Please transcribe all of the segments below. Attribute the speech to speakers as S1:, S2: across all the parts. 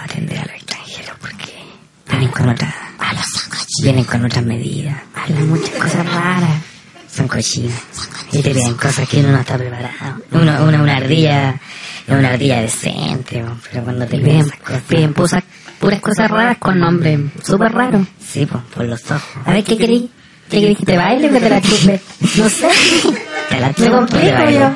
S1: atender al extranjero porque vienen con otra, a los son cochinos, vienen con otra medida, hablan muchas cosas raras, son cochinos, y te piden cosas que uno no está preparado. Uno, uno una ardilla, es una ardilla decente, bo, pero cuando te piden esas cosas,
S2: Piden pusa- puras cosas raras con nombre súper raro.
S1: sí, pues, por los ojos.
S2: A ver, ¿qué querís? ¿Qué querís que te baile o que te la chupe? No sé.
S1: Te la
S2: Me
S1: chupo, te
S2: complico
S1: bailo.
S2: yo.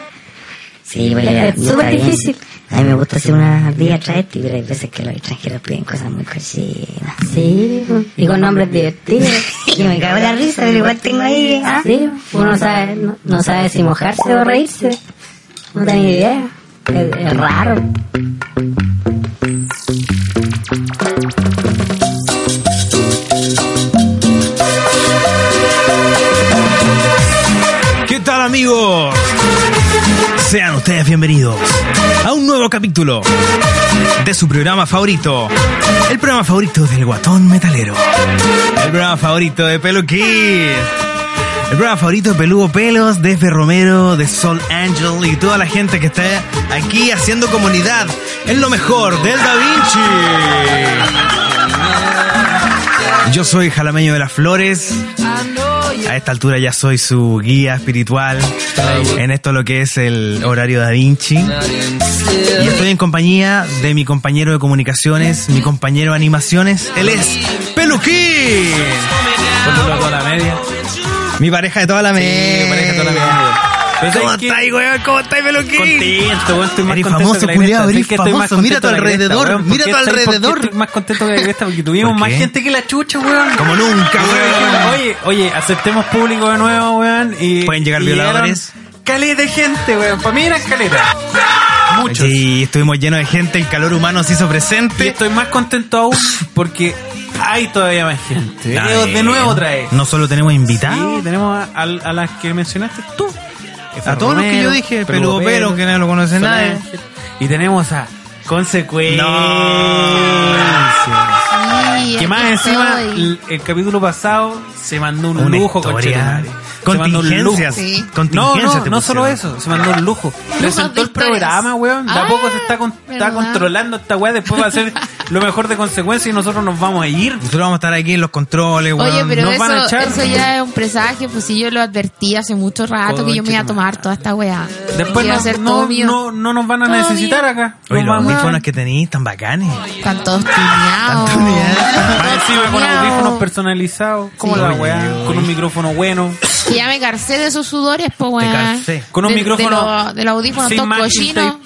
S1: Sí, bueno, ya,
S2: Es
S1: ya
S2: súper
S1: está bien.
S2: difícil.
S1: A mí me gusta hacer una ardilla travesti, pero hay veces que los extranjeros piden cosas muy cochinas.
S2: Sí, po. y con nombres divertidos.
S1: Yo me cago en la risa, pero igual tengo ahí, ¿ah?
S2: Sí, uno sabe, no, no sabe si mojarse o reírse. No tengo idea. Es, es raro.
S3: ¿Qué tal amigos? Sean ustedes bienvenidos a un nuevo capítulo de su programa favorito. El programa favorito del guatón metalero. El programa favorito de Peluquín. El programa favorito de Peludo Pelos, de F. Romero, de Sol Angel y toda la gente que está aquí haciendo comunidad. Es lo mejor del Da Vinci. Yo soy Jalameño de las Flores. A esta altura ya soy su guía espiritual en esto lo que es el horario da Vinci. Y estoy en compañía de mi compañero de comunicaciones, mi compañero de animaciones, él es Peluquín. Mi pareja de toda la media.
S4: Sí, pareja de toda la media. Pero
S3: ¿Cómo
S4: ¿sabes qué?
S3: estáis, weón? ¿Cómo estáis, Peluquín?
S4: Contento, weón, estoy más
S3: Eres
S4: contento
S3: famoso,
S4: que la
S3: culiao,
S4: cresta.
S3: eres
S4: Sí, que estoy más
S3: famoso. Mira a
S4: contento
S3: tu
S4: que la cresta,
S3: alrededor,
S4: weón.
S3: mira a tu
S4: ¿Por qué? ¿Sabes por qué
S3: alrededor?
S4: Estoy más contento que la cresta porque tuvimos
S3: ¿Por
S4: más
S3: qué?
S4: gente que la chucha, weón.
S3: Como nunca, weón.
S4: Oye, oye, aceptemos público de nuevo, weón. Y,
S3: Pueden llegar
S4: y
S3: violadores.
S4: llegaron Caleta de gente, weón. Para mí eran caleta. Muchos.
S3: Sí, estuvimos llenos de gente, el calor humano se hizo
S4: Y
S3: presente.
S4: estoy más contento aún porque hay todavía más gente.
S3: Está
S4: Leo, de
S3: bien.
S4: nuevo otra vez.
S3: No solo tenemos invitados.
S4: Sí, tenemos a, a- a las que mencionaste tú.
S3: A todos los que yo dije, Peludo Pelo, que no lo conoce
S4: Sol
S3: nadie.
S4: Ángel. Y tenemos a Consecuencias.
S2: Sí,
S4: Que más
S2: aquí
S4: encima,
S2: estoy.
S4: l- el, capítulo pasado se mandó un
S3: Una
S4: lujo,
S3: historia.
S4: conchetumare. Se mandó un lujo.
S3: Contingencias,
S5: Sí.
S4: No,
S3: contingencias
S4: no,
S3: te
S4: no solo
S3: pusieron.
S4: eso, se mandó un lujo. Presentó el
S5: victorias.
S4: programa, weón. De a
S5: Ah,
S4: poco se está, con- está
S5: verdad.
S4: controlando esta weá, después va a ser lo mejor de consecuencia y nosotros nos vamos a ir.
S3: Nosotros vamos a estar aquí en los controles,
S5: Oye,
S3: weón.
S5: pero
S4: nos van a
S5: eso,
S4: echar.
S5: eso ya es un presagio, pues si yo lo advertí hace mucho rato que yo me iba a tomar toda esta weá.
S4: Después
S5: Iba a
S4: no,
S5: ser
S4: no,
S5: todo mío.
S4: no, no nos van a
S5: Todo
S4: necesitar
S5: mío.
S4: acá.
S3: Oye,
S4: Nos
S3: los
S4: vamos-
S3: audífonos que tenéis, tan bacanes.
S5: Están todos tuneados.
S4: Más encima con
S5: Miau.
S4: audífonos personalizados, como
S5: Sí.
S4: la
S3: Oye,
S4: weá,
S3: oye.
S4: con un micrófono bueno,
S5: Que ya me carcé de esos sudores, pues
S3: Te
S5: weá.
S3: calcé.
S4: con un
S5: De-
S4: micrófono
S5: De, los audífonos
S4: sin
S5: todos
S4: masking
S5: cochinos.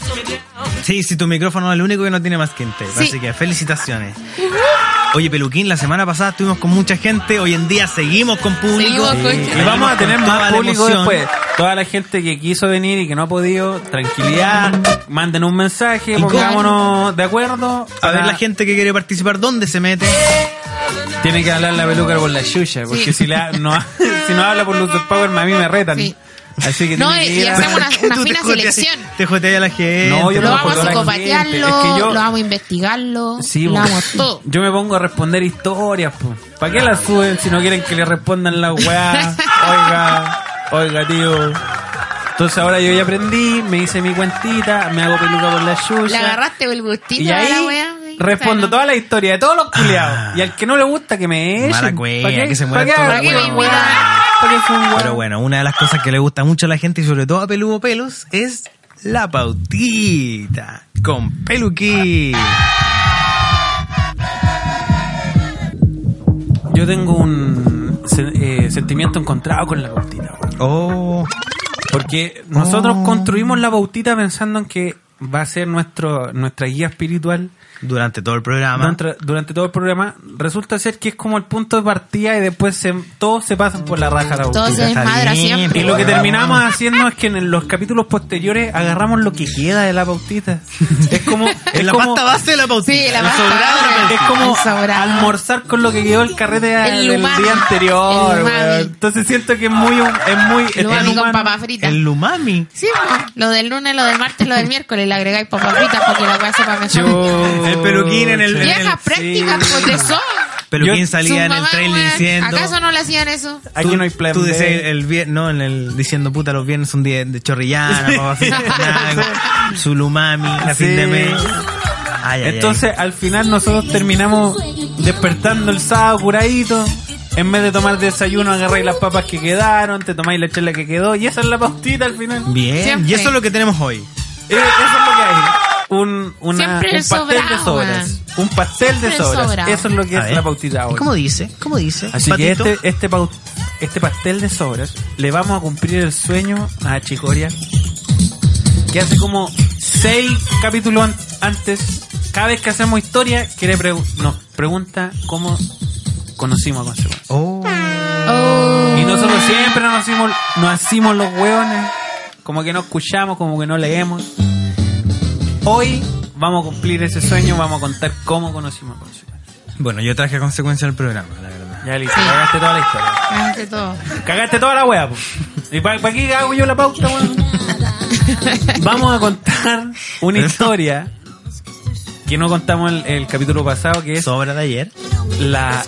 S3: Sí, si tu micrófono es el único que no tiene más gente.
S5: Sí.
S3: Así que felicitaciones. Oye, Peluquín, la semana pasada estuvimos con mucha gente. Hoy en día seguimos con público.
S5: Seguimos con Sí.
S4: Y vamos a tener
S3: con toda
S4: más
S3: la
S4: público
S3: emoción.
S4: después. Toda la gente que quiso venir y que no ha podido, tranquilidad, manden un mensaje,
S3: cómo?
S4: pongámonos de acuerdo.
S3: A ver,
S4: Ahora
S3: la gente que quiere participar, ¿dónde se mete?
S4: Tiene que hablar la peluca con la chucha, porque si, la, no, si no habla por Luz del Power, a mí me retan.
S5: Sí.
S4: Así que
S5: No,
S4: tiene que
S5: y- y
S4: ir a-
S5: hacemos una-
S3: ¿Por qué
S5: una
S3: tú te
S5: fina
S3: joteas-
S5: selección.
S3: Te joteas a la gente.
S4: No, yo
S5: Lo
S4: no
S5: vamos
S4: jodo
S5: a
S4: a la
S5: psicopatearlo,
S4: gente. Es que yo-
S5: lo vamos a investigarlo,
S4: Sí,
S5: lo
S4: po.
S5: vamos todo.
S4: Yo me pongo a responder historias, pues. ¿Para qué las suben si no quieren que le respondan las weá? oiga, oiga, tío. Entonces ahora yo ya aprendí, me hice mi cuentita, me hago peluca por la
S5: ¿Le
S4: chucha.
S5: agarraste el gustito
S4: Y
S5: a la
S4: ahí Ah.
S5: weá?
S4: respondo toda la historia de todos los culiados. Y al que no le gusta, que me echen.
S3: Mala cueva, que se muera todo
S4: ¿Para
S5: el
S4: qué
S5: cueva.
S4: hagan weá? ¿Pa' qué fue un weá?
S3: Pero bueno, una de las cosas que le gusta mucho a la gente y sobre todo a Peludo Pelos es la pautita con Peluquín.
S4: Yo tengo un sen- eh, sentimiento encontrado con la pautita, weón.
S3: Oh,
S4: Porque nosotros construimos la pautita pensando en que va a ser nuestro, nuestra guía espiritual
S3: Durante todo el programa.
S4: durante, durante todo el programa. Resulta ser que es como el punto de partida y después se- todos se pasan por la raja. la
S5: Todo
S4: boca.
S5: se desmadra siempre.
S3: pues,
S4: y lo que terminamos haciendo es que en los capítulos posteriores agarramos lo que queda de la pautita. Es como... es
S3: En la
S4: como-
S3: pasta base de la pausa.
S5: Sí, la
S4: el
S5: más
S4: sobrado,
S5: padre.
S4: es como
S5: El sobrado.
S4: almorzar con lo que quedó el carrete
S5: El
S4: del
S5: umami.
S4: día anterior.
S5: El umami.
S4: weón. Entonces siento que es muy... un- Es muy es
S5: El umami
S4: humano.
S5: con papas fritas.
S3: El umami.
S5: Sí, po. lo del lunes, lo del martes, lo del miércoles, le agregáis papas fritas para que la weá sepa mejor.
S4: Yo-
S3: El peluquín en el- en el-
S5: Viejas prácticas,
S4: Sí.
S5: pues de eso.
S3: Peluquín
S4: Yo-
S3: salía en el trailer diciendo.
S5: ¿Acaso no le hacían eso?
S4: Aquí
S3: tú-
S4: no hay plan
S3: Tú
S4: B.
S3: decías el viernes, no, en el, diciendo puta, los viernes son días de chorrillana, papas fritas, nada, zulumami, a
S4: Sí.
S3: fin de mes. Ay, ay, ay.
S4: Entonces, al final nosotros terminamos despertando el sábado curadito. En vez de tomar desayuno, agarráis las papas que quedaron, te tomáis la chela que quedó y esa es la pautita al final.
S3: Bien,
S5: Siempre.
S3: y eso es lo que tenemos hoy.
S4: Eh, eso es lo que hay. Un, una-
S5: Siempre
S4: un
S5: el
S4: pastel de
S5: sobrado,
S4: sobras. Un pastel
S5: Siempre
S4: de
S5: el
S4: sobras.
S5: sobrado.
S4: Eso es lo que
S3: A
S4: es
S3: ver.
S4: la pautita hoy.
S3: ¿Cómo dice? ¿Cómo dice?
S4: Así
S3: Patito.
S4: que este, este, pau- este pastel de sobras le vamos a cumplir el sueño a Chicoria, que hace como seis capítulos an- antes, cada vez que hacemos historia, quiere pregu- nos pregunta cómo conocimos a Consuelo.
S3: Oh.
S5: Oh.
S4: Y nosotros siempre nos hacimos, nos hacimos los hueones, como que no escuchamos, como que no leemos. Hoy vamos a cumplir ese sueño, vamos a contar cómo conocimos a Consuelo.
S3: Bueno, yo traje a consecuencia el programa, la verdad.
S4: Ya listo, cagaste toda la historia.
S5: Ante todo.
S4: Cagaste toda la wea, po. ¿Y para qué hago yo la pauta, weón? Vamos a contar una
S3: Pero-
S4: historia que no contamos el, el capítulo pasado, que es
S3: Sobra de ayer.
S4: la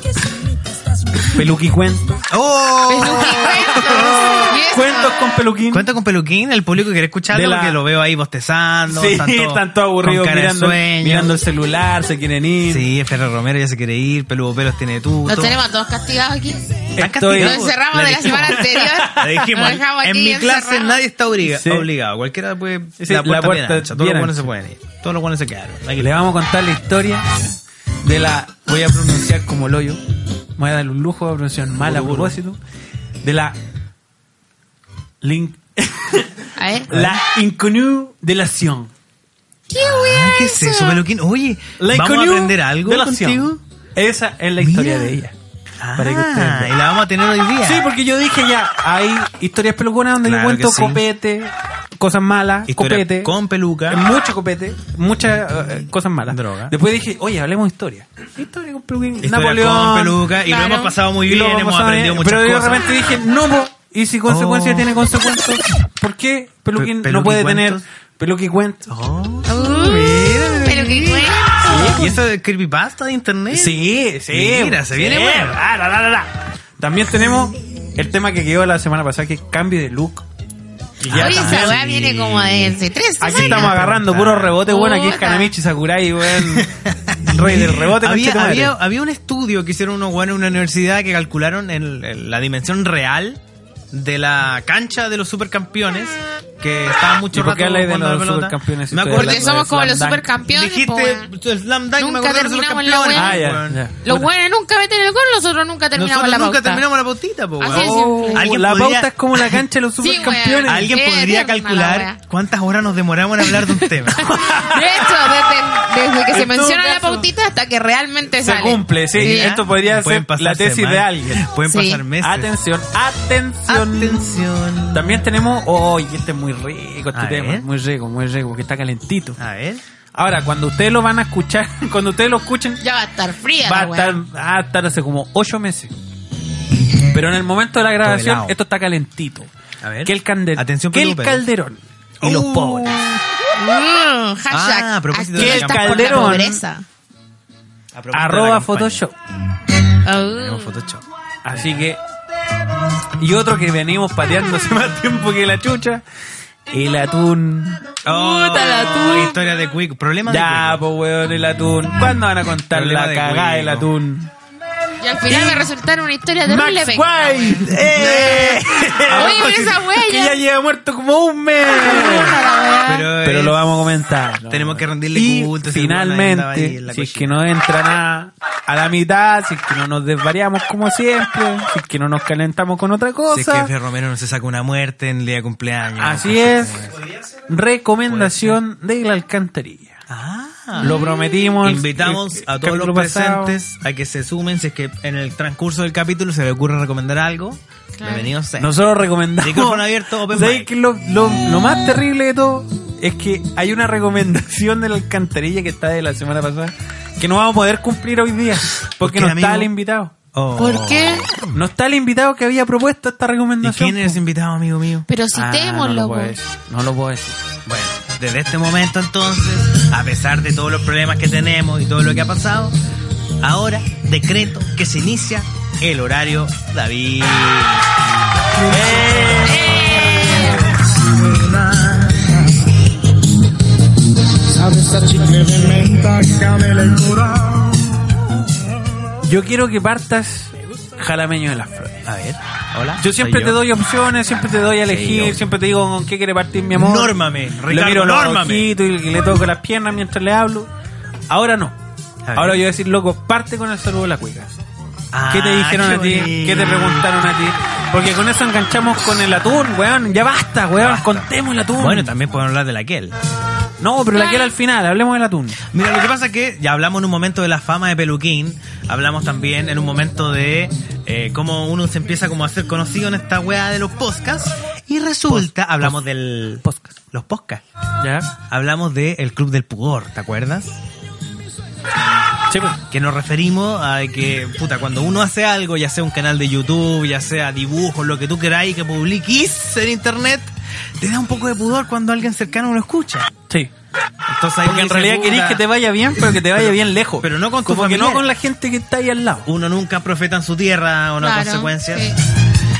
S4: peluqui cuento.
S3: ¡Oh!
S5: Oh.
S4: Cuentos con peluquín.
S3: Cuenta con peluquín, el público quiere escucharlo
S4: De la-
S3: porque lo veo ahí bostezando.
S4: Sí,
S3: tanto-
S4: están todos aburridos
S3: con cara de
S4: mirando,
S3: sueño.
S4: mirando el celular, se quieren ir.
S3: Sí, Ferrer Romero ya se quiere ir, Peludo Pelos tiene tú.
S5: Los tenemos a todos castigados aquí.
S4: Estoy,
S5: Los encerramos
S3: la
S5: de la
S3: dijimos.
S5: semana anterior.
S3: La dijimos,
S5: Los dejamos
S3: en
S5: aquí
S3: mi clase
S5: encerrados.
S3: nadie está obliga-
S4: Sí.
S3: obligado, cualquiera puede...
S4: Sí,
S3: la puerta,
S4: la puerta
S3: bien ancha, todos
S4: bien
S3: los buenos
S4: ancha.
S3: se pueden ir, todos los buenos se quedaron. Aquí
S4: le vamos a contar la historia de la. Voy a pronunciar como el hoyo. Me Voy a dar un lujo, voy a pronunciar mal a propósito. De la. Link.
S5: A ver.
S4: La inconnue de la Sion.
S5: ¿Qué wea
S3: Ah, ¿Qué es eso, Peluquín? Oye,
S4: La
S3: ¿vamos a
S4: inconnue
S3: aprender algo
S4: de la
S3: contigo?
S4: Sion. Esa es la historia
S3: Mira.
S4: de ella.
S3: Ah,
S4: Para que ustedes
S3: y
S4: vean.
S3: la vamos a tener hoy día.
S4: Sí, porque yo dije ya, hay historias peluconas donde
S3: Claro
S4: yo cuento
S3: que sí.
S4: copete, cosas malas,
S3: Historia
S4: copete.
S3: con peluca.
S4: Eh, Mucho copete, muchas eh, cosas malas.
S3: Droga.
S4: Después dije, oye, hablemos de historia. Historia con peluquín.
S3: Historia con peluca, y lo hemos pasado muy
S4: Y lo
S3: bien, hemos
S4: pasado
S3: aprendido
S4: bien,
S3: muchas
S4: pero
S3: cosas.
S4: Pero de repente dije, no, po, y si consecuencia
S3: Oh.
S4: tiene consecuencias, ¿por qué peluquín
S3: Pe-
S4: no puede tener
S3: peluquicuentos.
S4: peluquín cuento?
S3: Oh.
S5: Uh, pero qué cuento.
S3: ¿Y eso de creepypasta de internet?
S4: Sí, sí.
S3: Mira, se viene bueno.
S4: Ah, la, la, la, la. También tenemos el tema que quedó la semana pasada, que es cambio de look. Y ya
S5: Oye,
S4: también-
S5: esa weá viene como de hace tres
S4: Aquí
S5: semanas.
S4: estamos agarrando puro rebote, bueno, aquí es
S5: Puta.
S4: Kanamichi Sakurai, weón. Rey del rebote,
S3: había,
S4: conchetumare.
S3: había, había un estudio que hicieron unos buenos en una universidad que calcularon el- el- la dimensión real de la cancha de los supercampeones que estaba mucho
S4: ¿Y por
S3: rato
S4: qué habláis de
S3: jugando
S4: los
S3: la pelota.
S4: supercampeones?
S3: Me
S4: Estoy
S3: acuerdo
S5: Porque
S4: hablando
S5: somos
S4: de
S5: como
S4: slam
S5: los
S4: dunk.
S5: supercampeones. po, weón.
S3: dijiste el slam dunk,
S5: Nunca
S3: me acordé de los
S5: terminamos la
S3: supercampeones.
S4: weá. Ah, ya,
S3: weón.
S4: ya.
S5: Los buenos nunca meten el gol, nosotros nunca terminamos
S3: Nosotros
S5: la
S3: nunca
S5: pauta.
S3: terminamos la pautita, po,
S5: Así
S3: weón.
S5: es simple.
S3: Alguien
S4: la
S3: podría-
S4: pauta es como la cancha de los
S5: Sí,
S4: supercampeones.
S5: weón.
S3: Alguien
S5: Eh,
S3: podría
S5: eterna la
S3: calcular
S5: weá.
S3: cuántas horas nos demoramos en hablar de un tema.
S5: De hecho, desde, desde que se
S4: En todo
S5: menciona la
S4: caso,
S5: pautita hasta que realmente
S4: Se
S5: sale.
S4: cumple, sí. Ah.
S5: Sí.
S4: Esto podría
S3: ¿eh? Pueden
S4: ser
S3: pasar
S4: la tesis
S3: semanas,
S4: de alguien.
S3: Pueden
S5: Sí.
S3: pasar meses.
S4: Atención, atención.
S3: Atención.
S4: También tenemos, oye, este es muy rico, este
S3: A
S4: tema,
S3: ver. Ah.
S4: muy rico, muy rico, que está calentito.
S3: A ver.
S4: Ahora, cuando ustedes lo van a escuchar, cuando ustedes lo escuchen,
S5: Ya va a estar fría.
S4: va a,
S5: la weá.
S4: estar, va a estar hace como ocho meses. Pero en el momento de la grabación,
S3: helado.
S4: esto está calentito.
S3: A ver.
S4: Que el, candel-
S3: Atención,
S4: que el
S3: Pelupe.
S4: calderón y los
S3: Uh.
S4: pobres.
S5: Mm, hashtag.
S3: Ah, a propósito
S5: aquí
S4: de la
S5: estás
S4: campaña.
S5: por la
S4: Calderón.
S5: pobreza.
S3: A propósito de la
S4: Arroba
S3: campaña.
S4: Photoshop.
S5: Oh.
S3: Tenemos Photoshop.
S4: Así que. Y otro que venimos pateando hace más tiempo que la chucha. El atún. Puta, el atún.
S3: Oh, Historia de Quick. Problema
S4: Ya,
S3: de Quick.
S4: po weón, el atún. ¿Cuándo van a contar
S3: Problema
S4: la
S3: de
S4: cagada del
S3: cuico.
S4: atún?
S5: Y al final va a resultar una historia terrible.
S4: Max
S5: penca, weón.
S4: White. ¡Eh!
S5: Oye, pero esa wea
S4: Que
S5: ya-
S4: ya lleva muerto como un mes.
S5: Puta la weá.
S3: Pero,
S4: Pero
S3: es-
S4: lo vamos a comentar.
S3: Tenemos que rendirle
S4: y
S3: culto, ese weón ahí andaba ahí
S4: Finalmente,
S3: en la
S4: si es
S3: cochina.
S4: que no entra nada, a la mitad, si es que no nos desvariamos como siempre, si es que no nos calentamos con otra
S3: Si es que
S4: cosa.
S3: Fer Romero no se saca una muerte en el día de cumpleaños.
S4: Así
S3: Cosas
S4: es.
S3: como esas.
S4: Recomendación de la alcantarilla.
S3: Ah.
S4: Lo prometimos.
S3: Invitamos
S4: el- el
S3: a todos los
S4: capítulo pasado.
S3: presentes a que se sumen si es que en el transcurso del capítulo se le ocurre recomendar algo.
S5: Claro.
S3: Bienvenidos sean.
S4: Nosotros recomendamos.
S3: Micrófono abierto, open
S4: ¿Sabes
S3: mic.
S4: qué? Lo, lo- lo más terrible de todo es que hay una recomendación de la alcantarilla que está de la semana pasada que no vamos a poder cumplir hoy día
S3: ¿Por
S4: porque
S3: qué,
S4: no
S3: amigo?
S4: está el invitado.
S3: Oh.
S5: ¿Por qué?
S4: No está el invitado que había propuesto esta
S3: ¿Y
S4: recomendación.
S3: quién es invitado, amigo mío?
S5: Pero
S4: Ah,
S5: citémoslo,
S4: no, lo puedo
S5: pues.
S4: decir, no lo puedo decir.
S3: Bueno, desde este momento entonces, a pesar de todos los problemas que tenemos y todo lo que ha pasado, ahora decreto que se inicia el horario David.
S4: Eh. Yo quiero que partas jalameño de las flores.
S3: A ver, hola.
S4: Yo siempre
S3: soy
S4: te doy opciones, siempre te doy a elegir,
S3: obvio.
S4: siempre te digo con qué quiere partir mi amor.
S3: Nórbame, Ricardo,
S4: le miro los
S3: nórbame.
S4: ojitos y le toco las piernas mientras le hablo. Ahora no.
S3: A ver.
S4: Ahora yo voy a decir, loco, parte con el saludo de la cuica.
S3: Ah,
S4: ¿Qué te dijeron
S3: qué
S4: a ti?
S3: bonito.
S4: ¿Qué te preguntaron a ti? Porque con eso enganchamos con el atún, weón. Ya basta, weón. Contemos el atún.
S3: Bueno, también podemos hablar de la Kel.
S4: no, pero la quiero al final. Hablemos del atún.
S3: Mira, lo que pasa es que ya hablamos en un momento de la fama de Peluquín, hablamos también en un momento de eh, cómo uno se empieza como a ser conocido en esta weá de los podcasts y resulta, hablamos del... Podcast. Los podcasts.
S4: ¿Ya?
S3: Hablamos del Club del Pudor, ¿te acuerdas?
S4: Che, pues.
S3: Que nos referimos a que, puta, cuando uno hace algo, ya sea un canal de YouTube, ya sea dibujos, lo que tú queráis que publiques en internet, te da un poco de pudor cuando alguien cercano lo escucha.
S4: Sí.
S3: Entonces ahí
S4: Porque en
S3: dice,
S4: realidad
S3: puta,
S4: querés que te vaya bien, pero que te vaya bien lejos.
S3: pero no con tu
S4: Como que no
S3: familiar.
S4: con la gente que está ahí al lado.
S3: uno nunca profeta en su tierra o no
S5: Claro,
S3: consecuencias.
S5: sí.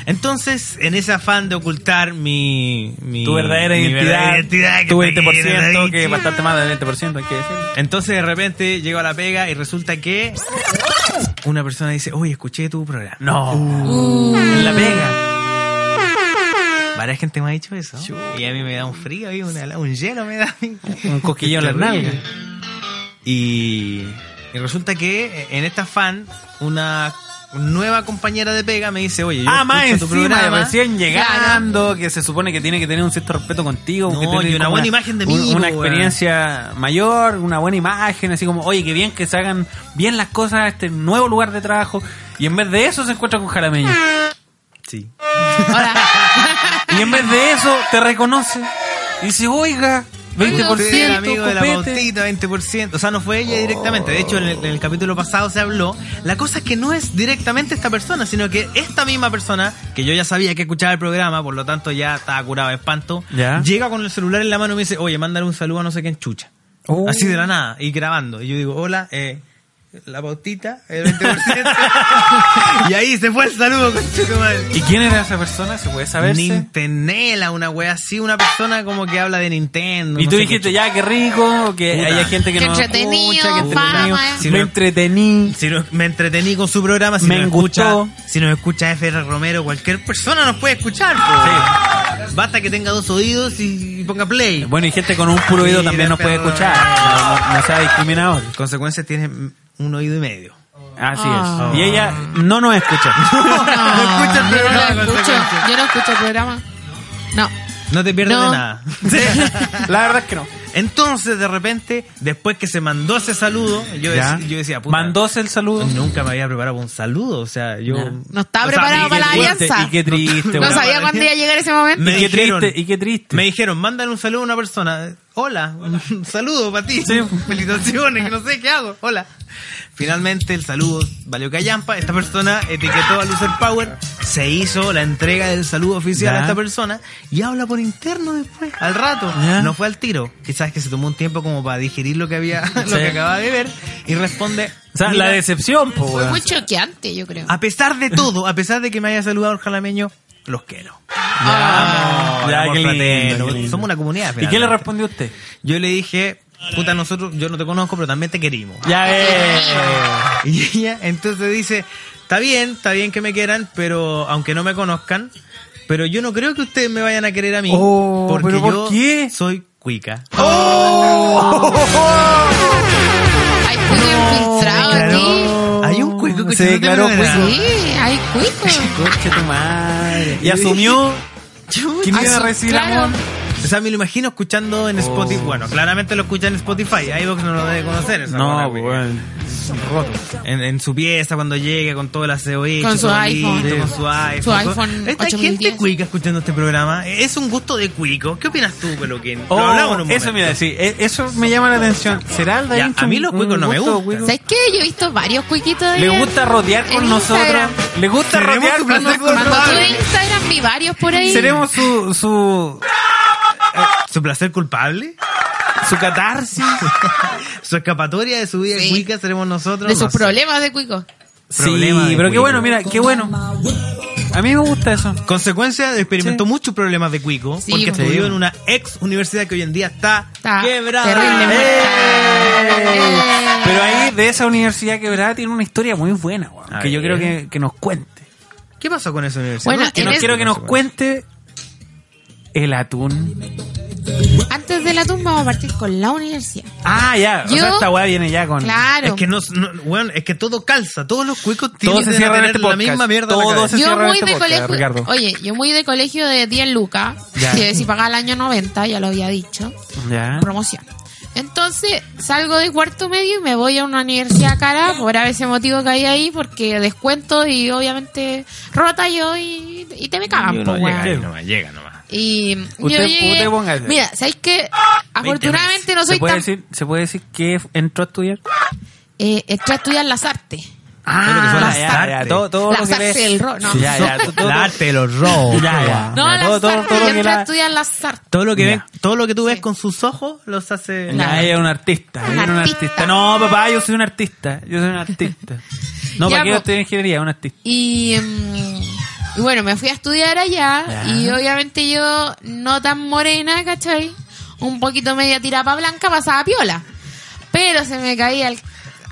S3: Entonces, en ese afán de ocultar mi, mi-
S4: tu verdadera
S3: mi
S4: identidad,
S3: verdadera identidad que
S4: tu
S3: está aquí, ¿verdad?
S4: 20%, que es bastante más del 20%, hay que decirlo.
S3: Entonces, de repente llego a la pega y resulta que una persona dice, "Oye, escuché tu programa."
S4: No. Uh.
S3: en la pega. Varias gente me ha dicho eso. Y a mí me da un frío y una- un hielo me da.
S4: Un cosquillo en la nalga.
S3: Y, y resulta que eh, en esta fan, una nueva compañera de pega me dice, oye, yo
S4: Ah, más
S3: escucho tu
S4: encima,
S3: programa.
S4: recién llegando, que se supone que tiene que tener un cierto respeto contigo.
S3: No,
S4: que tiene
S3: y una
S4: como
S3: buena imagen de mí,
S4: un- Una
S3: po, weón.
S4: experiencia mayor, una buena imagen, así como, oye, que bien que se hagan bien las cosas a este nuevo lugar de trabajo. Y en vez de eso se encuentra con jalameño.
S3: Sí.
S4: Y en vez de eso te reconoce. Y dice, oiga, 20%,
S3: Usted era amigo de la
S4: copete.
S3: Bautita, 20%. O sea, no fue ella directamente. De hecho, en el, en el capítulo pasado se habló. La cosa es que no es directamente esta persona, sino que esta misma persona, que yo ya sabía que escuchaba el programa, por lo tanto ya estaba curado de espanto,
S4: Ya.
S3: llega con el celular en la mano y me dice, oye, mándale un saludo a no sé quién chucha.
S4: Oh.
S3: Así de la nada, y grabando. Y yo digo, hola, eh, la Bautita, el 20%. y ahí se fue el saludo, conchetumadre.
S4: ¿Y quién era esa persona? ¿Se puede saber?
S3: Nintenela, una wea así, una persona como que habla de Nintendo.
S4: Y
S3: no
S4: tú
S3: sé
S4: dijiste,
S3: qué
S4: ya, qué rico, que
S3: Puta.
S4: hay gente que
S5: Qué
S4: no
S5: entretenido,
S4: escucha, que entretenido.
S5: fama, eh.
S4: Si me
S3: no-
S4: entretení.
S3: Si no- me entretení con su programa, si
S4: Me
S3: nos escucha,
S4: gustó.
S3: si nos escucha FR Romero, cualquier persona nos puede escuchar. po. Basta que tenga dos oídos y, y ponga play.
S4: Bueno, y gente con un puro oído
S3: Mira,
S4: también nos puede
S3: perro.
S4: escuchar. ¿eh? No, no, no sea discriminador.
S3: Consecuencias tiene mm, un oído y medio.
S4: Así
S5: Ah.
S4: es. Y ella no nos escucha.
S3: no escucha el
S5: yo no
S3: programa,
S5: lo escucho.
S3: consecuencia.
S5: Yo no escucho el programa. No.
S3: No te pierdes
S5: No.
S3: de nada.
S4: La verdad es que no.
S3: Entonces, de repente, después que se mandó ese saludo, yo,
S4: ¿Ya?
S3: dec- yo decía, puta,
S4: Mandóse el saludo.
S3: Nunca me había preparado para un saludo, o sea, yo...
S5: No estaba
S3: O sea, me
S5: preparado para la
S3: dijeron-
S4: Fuerte,
S5: alianza.
S4: Y qué triste.
S5: No
S4: weón.
S5: sabía cuándo iba a llegar ese momento.
S3: Me
S4: y qué
S3: dijeron-
S4: triste. Y qué triste.
S3: Me dijeron, mándale un saludo a una persona. Hola, un saludo para ti.
S4: Sí.
S3: Felicitaciones, que no sé qué hago. Hola. Finalmente el saludo valió callampa. Esta persona etiquetó a Lucer Power. Se hizo la entrega del saludo oficial
S4: Ya.
S3: a esta persona y habla por interno después, al rato.
S4: Ya.
S3: No fue al tiro. Quizás que se tomó un tiempo como para digerir lo que había,
S4: Sí.
S3: lo que acababa de ver y responde.
S4: O sea,
S3: "Mira,
S4: la decepción, po,
S5: Fue
S4: weón.
S5: muy choqueante, yo creo.
S3: a pesar de todo, a pesar de que me haya saludado el jalameño, los quiero.
S4: Ah,
S3: Amor,
S4: ya,
S3: amor
S4: qué lindo,
S3: fraterno.
S4: qué lindo.
S3: Somos una comunidad.
S4: ¿Y qué le
S3: finalmente.
S4: respondió usted?
S3: Yo le dije, puta, nosotros, yo no te conozco, pero también te querimos.
S4: Ya
S5: eh.
S4: eh. ves.
S3: Y ella entonces dice, está bien, está bien que me quieran, pero aunque no me conozcan, pero yo no creo que ustedes me vayan a querer a mí.
S4: Oh,
S3: porque
S4: ¿pero por
S3: yo
S4: qué?
S3: soy cuica.
S5: Ay, fue bien filtrado
S3: Claro.
S5: aquí.
S3: A
S4: Juan se declaró cuico.
S5: Sí, hay cuico.
S4: Coche tu madre. Y asumió que no iba a
S5: Asu-
S4: recibir
S5: claro.
S4: amor.
S3: O sea, me lo imagino escuchando en Spotify. Bueno, claramente lo escucha en Spotify. iVox no lo debe conocer. esa
S4: Oh. No,
S3: buena, güey.
S4: weón.
S3: roto. En, en su pieza cuando llegue con todo el aseo hecho,
S5: Con su
S3: todo
S5: iPhone.
S3: listo, con su
S5: Su
S3: iPhone.
S5: iPhone
S3: Esta
S5: 8010.
S3: gente cuica escuchando este programa es un gusto de cuico. ¿Qué opinas tú, Peluquín?
S4: Oh,
S3: lo hablamos en un
S4: eso,
S3: momento.
S4: mira, sí, e- eso me llama la atención. ¿Será el Da
S3: Ya,
S4: Vinci
S3: a mí los
S4: un-
S3: cuicos
S4: un
S3: no me
S4: gusto,
S3: gustan.
S4: cuico?
S5: ¿Sabes qué? Yo he visto varios cuiquitos de
S4: Le gusta rodear con
S5: en
S4: nosotros.
S5: Instagram.
S4: Le gusta
S3: Tenemos
S4: rodear
S3: su
S4: con
S3: placer
S4: nosotros.
S5: Cuando tuve Instagram vi varios por ahí.
S4: Seremos su, su,
S3: Eh, ¿Su placer culpable?
S4: su catarsis.
S3: ¿Su escapatoria de su vida
S5: Sí.
S3: cuica seremos nosotros?
S5: De sus
S3: No sé.
S5: problemas de cuico.
S3: Problema
S4: Sí,
S3: de
S4: pero qué
S3: cuico.
S4: bueno, mira, qué bueno. A mí me gusta eso.
S3: Consecuencia, experimentó muchos problemas de cuico
S5: Sí,
S3: porque
S5: sí.
S3: estudió en una ex universidad que hoy en día está,
S5: Está
S3: quebrada.
S5: terrible,
S4: Eh.
S5: Eh. muerta.
S4: Pero ahí de esa universidad quebrada tiene una historia muy buena, weón,
S3: A
S4: que yo
S3: ver.
S4: creo que, que nos cuente.
S3: ¿Qué pasó con esa universidad?
S5: Bueno,
S3: No, es que
S5: en
S3: no
S5: es-
S3: quiero que nos cuente.
S4: cuente el atún.
S5: Antes de la tumba vamos a partir con la universidad.
S4: Ah, ya. o
S5: Yo-
S4: sea, esta weá viene ya con.
S5: Claro.
S3: Es que no, no- bueno, es que todo calza, todos los cuicos tienen
S4: Todo se cierra en este
S3: la
S4: podcast.
S3: misma mierda. en la
S4: Todo
S3: cabeza.
S4: se
S5: yo
S4: cierra
S5: muy
S4: este
S5: de
S4: podcast,
S5: colegio,
S4: Ricardo.
S5: oye, yo muy de colegio de 10 lucas,
S4: Ya.
S5: que si pagaba el año 90, ya lo había dicho,
S4: Ya.
S5: promoción. Entonces salgo de cuarto medio y me voy a una universidad cara por ese motivo que hay ahí, porque descuento y obviamente rota yo y, y te me cagan,
S3: Y uno
S5: po,
S3: llega
S5: weón.
S3: ahí nomás, llega nomás.
S5: Y yo
S4: Usted-
S5: llegué-
S4: usted póngase.
S5: Mira, ¿sabéis que Afortunadamente no
S4: ¿Se
S5: soy
S4: puede,
S5: tan...
S4: decir, ¿Se puede decir que entró a estudiar?
S5: Eh, entré a estudiar las artes.
S3: Todo lo que son
S4: ya,
S3: las
S4: ya,
S3: artes.
S4: todo, todo
S5: Las
S4: lo que
S5: Ah, artes
S4: ves.
S5: del ro- no.
S4: Ya, ya, todo, todo-
S3: La arte de los robos.
S4: Ya, ya.
S5: No,
S4: Ya,
S5: las
S4: Ah, todo- todo-
S5: artes,
S4: todo lo
S5: yo
S4: que
S5: entré
S4: la-
S5: a estudiar las artes.
S3: Todo lo que
S4: Ya.
S3: ven, todo lo que tú ves con sus ojos los hace.
S5: Claro.
S4: Ya, ella es una artista.
S5: Un
S4: ella era una
S5: artista.
S4: artista. No, papá, yo soy un artista. Yo soy un artista. No,
S5: Ya,
S4: ¿para qué
S5: po.
S4: usted ingeniería? Un artista.
S5: Y, mm, y bueno, me fui a estudiar allá
S4: Ya.
S5: y obviamente yo no tan morena, ¿cachai? Un poquito media tirapa blanca, pasaba piola. Pero se me caía el...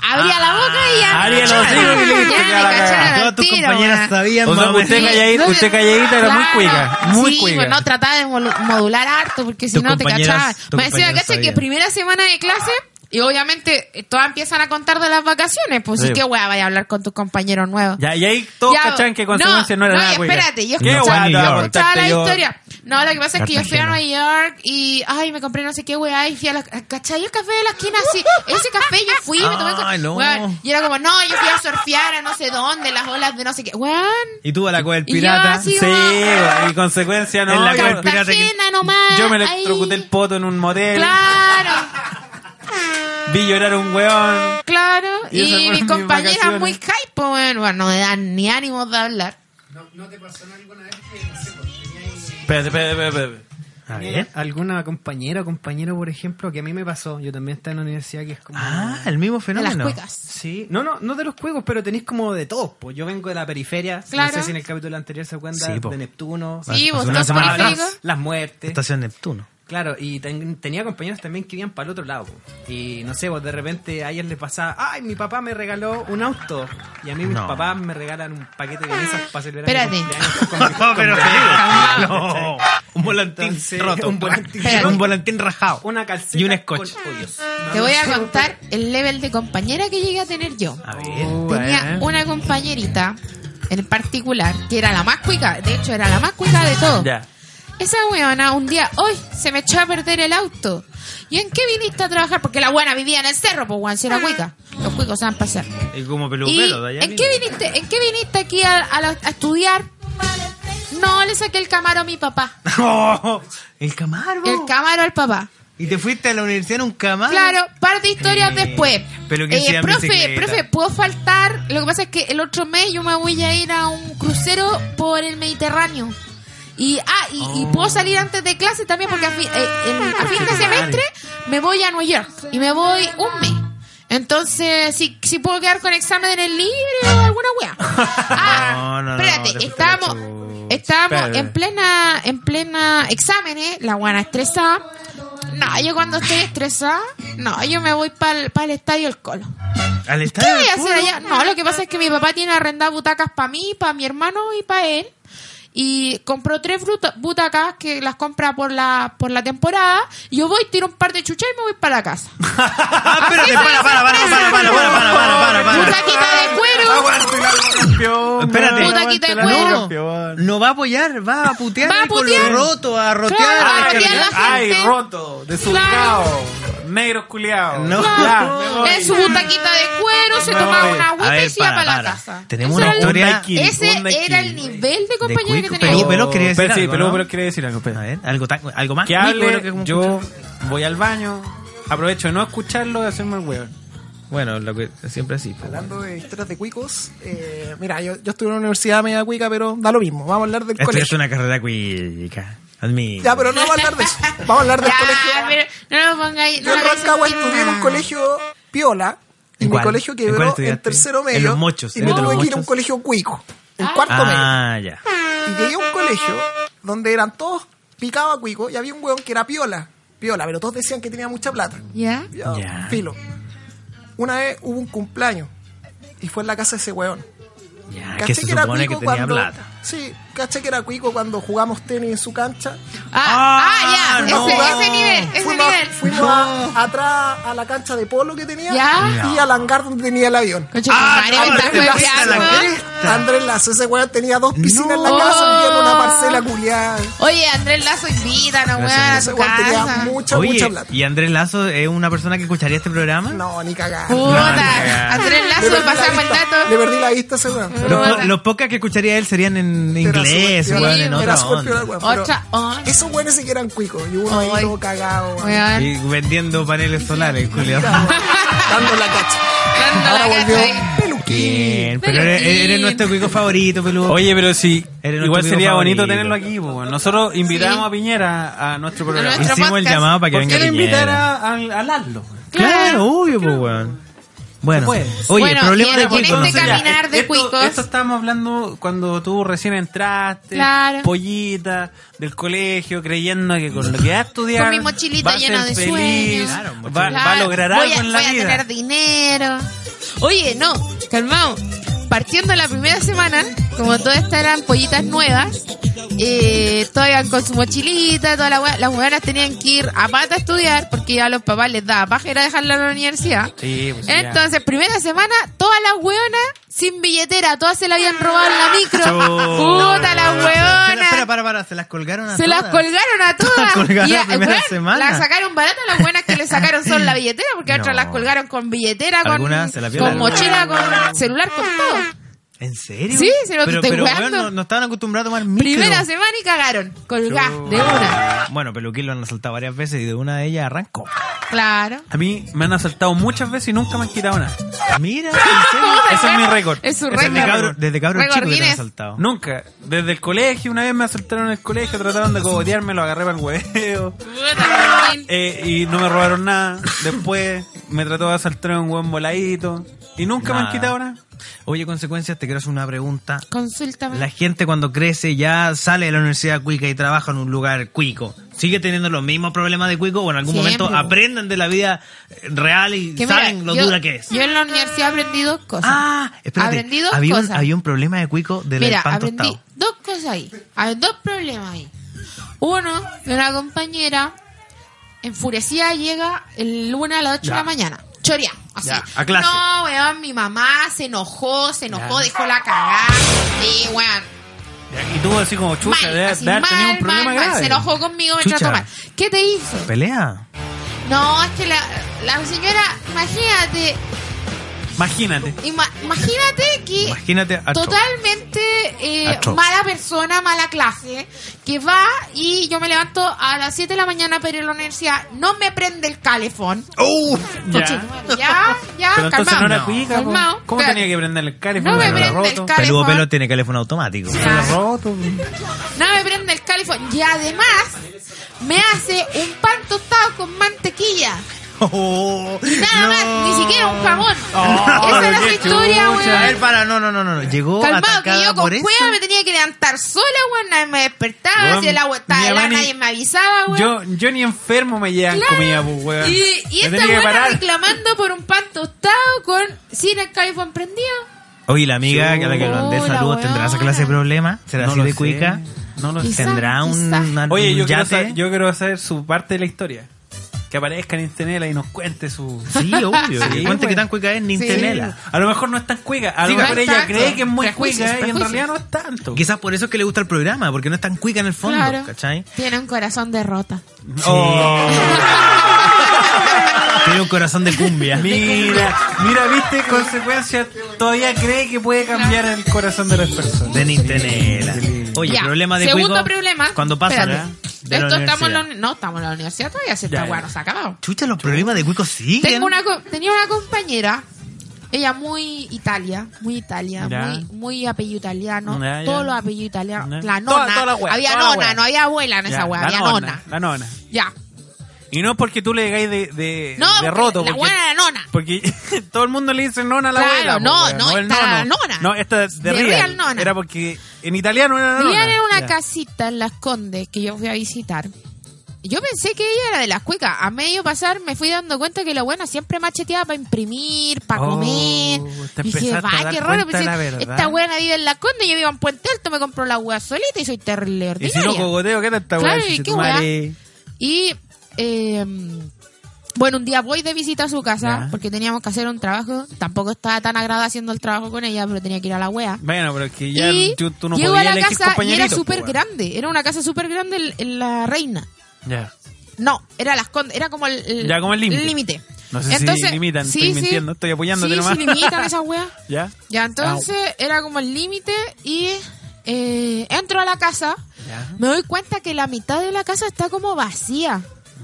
S5: Abría la boca y ya...
S4: abría
S5: me
S4: los
S5: cacharon.
S4: hocicos y le diste
S5: Ya
S4: que la
S5: me
S4: cagada.
S5: cacharon al
S3: Todas tus
S5: tiro,
S3: compañeras
S5: weón.
S3: sabían
S4: O sea,
S3: más
S4: usted
S3: menos.
S4: calla- calladita, usted calladita era muy cuica, muy
S5: sí,
S4: cuica.
S5: pues no trataba de mol- modular harto porque si
S3: Tus
S5: no te
S3: compañeras-
S5: cachaban.
S3: tus
S5: Me decía,
S3: compañeras
S5: ¿cachai? Que
S3: sabían.
S5: primera semana de clase y obviamente eh, todas empiezan a contar de las vacaciones. Pues sí,
S4: Sí.
S5: qué weá, vaya a hablar con tus compañeros nuevos.
S4: Ya, y ahí todos
S5: Ya,
S4: cachaban que consecuencia no,
S5: no,
S4: era
S5: no,
S4: nada
S5: y
S4: cuica.
S5: espérate, yo
S4: ¿Qué
S5: escuchaba-
S4: guay te voy a
S3: yo
S5: Escuchaba
S4: contarte
S5: la
S4: yo?
S5: historia. No, lo que pasa es que yo fui a Nueva York y, ay, me compré no sé qué weá y fui a la, ¿cachai? El café de la esquina, así. Ese café yo fui, me tomé
S3: Ay,
S5: con-
S3: no.
S5: weón, Y era como, no, yo fui a surfear a no sé dónde, las olas de no sé qué. Weón.
S3: Y tú a la cueva del
S5: Y yo
S3: pirata.
S5: así-
S4: Sí, y consecuencia no.
S3: En la
S4: yo-
S3: cual- pirata que-
S5: Cartagena nomás.
S4: Yo me
S5: ahí.
S4: electrocuté el poto en un motel.
S5: Claro,
S4: Vi llorar a un weón.
S5: claro.
S4: Y esas
S5: Y
S4: fueron
S5: mis
S4: mis
S5: compañeras
S4: vacaciones.
S5: muy hype, pues, bueno, bueno, no me dan ni ánimos de hablar.
S4: Espérate, espérate, espérate, espérate.
S3: A ver.
S6: alguna compañera o compañero, por ejemplo, que a mí me pasó. Yo también estaba en la universidad que es como...
S3: Ah, el mismo
S5: De las
S3: fenómeno.
S5: cuecas.
S6: Sí, no, no, no de los juegos, pero tenéis como de todos. Pues yo vengo de la periferia,
S5: Claro.
S6: no sé si en el capítulo anterior se acuerdan
S3: Sí, po.
S6: de Neptuno,
S5: Sí,
S3: Hace
S5: vos
S3: una
S5: sos
S3: semana
S6: las-
S5: periférico.
S6: las, muertes.
S3: Estación Neptuno.
S6: Claro, y ten- tenía compañeros también que iban para el otro lado. po. Y no sé, pues de repente a ellos les pasaba, ay, mi papá me regaló un auto. Y a mí mis
S3: No.
S6: papás me regalan un paquete de esas para celebrar
S5: Espérate.
S6: mi cumpleaños con mi-
S3: No, pero
S6: con mi amigo.
S3: no. Un volantín
S6: Entonces,
S3: roto.
S6: un volantín-
S3: un volantín rajado.
S6: Una calceta
S3: Y un scotch.
S6: con hoyos.
S5: Te voy a contar el level de compañera que llegué a tener yo.
S3: A ver.
S5: Tenía una compañerita en particular que era la más cuica. De hecho, era la más cuica de todo.
S4: Ya.
S5: Esa weona un día, hoy se me echó a perder el auto. ¿Y en qué viniste a trabajar? Porque la buena vivía en el cerro, pues weón, si era cuica. Los cuicos saben pasar.
S3: Es como
S5: ¿Y
S3: peluquero de allá.
S5: ¿en, qué viniste, ¿En qué viniste aquí a, a la- a estudiar? No, le saqué el camaro a mi papá.
S3: Oh, el Camargo.
S5: El camaro al papá.
S3: y te fuiste a la universidad en un Camargo.
S5: Claro, par de historias
S3: Eh,
S5: después.
S3: pero que sea en
S5: profe,
S3: bicicleta.
S5: profe, ¿puedo faltar? Lo que pasa es que el otro mes yo me voy a ir a un crucero por el Mediterráneo. Y, ah, y,
S3: Oh.
S5: y puedo salir antes de clase también porque a, fi- eh, en- a fin de semestre me voy a Nueva York y me voy un mes. Entonces, si, si puedo quedar con exámenes libres o alguna wea. Ah,
S3: No, no, no,
S5: espérate,
S3: te fuiste la
S5: estábamos,
S3: chucha.
S5: estábamos
S4: Espérate.
S5: en plena en plena exámenes, la guana estresada. No, yo cuando estoy estresada, no, yo me voy para el, estadio El Colo.
S3: Al
S5: ¿Qué
S3: estadio.
S5: voy a hacer allá? No, lo que pasa es que mi papá tiene arrendadas butacas para mí, para mi hermano y para él. Y compró tres bruta- butacas que las compra por la por la temporada. Y yo voy, tiro un par de chuchas y me voy para la casa.
S3: Ah, espérate,
S5: Así
S3: para, para, para, para, para, para, para, para, para, para.
S5: Butaquita de cuero. bolsita de
S4: la
S5: cuero.
S4: campeón.
S6: No va a apoyar, va a putear,
S5: Va a
S6: ahí
S5: putear.
S6: con lo roto, a rotear,
S5: Claro, va a
S6: a
S5: rotear
S6: descargar.
S5: la-
S4: Ay,
S5: gente.
S4: roto, desubicado, negros culiados.
S6: No.
S4: Ya,
S5: Claro.
S4: me voy.
S5: en su butaquita de cuero se
S4: No,
S5: tomaba
S4: eh,
S5: una
S3: a
S5: agüita y
S3: ver,
S5: se iba
S3: para,
S5: para la
S3: para.
S5: casa.
S3: Tenemos
S5: Ese
S3: una
S5: era-
S3: historia-
S4: daiquiri,
S5: Ese
S4: un daiquiri.
S5: era el nivel de compañero que
S3: cuico,
S5: tenía.
S6: pero- Pelú quería decir
S4: Pero sí,
S6: algo,
S4: Pelú,
S6: ¿no?
S4: Pelú quería decir algo. espera.
S3: A ver, algo, tan- algo más.
S4: Que
S3: cuico,
S4: hable,
S3: lo que-
S4: yo voy al baño, aprovecho de no escucharlo y hacerme el hueón.
S3: Bueno, lo que siempre así. pues, bueno.
S7: Hablando de historias de cuicos, eh, mira, yo, yo estuve en una universidad media cuica, pero da lo mismo. Vamos a hablar del
S3: Esto es
S7: colegio.
S3: una carrera cuica. Admito.
S7: Ya, pues, pero no vamos a hablar de eso. Vamos a hablar del
S5: Ya,
S7: colegio.
S5: pero no lo pongáis.
S7: Yo
S5: No
S7: en
S5: lo hagáis
S7: Rancagua
S5: sentir
S7: estudié en un
S5: mal.
S7: colegio piola. Y
S3: ¿En
S7: mi
S3: cuál?
S7: colegio
S3: ¿En cuál
S7: quebró en,
S3: estudiaste?
S7: tercero
S3: En
S7: medio.
S3: los Mochos,
S7: Y
S3: ¿en
S7: me
S3: el de los
S7: tuve que ir a un
S3: Mochos?
S7: colegio cuico. En cuarto medio.
S3: Ah, ya.
S7: Y llegué a un colegio donde eran todos picados a cuico y había un weón que era piola. Piola, pero todos decían que tenía mucha plata.
S5: ¿Ya?
S7: Ya,
S3: Ya.
S7: Filo. Una vez hubo un cumpleaños y fue en la casa de ese weón.
S3: Ya,
S7: Caché
S3: Ah, que se supone que tenía
S7: cuando,
S3: plata.
S7: Sí, caché que era cuico cuando jugamos tenis en su cancha.
S5: Ah, ah, ya.
S3: no.
S5: Ese, ese nivel, ese
S7: fuimos
S5: nivel.
S7: fuimos a- atrás a la cancha de polo que tenía
S5: Ya.
S7: y al hangar donde tenía el avión.
S5: Concha, tu madre,
S3: no,
S5: estás
S3: te pasaste
S5: hueveando.
S3: la
S7: Andrés Lazo, ese weón tenía dos piscinas en
S5: No.
S7: la casa, vivía en una parcela culiada.
S5: Oye, Andrés Lazo, invítanos, weón, a
S7: Ese
S5: su
S7: weón tenía
S5: Ah, casa.
S7: mucha,
S3: Oye,
S7: mucha plata.
S3: ¿y Andrés Lazo es una persona que escucharía este programa?
S7: No, ni cagada.
S5: Puta, Andrés
S7: Le
S5: Lazo,
S7: perdí la
S5: pasamos el
S7: vista,
S5: dato.
S7: Le perdí la vista a ese weón.
S3: Los, po-
S5: Puta.
S3: los podcasts que escucharía él serían en
S7: Era
S3: inglés,
S7: súper
S3: weón,
S7: piola,
S3: en
S7: Era
S3: otra
S7: súper piola,
S3: onda.
S7: weón, pero
S5: Otra onda.
S7: Esos weones sí que eran cuicos. Y uno ahí
S5: Ay.
S7: todo cagado, weón.
S5: Weón,
S3: Y vendiendo paneles solares, Julio.
S7: Dando la cacha.
S5: dando
S7: Ahora
S5: la
S7: Ah, volvió
S5: cacha eh. ahí.
S7: peluquín.
S3: Bien, pero eres, eres nuestro cuico favorito, peludo.
S4: Oye, pero sí,
S3: Eres nuestro
S4: igual
S3: amigo
S4: sería bonito
S3: favorito.
S4: tenerlo aquí. po, weón. Nosotros invitamos a Piñera a nuestro programa.
S5: nuestro
S3: hicimos el
S5: podcast.
S3: llamado para que
S4: ¿Por
S3: venga
S4: qué no invitar
S3: Piñera.
S4: a, a, a Lalo?
S3: Claro, obvio, pues, weón. Bueno,
S4: puede.
S3: oye,
S5: Bueno,
S3: problema
S5: y
S3: de
S5: en
S3: cuico.
S5: este
S3: no sé.
S5: camino- Caminar de
S4: esto,
S5: cuicos.
S4: Esto estábamos hablando cuando tú recién entraste,
S5: Claro.
S4: pollita, del colegio, creyendo que con lo que vas a estudiar.
S5: Con mi mochilita
S4: vas a
S5: llena
S4: ser
S5: de
S4: feliz,
S5: sueños. Claro,
S4: va, va a
S5: Claro,
S4: lograr
S5: voy
S4: algo
S5: a-
S4: en la
S5: voy
S4: vida.
S5: a tener dinero. Oye, no, calmado. Partiendo la primera semana, como todas estas eran pollitas nuevas, eh, todas iban con su mochilita, toda la wea- las hueonas tenían que ir a pata a estudiar porque ya a los papás les daba paja ir a dejarla en la universidad.
S4: Sí, pues, ya.
S5: Entonces, primera semana, todas las hueonas sin billetera, todas se la habían robado en la micro. Puta las
S3: Espera, Espera,
S5: hueonas.
S3: para, para, se las colgaron a
S5: Se las
S3: todas.
S5: colgaron a
S3: Las
S5: todas.
S3: colgaron
S5: Y
S3: la primera
S5: weón,
S3: semana.
S5: las sacaron baratas, las buenas que le sacaron son la billetera, porque
S3: No.
S5: otras las colgaron con billetera, con,
S3: Algunas se la
S5: con
S3: violaron.
S5: mochila, con celular, con todo.
S3: ¿En serio?
S5: Sí, se lo
S3: pero,
S5: estoy
S3: pero,
S5: jugando.
S3: weón, no, no estaban acostumbrados a tomar micro.
S5: Primera semana y cagaron. Colgá, de una.
S3: Bueno, Peluquín lo han asaltado varias veces y de una de ellas arrancó.
S5: Claro.
S4: A mí me han asaltado muchas veces y nunca me han quitado nada.
S3: Mira, ¿en serio?
S4: Ese es mi récord.
S5: Ah, Es su
S3: Ese es mi cabro-
S5: récord.
S3: desde cabro
S5: Récord
S3: chico que te han
S5: Guinness.
S3: asaltado.
S4: Nunca. Desde el colegio, una vez me asaltaron en el colegio, trataron de cogotearme, lo agarré para el hueveo.
S3: Ah.
S5: Puta, weón.
S4: Eh, y no me robaron nada. Después me trató de asaltar un buen voladito. Y nunca me
S3: Nada.
S4: han quitado nada.
S3: Oye, consecuencias, te quiero hacer una pregunta.
S5: Consúltame.
S3: La gente cuando crece ya sale de la universidad cuica y trabaja en un lugar cuico. ¿Sigue teniendo los mismos problemas de cuico o en algún
S5: Siempre,
S3: momento
S5: po.
S3: aprenden de la vida eh, real y
S5: Que mira,
S3: saben lo
S5: yo-
S3: dura que es?
S5: Yo en la universidad aprendí dos cosas.
S3: Ah, espérate.
S5: Aprendí dos
S3: había, un,
S5: cosas.
S3: había un problema de cuico del
S5: Mira,
S3: pan
S5: aprendí
S3: tostado.
S5: dos cosas ahí. Hay dos problemas ahí. Uno, que una compañera enfurecida llega el lunes a las 8 de la mañana. Chorea, así.
S3: Ya, a clase.
S5: No, weón, mi mamá se enojó, se enojó, dejó la cagada. Sí, weón.
S4: Y tú así como chucha,
S5: mal,
S4: de,
S5: así,
S4: de haber
S5: mal,
S4: tenido un problema
S5: mal, mal.
S4: grave.
S5: Se enojó conmigo, me trató
S3: Chucha.
S5: mal. ¿Qué te hizo?
S3: ¿Pelea?
S5: No, es que la, la señora, imagínate,
S4: Imagínate.
S5: ima- imagínate que
S3: Imagínate a
S5: totalmente eh,
S3: Atroz.
S5: mala persona, mala clase, que va y yo me levanto a las 7 de la mañana para ir a la universidad, no me prende el calefón. Coche, Ya, ya,
S4: Pero entonces
S5: calmado.
S4: no era cuica. po.
S5: Calmado,
S4: ¿Cómo
S5: claro.
S4: tenía que prender el calefón?
S5: No me
S4: Era
S5: prende el
S4: roto.
S3: Peludo
S5: calefón.
S3: Pelo tiene teléfono automático.
S5: Claro.
S4: roto.
S5: No me prende el calefón. Y además me hace un pan tostado con mantequilla.
S3: Oh,
S5: Nada
S3: no.
S5: más, ni siquiera un jamón.
S3: Oh,
S5: Esa era
S4: qué
S5: su historia,
S4: chucha.
S3: A
S5: weón.
S3: ver, para, no, no, no, no. no.
S4: Oh,
S3: Llegó
S5: Calmado, que
S3: atacada
S5: yo con
S3: por eso.
S5: cueva me tenía que levantar sola, weón. Nadie me despertaba,
S4: Weón,
S5: si el agua estaba
S4: mi
S5: helada,
S4: Amani-
S5: nadie me avisaba, weón.
S4: Yo, yo ni enfermo me llegan
S5: Claro.
S4: comida, pues, weón.
S5: Y, y
S4: Me
S5: esta
S4: tenía que
S5: buena
S4: parar.
S5: reclamando por un pan tostado con sin el calefón prendido.
S3: Oye, la amiga a la que lo mandé
S5: Hola,
S3: saludos tendrá esa clase de
S5: weona.
S3: problema. ¿Será
S4: No
S3: así
S4: lo
S3: de
S4: sé.
S3: cuica?
S4: No lo
S5: Quizá,
S3: ¿Tendrá un,
S5: quizá.
S3: una-
S4: Oye,
S3: un
S4: yo quiero,
S3: yate?
S4: saber, yo quiero saber su parte de la historia. Que aparezca en Intenela y nos cuente su...
S3: Sí, obvio.
S4: Sí,
S3: que cuente
S4: güey.
S3: que tan cuica es Nintenela.
S4: A lo mejor no es tan cuica. A lo
S5: Sí,
S4: mejor
S5: no es
S4: ella
S5: tanto.
S4: cree que es muy
S5: Prejuicios,
S4: cuica ¿eh? y en realidad
S5: prejuicios.
S4: no es tanto.
S3: Quizás por eso es que le gusta el programa, porque no es tan cuica en el fondo,
S5: Claro.
S3: ¿cachai?
S5: Tiene un corazón de rota.
S4: Oh,
S3: Tiene un corazón de cumbia.
S4: mira, mira, viste, consecuencia, todavía cree que puede cambiar el corazón de las personas.
S3: De Nintenela. Oye,
S5: Ya.
S3: problema de
S5: Segundo
S3: cuico,
S5: problema.
S3: Cuando pasa,
S5: Espérate.
S3: De la
S5: Esto estamos en la,
S3: universidad.
S5: uni- no, estamos en la universidad todavía,
S4: Ya,
S5: si esta
S4: ya.
S5: weá no se ha acabado.
S3: Chucha, los problemas de cuico siguen.
S5: Tengo una, co- tenía una compañera, ella muy Italia, muy Italia,
S4: Ya.
S5: muy, muy apellido italiano,
S4: Ya, ya.
S5: todos los apellidos italianos,
S4: Ya.
S5: la
S4: Toda-
S5: nona,
S4: toda la wea,
S5: había
S4: toda la
S5: nona,
S4: wea.
S5: no había abuela en
S4: Ya,
S5: esa weá, había nona.
S4: La nona.
S5: Ya.
S4: Y no es porque tú le digáis de, de,
S5: No,
S4: de roto.
S5: la
S4: porque-
S5: buena era nona.
S4: Porque todo el mundo le dice nona a la
S5: Claro,
S4: abuela. po,
S5: no,
S4: weón,
S5: no,
S4: el
S5: está la
S4: nono.
S5: nona.
S4: No, esta es de,
S5: De
S4: real.
S5: real nona.
S4: Era porque en italiano era nona.
S5: Vivían en una
S4: Ya.
S5: casita en Las Condes que yo fui a visitar. Yo pensé que ella era de las cuecas. A medio pasar me fui dando cuenta que la buena siempre macheteaba para imprimir, para
S4: Oh,
S5: comer.
S4: te
S5: Y dije,
S4: empezaste a
S5: va,
S4: dar
S5: qué raro.
S4: cuenta
S5: pues,
S4: de la verdad.
S5: esta buena vive en Las Condes, yo vivo en Puente Alto, me compro la hueá solita y soy terrible
S4: Y si no
S5: ordinaria.
S4: cogoteo, ¿qué tal esta
S5: Claro,
S4: weá? Si
S5: ¿y qué
S4: tu
S5: weá?
S4: madre-
S5: Y eh, bueno, un día voy de visita a su casa
S4: Ya.
S5: porque teníamos que hacer un trabajo. Tampoco estaba tan agrada haciendo el trabajo con ella, pero tenía que ir a la wea.
S4: Bueno, pero es que ya
S5: y
S4: tú, tú no
S5: llego
S4: podías
S5: a la
S4: elegir
S5: casa y era
S4: compañeritos, po,
S5: súper
S4: weón.
S5: grande. Era una casa súper grande en, en la reina.
S4: Ya.
S5: No, era las Condes, era como el, el-
S4: Ya, como el límite. No sé si limitan, estoy mintiendo, estoy apoyándote
S5: sí,
S4: nomás.
S5: Sí, limitan esas weas.
S4: ¿Ya?
S5: Ya, entonces era como el límite y eh, entro a la casa.
S4: Ya.
S5: Me doy cuenta que la mitad de la casa está como vacía.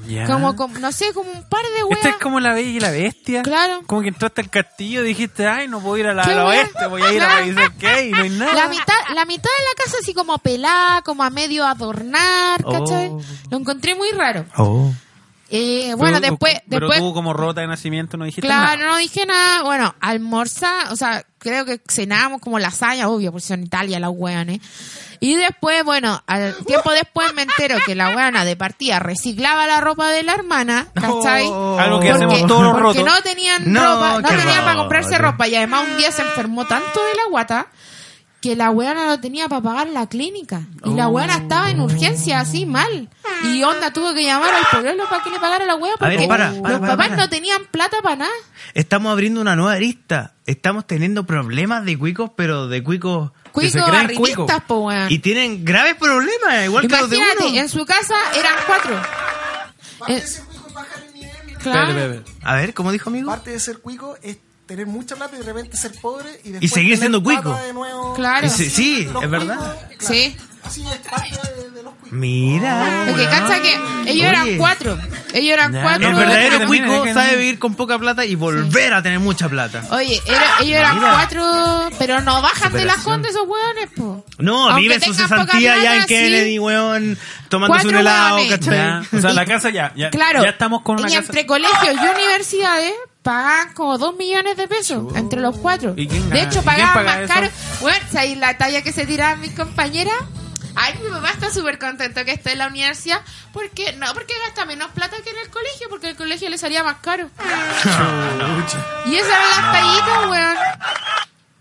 S4: Ya.
S5: Como, como- no sé, como un par de weas.
S4: Esta es como la bella y la bestia.
S5: Claro.
S4: Como que entraste al castillo y dijiste, ay, no puedo ir a la,
S5: ¿Qué
S4: al
S5: wea?
S4: oeste, voy a ir a revisar qué hay, no hay nada.
S5: La mitad, la mitad de la casa así como pelada, como a medio adornar, ¿cachai?
S4: Oh.
S5: Lo encontré muy raro.
S3: Oh.
S5: Eh, bueno,
S4: Pero-
S5: después,
S4: Pero
S5: después,
S4: tú como rota de nacimiento no dijiste
S5: claro,
S4: nada.
S5: no dije nada. Bueno, almorzá, o sea, creo que cenábamos como lasaña, obvio, porque son Italia las weones. Y después, bueno, al tiempo después me entero que la weona de partida reciclaba la ropa de la hermana, ¿cachai?
S3: Oh.
S4: Algo que
S5: porque,
S4: hacemos todos los
S5: porque
S4: rotos.
S5: no tenían
S3: No,
S5: ropa, no
S3: qué
S5: tenían para comprarse
S3: raro.
S5: ropa. Y además un día se enfermó tanto de la guata que la weona no tenía para pagar la clínica. Y la weona estaba en urgencia así mal. Y onda tuvo que llamar al pueblo para que le pagara la wea
S3: A ver,
S5: porque
S3: para, para,
S5: los
S3: para,
S5: papás
S3: para.
S5: no tenían plata para nada.
S3: Estamos abriendo una nueva arista. Estamos teniendo problemas de cuicos, pero de cuicos que se
S5: Cuico,
S3: creen cuicos.
S5: arribistas, po weón.
S3: Y tienen graves problemas, igual que los de
S5: Imagínate,
S3: uno.
S5: en su casa eran cuatro. Eh,
S4: Espérate,
S5: Claro.
S4: espérate.
S3: A ver, ¿cómo dijo amigo?
S7: Parte de ser cuico es tener mucha plata y de repente ser pobre y después
S3: Y seguir
S7: tener
S3: siendo
S7: plata
S3: cuico.
S7: de nuevo.
S5: Claro.
S3: Sí, sí,
S7: Los
S3: es verdad.
S7: cuicos, claro,
S5: Sí.
S7: Así es parte de, de los cuicos.
S3: Mira.
S5: Porque cacha que ellos
S3: Oye.
S5: eran cuatro. Ellos eran
S4: Ya,
S5: cuatro.
S3: El
S4: No,
S3: verdadero
S4: pero-
S3: cuico
S4: Mira,
S3: sabe
S4: que-
S3: vivir con poca plata y volver a tener mucha plata.
S5: Oye, era- ellos eran
S3: Mira.
S5: cuatro, pero no bajan de las
S3: Superación.
S5: condes esos hueones, po.
S3: No,
S5: Aunque
S3: vive su
S5: tengan poca
S3: cesantía ya en
S5: plata, sí.
S3: Kennedy, weón, tomándose un
S5: Cuatro
S3: helado,
S5: hueones.
S3: ¿cachai?
S4: Ya, O sea,
S5: Y-
S4: la casa ya. ya
S5: Claro.
S4: Ya estamos con una
S5: y
S4: casa.
S5: entre colegios y universidades pagaban como dos millones de pesos entre los cuatro.
S4: ¿Y quién
S5: de
S4: gana? ¿Y
S5: hecho,
S4: quién
S5: pagaban
S4: paga
S5: más
S4: eso?
S5: caro. Bueno, ahí la talla que se tiraban mis compañeras. Ay, mi papá está súper contento que esté en la universidad. Porque, no, porque gasta menos plata que en el colegio, porque el colegio le salía más caro. Y esas eran las tallitas, weón.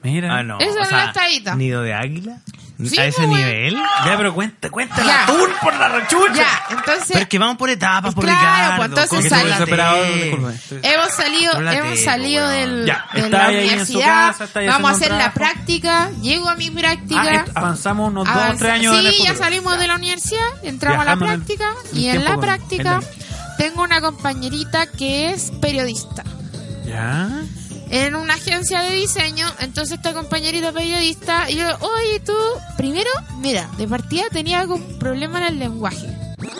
S4: Mira.
S3: Ah, no.
S5: Esa
S3: o
S5: es
S3: sea,
S5: la estadita.
S3: Nido de águila.
S5: Sí,
S3: a ese
S5: pues, weón.
S3: nivel.
S4: Ya, pero cuenta, cuenta la
S5: Ya.
S4: atún por la rechucha.
S5: Ya, entonces.
S3: Pero es que vamos por etapas, por
S5: Claro,
S3: Ricardo.
S5: pues, entonces
S3: con-
S5: sale-
S4: Desoperado,
S3: Sí.
S4: disculpa.
S5: Hemos salido,
S3: Háblate,
S5: hemos salido
S3: po,
S5: del,
S4: Ya,
S5: de
S4: está
S5: la
S4: ahí en su
S5: universidad.
S4: casa, está ahí
S5: Vamos a hacer
S4: haciendo un
S5: la
S4: trabajo.
S5: práctica. Llego a mi
S4: Ah,
S5: práctica.
S4: esto- avanzamos unos dos o
S5: avanza-
S4: tres años en el
S5: sí, ya
S4: futuro.
S5: salimos de la universidad, entramos
S4: Viajando en
S5: a
S4: el-
S5: la práctica
S4: el
S5: y en
S4: tiempo
S5: la
S4: con-
S5: práctica
S4: en
S5: tengo una compañerita que es periodista
S4: Ya.
S5: en una agencia de diseño. Entonces esta compañerita periodista, y yo, oye, tú, primero, mira, de partida tenía algún problema en el lenguaje.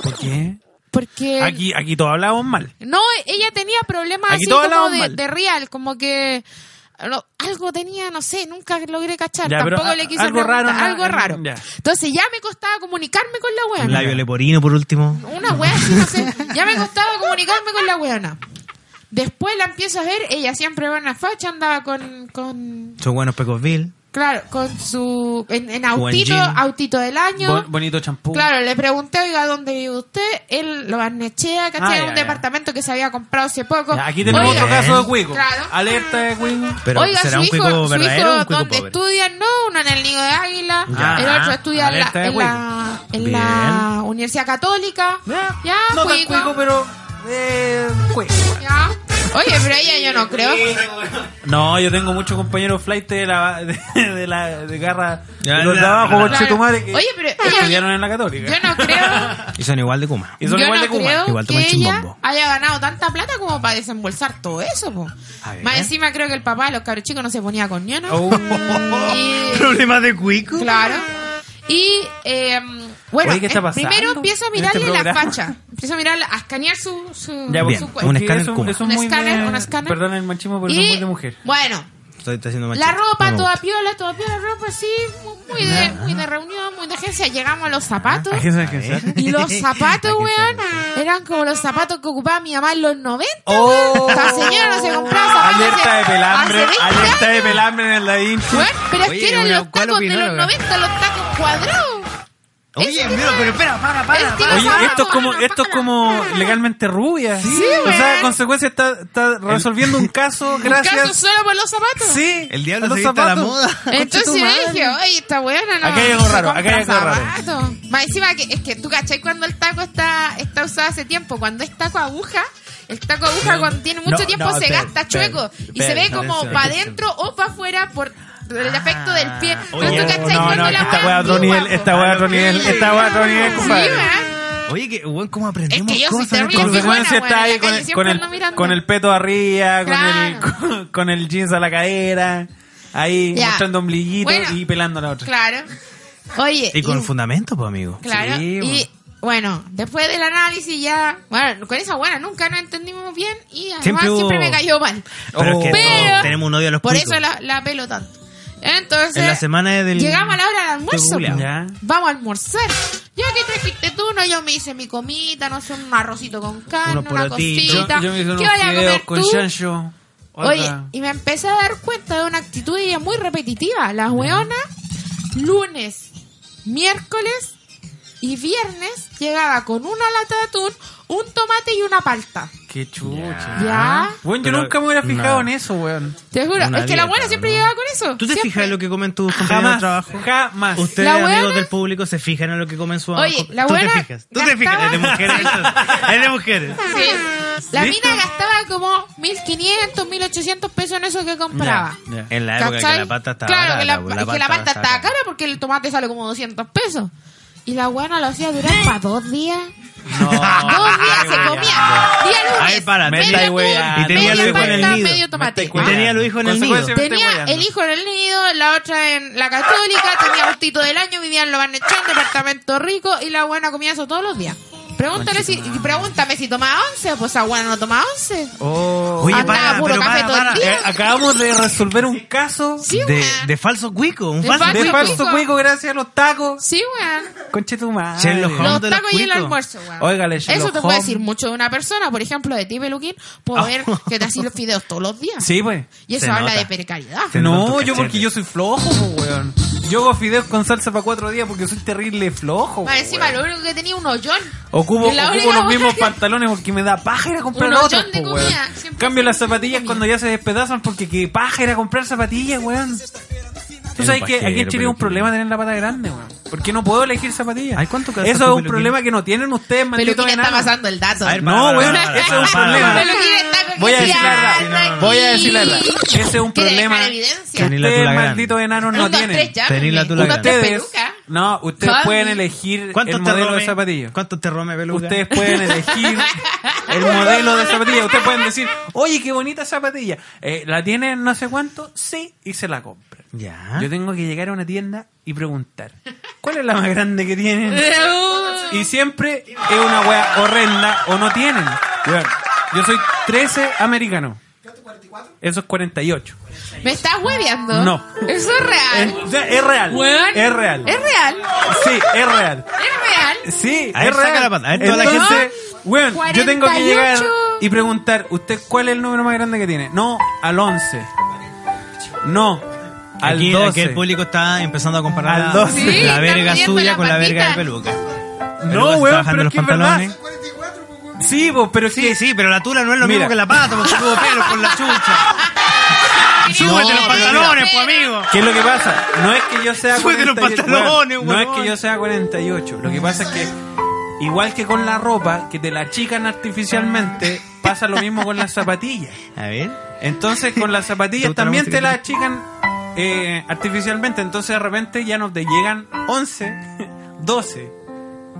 S4: ¿Por qué?
S5: Porque
S4: Aquí, aquí todos hablamos mal.
S5: No, ella tenía problemas
S4: Aquí
S5: así
S4: todos
S5: como
S4: hablaban
S5: de,
S4: mal.
S5: de real, como que no, algo tenía, no sé, nunca logré cachar,
S4: Ya, pero
S5: tampoco
S4: a-
S5: le quise
S4: algo
S5: preguntar,
S4: raro, ¿no?
S5: algo raro.
S4: Ya.
S5: Entonces ya me costaba comunicarme con la
S3: Un
S5: weona.
S3: labio leporino, por último.
S5: Una weona, no sé, ya me costaba comunicarme con la weona. Después la empiezo a ver, ella siempre va en la facha, andaba con, con
S3: Son buenos Pecosville.
S5: claro, con su, en, en
S3: Buen
S5: autito,
S3: jean.
S5: autito del año.
S4: Bo- bonito champú.
S5: Claro, le pregunté, oiga, ¿dónde vive usted? Él lo barnechea,
S4: Ah,
S5: ¿cachai?
S4: ya,
S5: un
S4: ya.
S5: departamento que se había comprado hace poco.
S4: Ya, aquí tenemos
S5: Oiga,
S4: otro caso de
S3: Bien.
S4: cuico.
S5: Claro.
S4: Alerta de cuico.
S3: Pero
S5: Oiga,
S3: será
S5: su
S3: un
S5: hijo,
S3: cuico
S5: su
S3: verdadero
S5: hijo
S3: o un cuico
S5: donde
S3: pobre.
S5: estudia, no, uno en el Nido de Águila,
S4: Ya. Ah,
S5: el otro estudia en la,
S4: Alerta de
S5: en la- en la Universidad Católica.
S4: Ya,
S5: Ya,
S4: no tan
S5: cuico.
S4: cuico, pero
S7: Eh, juez.
S5: Ya. Oye, pero ella yo no creo.
S4: No, yo tengo muchos compañeros flight de la, de, de la de garra
S3: Ya,
S4: de los de
S3: ya,
S4: abajo,
S3: claro.
S4: coche tu madre, que
S5: Oye, pero ella-
S4: estudiaron en la católica.
S5: Yo no creo.
S3: Y son igual de Kuma.
S4: Y son
S5: yo
S4: igual
S5: no
S4: de Kuma.
S5: creo
S3: Igual
S5: que
S3: toman
S5: ella
S3: chimbombo.
S5: haya ganado tanta plata como para desembolsar todo eso, po. Más encima creo que el papá de los cabros chicos no se ponía con ni uno.
S4: Oh,
S5: Y-
S3: ¿Problemas de cuico?
S5: Claro. Y, eh, bueno,
S4: Oye, ¿qué está
S5: eh,
S4: pasando
S5: primero empiezo a
S4: en este
S5: mirarle la
S4: programa?
S5: facha. Empiezo a mirar, a escanear su, su,
S4: Ya,
S3: Bien,
S5: su
S4: porque
S5: cuerpo.
S3: un
S4: eso-
S3: escáner
S4: eso
S3: Kuma.
S4: es
S5: Un
S4: muy
S5: escáner,
S4: de-
S5: un escáner.
S4: Perdón el machismo, pero es muy de mujer.
S5: Bueno,
S3: Estoy, estoy haciendo
S5: la
S3: machista.
S5: ropa
S3: No,
S5: toda piola, toda piola, ropa así, mu- muy de, muy de reunión, muy de agencia. Llegamos a los zapatos.
S4: Ah, ¿eh?
S5: Y los zapatos, weón, eran como los zapatos que ocupaba mi mamá en los 90.
S4: Oh.
S5: Esta señora no se compraba zapatos.
S4: Alerta
S5: hace-
S4: de pelambre,
S5: hace 20
S4: alerta de
S5: años.
S4: pelambre en el Da Vinci.
S5: Weón, pero es
S6: Oye,
S5: que eran
S6: una
S5: los tacos de los
S6: opinóloga.
S5: 90, los tacos cuadrados.
S6: Oye, pero, pero espera, para, para.
S5: Estilo
S6: para.
S4: Oye,
S5: zapato,
S4: esto es como,
S5: bueno,
S4: esto es
S5: pájala.
S4: como legalmente rubia. o sea,
S5: weón.
S4: en consecuencia está, está resolviendo un caso gracias.
S5: ¿Caso solo por los zapatos?
S4: Sí,
S3: El diablo
S4: a los
S3: se viste a la
S4: zapatos.
S3: moda.
S5: Entonces yo dije, oye, esta buena no.
S4: Acá hay algo
S5: se
S4: raro, acá hay
S5: compra
S4: algo raro.
S5: zapatos". Más encima que, es que tú cachai cuando el taco está, está usado hace tiempo, cuando es taco aguja, el taco aguja cuando tiene mucho
S4: no,
S5: tiempo
S4: no,
S5: se
S4: espera,
S5: gasta
S4: espera,
S5: chueco y
S4: espera,
S5: se ve
S4: espera,
S5: como
S4: espera.
S5: para adentro o para afuera por el efecto del pie.
S3: Ah,
S5: Pero
S4: Oye,
S5: tú cachai
S4: no,
S5: cuando
S4: no,
S5: la
S4: esta
S5: wea
S4: weá a otro
S5: antigua,
S4: nivel,
S5: po.
S4: esta weá a otro nivel, esta weá a otro nivel,
S5: Sí,
S4: compadre.
S5: weón.
S3: Oye, que, weón, ¿cómo
S5: Es
S3: aprendemos
S5: que yo soy
S3: cosas?
S4: En
S5: terrible.
S4: consecuencia
S5: buena,
S4: está
S5: weón,
S4: ahí
S5: la
S4: con,
S5: calle
S4: el-
S5: siempre
S4: con el,
S5: ando mirando.
S4: con el peto arriba, con, el,
S5: Claro.
S4: con, el jeans a la cadera, ahí
S5: Ya.
S4: mostrando ombliguito
S5: Bueno,
S4: y pelando a la otra.
S5: Claro. Oye.
S3: Y con
S5: y-
S3: fundamento, pues, amigo.
S5: Claro.
S4: Sí,
S5: y bueno, después del análisis ya, bueno, con esa buena nunca nos entendimos bien y además
S3: Siempre
S5: siempre,
S3: hubo-
S5: me cayó mal.
S3: Pero es que
S5: Pero-
S3: tenemos un odio a los
S5: Por
S3: cuicos.
S5: eso la, la pelo tanto. Entonces,
S3: En la semana del...
S5: llegamos a la hora del almuerzo.
S3: Google,
S5: po.
S4: ya.
S5: Vamos a almorzar. Yo que trajiste tú, no, yo me hice mi comida, no sé, un arrocito con carne,
S3: Unos
S5: una
S3: porotitos.
S5: cosita. ¿Qué vaya a comer
S4: con
S5: tú?
S4: chancho.
S5: Oye, y me empecé a dar cuenta de una actitud diría, muy repetitiva. Las weonas, lunes, miércoles y viernes, llegaba con una lata de atún, un tomate y una palta.
S4: Qué chucha.
S5: Ya.
S4: Bueno, yo
S3: Pero-
S4: nunca me hubiera fijado
S3: no.
S4: en eso, weón.
S5: Te
S3: Una
S5: juro, es que la
S3: dieta,
S5: buena siempre
S3: ¿no?
S5: llegaba con eso.
S3: ¿Tú te
S5: siempre.
S3: fijas en lo que comen tus compañeros de
S4: Jamás,
S3: trabajo?
S4: jamás.
S3: Ustedes,
S5: La
S3: amigos
S5: buena-
S3: del público, se fijan en lo que comen su
S5: Oye, la
S3: Tú te
S5: buena
S3: fijas. Tú te fijas. Es de
S5: gastaba-
S3: mujeres. eso. Es de mujeres.
S5: Sí. La
S4: ¿Listo?
S5: mina gastaba como 1.500, 1.800 pesos en eso que compraba.
S4: Ya, ya.
S3: En la época
S5: ¿Cachai?
S3: que la pata estaba
S5: Claro,
S3: barata,
S5: que la,
S3: pues,
S5: es que la pasta estaba cara porque el tomate sale como 200 pesos. Y la buena lo hacía durar para dos días.
S4: No.
S5: Dos días
S4: Ay,
S5: se
S4: weón.
S5: comía. Día lunes.
S3: Ay, para,
S4: me
S5: medio
S4: estáis
S5: atún,
S4: weando.
S3: Y tenía
S5: media
S3: el hijo en el
S5: palta,
S3: nido.
S5: Medio tomate.
S3: Y tenía el hijo en el nido.
S4: Consecuencia, me estáis
S5: Tenía
S4: weando.
S5: el hijo en el nido, la otra en la católica, tenía gustito del año, vivía en Lobanechón, departamento rico, y la buena comía eso todos los días. Pregúntale si, y pregúntame si toma 11, pues esa buena no toma 11.
S4: Oh.
S3: Oye,
S5: Andaba
S3: para,
S5: puro
S3: pero
S5: café
S3: para,
S5: todo el
S3: para.
S5: día.
S4: Eh, acabamos de resolver un caso
S5: Sí,
S3: De,
S5: weón.
S3: de falso cuico. Un
S5: De
S3: falso
S5: falso
S4: de falso
S5: cuico.
S4: cuico gracias a los tacos.
S5: Sí, weón.
S4: Conche tu madre.
S3: Sherlock Holmes.
S5: Los
S3: de los
S5: tacos y el
S3: cuicos.
S5: almuerzo, weón.
S4: Óigale,
S5: Eso
S4: Sherlock
S5: te puede
S4: Holmes.
S5: decir mucho de una persona. Por ejemplo, de ti, Peluquín, puedo ver que te hacís los fideos todos los días.
S4: Ah. Sí, pues.
S5: Y eso
S3: Se
S5: habla
S3: nota.
S5: de precariedad.
S3: Se nota en
S4: No,
S3: tu
S4: yo
S3: cachete.
S4: porque yo soy flojo, po, weón. Yo hago fideos con salsa para cuatro días porque soy terrible flojo.
S5: Más
S4: po,
S5: encima,
S4: weón.
S5: lo único que tenía un hoyón.
S4: Ocupo,
S5: Y la
S4: ocupo
S5: única
S4: los
S5: otra
S4: mismos
S5: que-
S4: pantalones porque me da paja ir a comprar
S5: Un hoyón
S4: otros,
S5: de
S4: po,
S5: comida.
S4: weón.
S5: Siempre
S4: Cambio
S5: hace
S4: las
S5: comida.
S4: zapatillas cuando ya se despedazan porque qué paja ir a comprar zapatillas, weón. Tú
S3: Es
S4: sabes
S3: un
S4: que aquí en
S3: pajero,
S4: Chile es
S3: peluquín.
S4: un problema tener la pata grande, weón. Porque no puedo elegir zapatillas.
S3: Ay, ¿cuánto
S4: Eso
S3: calzas
S4: es
S3: tú,
S4: un
S3: peluquín?
S4: problema que no tienen ustedes, maldito
S5: Peluquín está
S4: venado.
S5: pasando el dato.
S3: A ver,
S4: No,
S3: para, para,
S4: weón,
S3: para,
S4: ese
S3: para,
S4: es un
S3: para,
S4: problema.
S3: para.
S5: Peluquín está con
S4: Voy a
S5: que
S4: decir la
S5: se
S4: verdad.
S5: anda
S4: Voy a
S5: aquí.
S4: decir la verdad. Ese es un
S5: Quiere dejar
S4: problema
S5: evidencia.
S4: que
S3: Tenés la tula
S4: ustedes,
S3: grande.
S4: malditos enanos, no
S5: Un, dos, tres,
S4: tienen.
S5: ya,
S3: Tenés la
S5: Peluquín.
S3: tula
S5: Un, dos, tres, Ah.
S4: Ustedes,
S5: peluca.
S4: no, ustedes
S5: Fabi.
S4: pueden elegir el
S3: ¿Cuántos te
S4: modelo de
S3: romes?
S4: zapatillas.
S3: ¿Cuántos te romes, peluca?
S4: Ustedes pueden elegir el modelo de zapatilla. Ustedes pueden decir, oye, qué bonita zapatilla. Eh, ¿La tienen no sé cuánto? Sí, y se la compran.
S3: Ya.
S4: Yo tengo que llegar a una tienda y preguntar, ¿cuál es la más grande que tienen? Y siempre es una wea horrenda o no tienen. Weón, Yo soy 13 americano. Eso es 48.
S5: Me estás hueveando.
S4: No.
S5: Eso es
S4: Es,
S5: real.
S4: o sea, es real.
S5: Weón.
S4: Es real.
S5: Es real.
S4: Sí, es real.
S5: Es real.
S4: Sí,
S3: A ver,
S4: es
S3: saca
S4: real.
S3: la pata. A ver, toda la
S4: Entonces,
S5: gente-
S4: weón, yo tengo que llegar
S5: 48.
S4: y preguntar, ¿usted cuál es el número más grande que tiene? No, al 11. No, al
S3: Aquí, aquí
S4: 12.
S3: el público está empezando a comparar
S4: Al
S3: la-
S4: 12.
S5: Sí,
S3: la
S5: están
S3: verga
S5: viendo
S3: suya
S5: la
S3: con la verga de
S5: patita.
S3: peluca. Peluca se
S4: no,
S3: está
S4: weón,
S3: bajando
S4: pero es
S3: los
S4: que es verdad.
S3: pantalones.
S4: Sí, vos, pero es
S3: Sí,
S4: que-
S3: sí, pero la tula no es lo
S4: Mira.
S3: mismo que la pata porque tuvo pelo por la chucha. Súbete los pantalones, pues, amigo.
S4: ¿Qué es lo que pasa? No es que yo sea
S3: Súbete los
S4: 48,
S3: pantalones,
S4: weón. No es
S3: weón.
S4: que yo sea 48. Lo que pasa es que Igual que con la ropa, que te la achican artificialmente, pasa lo mismo con las zapatillas.
S8: A ver.
S4: Entonces, con las zapatillas
S8: Toda la
S4: también
S8: música
S4: te las
S8: que-
S4: achican eh, artificialmente. Entonces, de repente ya no te llegan 11, 12.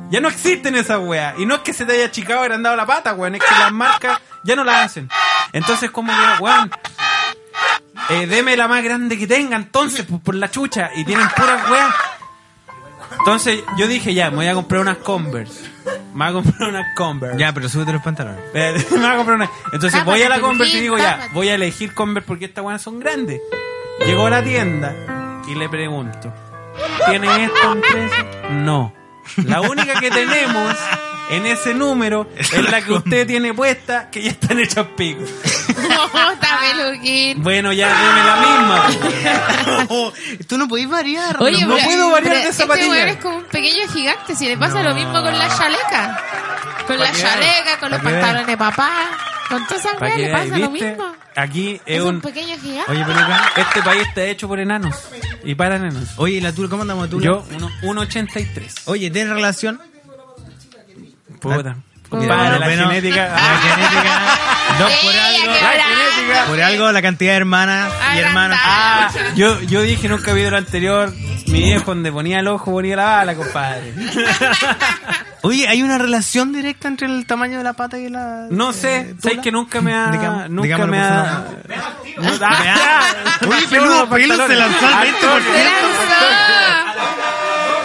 S4: Ya no existen esas weas. Y no es que se te haya achicado y agrandado la pata, weón. Es que las marcas ya no las hacen. Entonces, como que, weón. eh, deme la más grande que tenga, entonces, pues, por la chucha. Y tienen puras weas. Entonces, yo dije, ya, me voy a comprar unas Converse. Me voy a comprar unas Converse.
S3: Ya, Ah, pero súbete los pantalones.
S4: Eh, me va a comprar una. Entonces
S5: Tápate,
S4: voy a la
S5: Peluquín,
S4: Converse y digo ya,
S5: tápate.
S4: voy a elegir Converse porque estas weas son grandes. Llego a la tienda y le pregunto, ¿tienen esto un precio? No. La única que tenemos en ese número es la que usted tiene puesta, que ya están hechas pico.
S5: Puta, peluquín.
S4: Bueno, ya deme la misma.
S3: Oh,
S8: Tú no podés variar.
S5: Oye,
S4: No
S5: pero-
S4: puedo variar
S5: pero
S4: de zapatilla.
S5: Este weón es como un pequeño gigante. Si le pasa lo mismo con la chaleca. Con la
S4: que
S5: chaleca,
S4: veas,
S5: con
S4: pa'
S5: los
S4: que veas.
S5: pantalones de papá. Con todas esas
S4: Para
S5: weas
S4: que
S5: Ah, le pasa lo
S4: veáis, ¿viste?
S5: mismo.
S4: Aquí es,
S5: Es
S4: un...
S5: un pequeño gigante.
S4: Oye, pero acá, este país está hecho por enanos. Y para enanos.
S8: Oye, la tula, ¿cómo andamos tú?
S4: Yo, uno- 1,83.
S8: Oye, ¿tienes relación?
S4: Puta.
S5: Bueno,
S4: Compadre, la
S3: bueno.
S4: genética.
S3: La genética. Dos por
S5: Ella
S3: algo.
S5: que
S4: la
S5: hablaba.
S4: genética.
S3: Por algo la cantidad de hermanas y hermanos.
S4: Ah, yo, yo dije en un capítulo anterior, mi viejo donde ponía el ojo ponía la bala, compadre.
S8: Oye, ¿hay una relación directa entre el tamaño de la pata y la...
S4: No
S3: Eh,
S4: sé, sabes que nunca me ha...
S8: Digamos-
S4: nunca
S3: digámoslo,
S4: me
S3: pues,
S4: ha... No, ah,
S8: Oye,
S4: Qué
S8: peludo,
S4: bueno,
S8: pelo se lanzó al
S4: pantalones.
S8: 20%.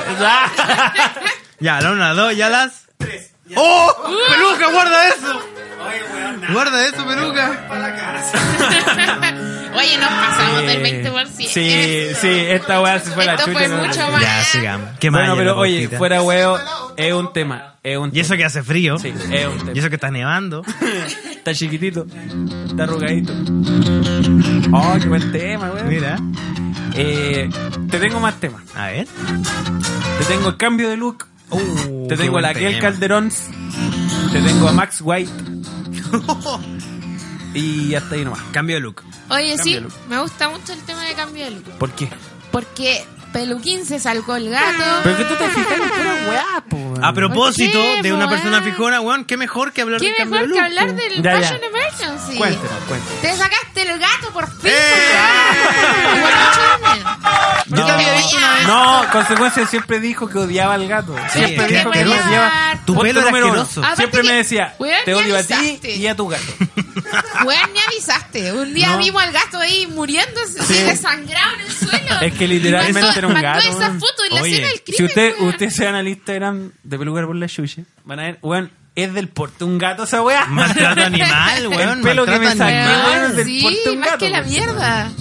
S5: ¡Se lanzó!
S4: Ah,
S3: Ya, la una, la dos, ya las.
S8: ¡Oh! ¡Peluca, guarda eso! Guarda eso, peluca.
S5: Oye, nos pasamos del
S4: eh,
S5: 20%.
S4: Sí, sí, esta weá se fue a la
S5: Esto
S4: chucha.
S5: fue
S4: ¿no?
S5: mucho más.
S3: Ya, sigamos. Qué
S4: Bueno,
S3: malla
S4: pero
S3: la
S4: oye,
S3: pautita.
S4: fuera huevo, es un tema, es un
S3: Y eso que hace frío.
S4: Sí, es un tema.
S3: Y eso que está nevando.
S4: Está chiquitito, está arrugadito. Oh, qué buen tema, weón.
S3: Mira.
S4: Eh, te tengo más temas.
S3: A ver.
S4: Te tengo el cambio de look.
S3: Uh,
S4: Te
S3: qué
S4: tengo a
S3: buen
S4: la Kel
S3: tema.
S4: Calderón. Te tengo a Max White. y hasta ahí nomás.
S3: Cambio de look.
S5: Oye,
S4: Cambio
S5: sí,
S4: de look.
S5: me gusta mucho el tema de cambio de look.
S4: ¿Por qué?
S5: Porque Peluquín se salcó el gato.
S4: Pero que tú te fijas en pura weá, po. weón.
S3: A propósito
S5: ¿Por qué,
S3: de una
S5: weón?
S3: persona fijona, weón, qué mejor que hablar
S5: Qué
S3: de cambio de
S5: mejor que
S3: look.
S5: hablar del
S4: Ya, ya.
S5: Fashion Emergency.
S4: Cuéntanos, cuéntanos.
S5: Te sacaste el gato por fin. porque- Igual no chismen. Porque te odiaba.
S4: No, consecuencia siempre dijo que odiaba al gato. Siempre
S5: es que
S4: dijo
S5: te
S4: que lo
S5: odiaba.
S4: odiaba.
S3: Tu
S4: Punto
S3: pelo era
S4: número uno.
S3: asqueroso.
S5: Aparte
S4: Siempre
S5: que,
S4: me decía,
S5: weón,
S4: te
S5: me
S4: odio a ti
S5: avisaste.
S4: y a tu gato.
S5: Weón, ni avisaste. Un día vimos al gato ahí muriéndose, así desangrado en el suelo.
S4: Es que literalmente
S5: Mandó-
S4: era un
S5: mandó
S4: gato,
S5: esa
S4: weón.
S5: foto en la
S3: Oye,
S5: escena del crimen.
S4: Si usted,
S5: weón.
S4: usted se van al Instagram de Pelucar por la Xuxa, van a ver, weón, es del porte un gato esa weá.
S3: Maltrato animal, weón.
S4: El pelo que me
S3: maltrato
S4: saqué,
S3: animal.
S4: weón, del
S5: sí,
S4: porte un
S5: más
S4: gato.
S5: que la
S4: weón.
S5: mierda.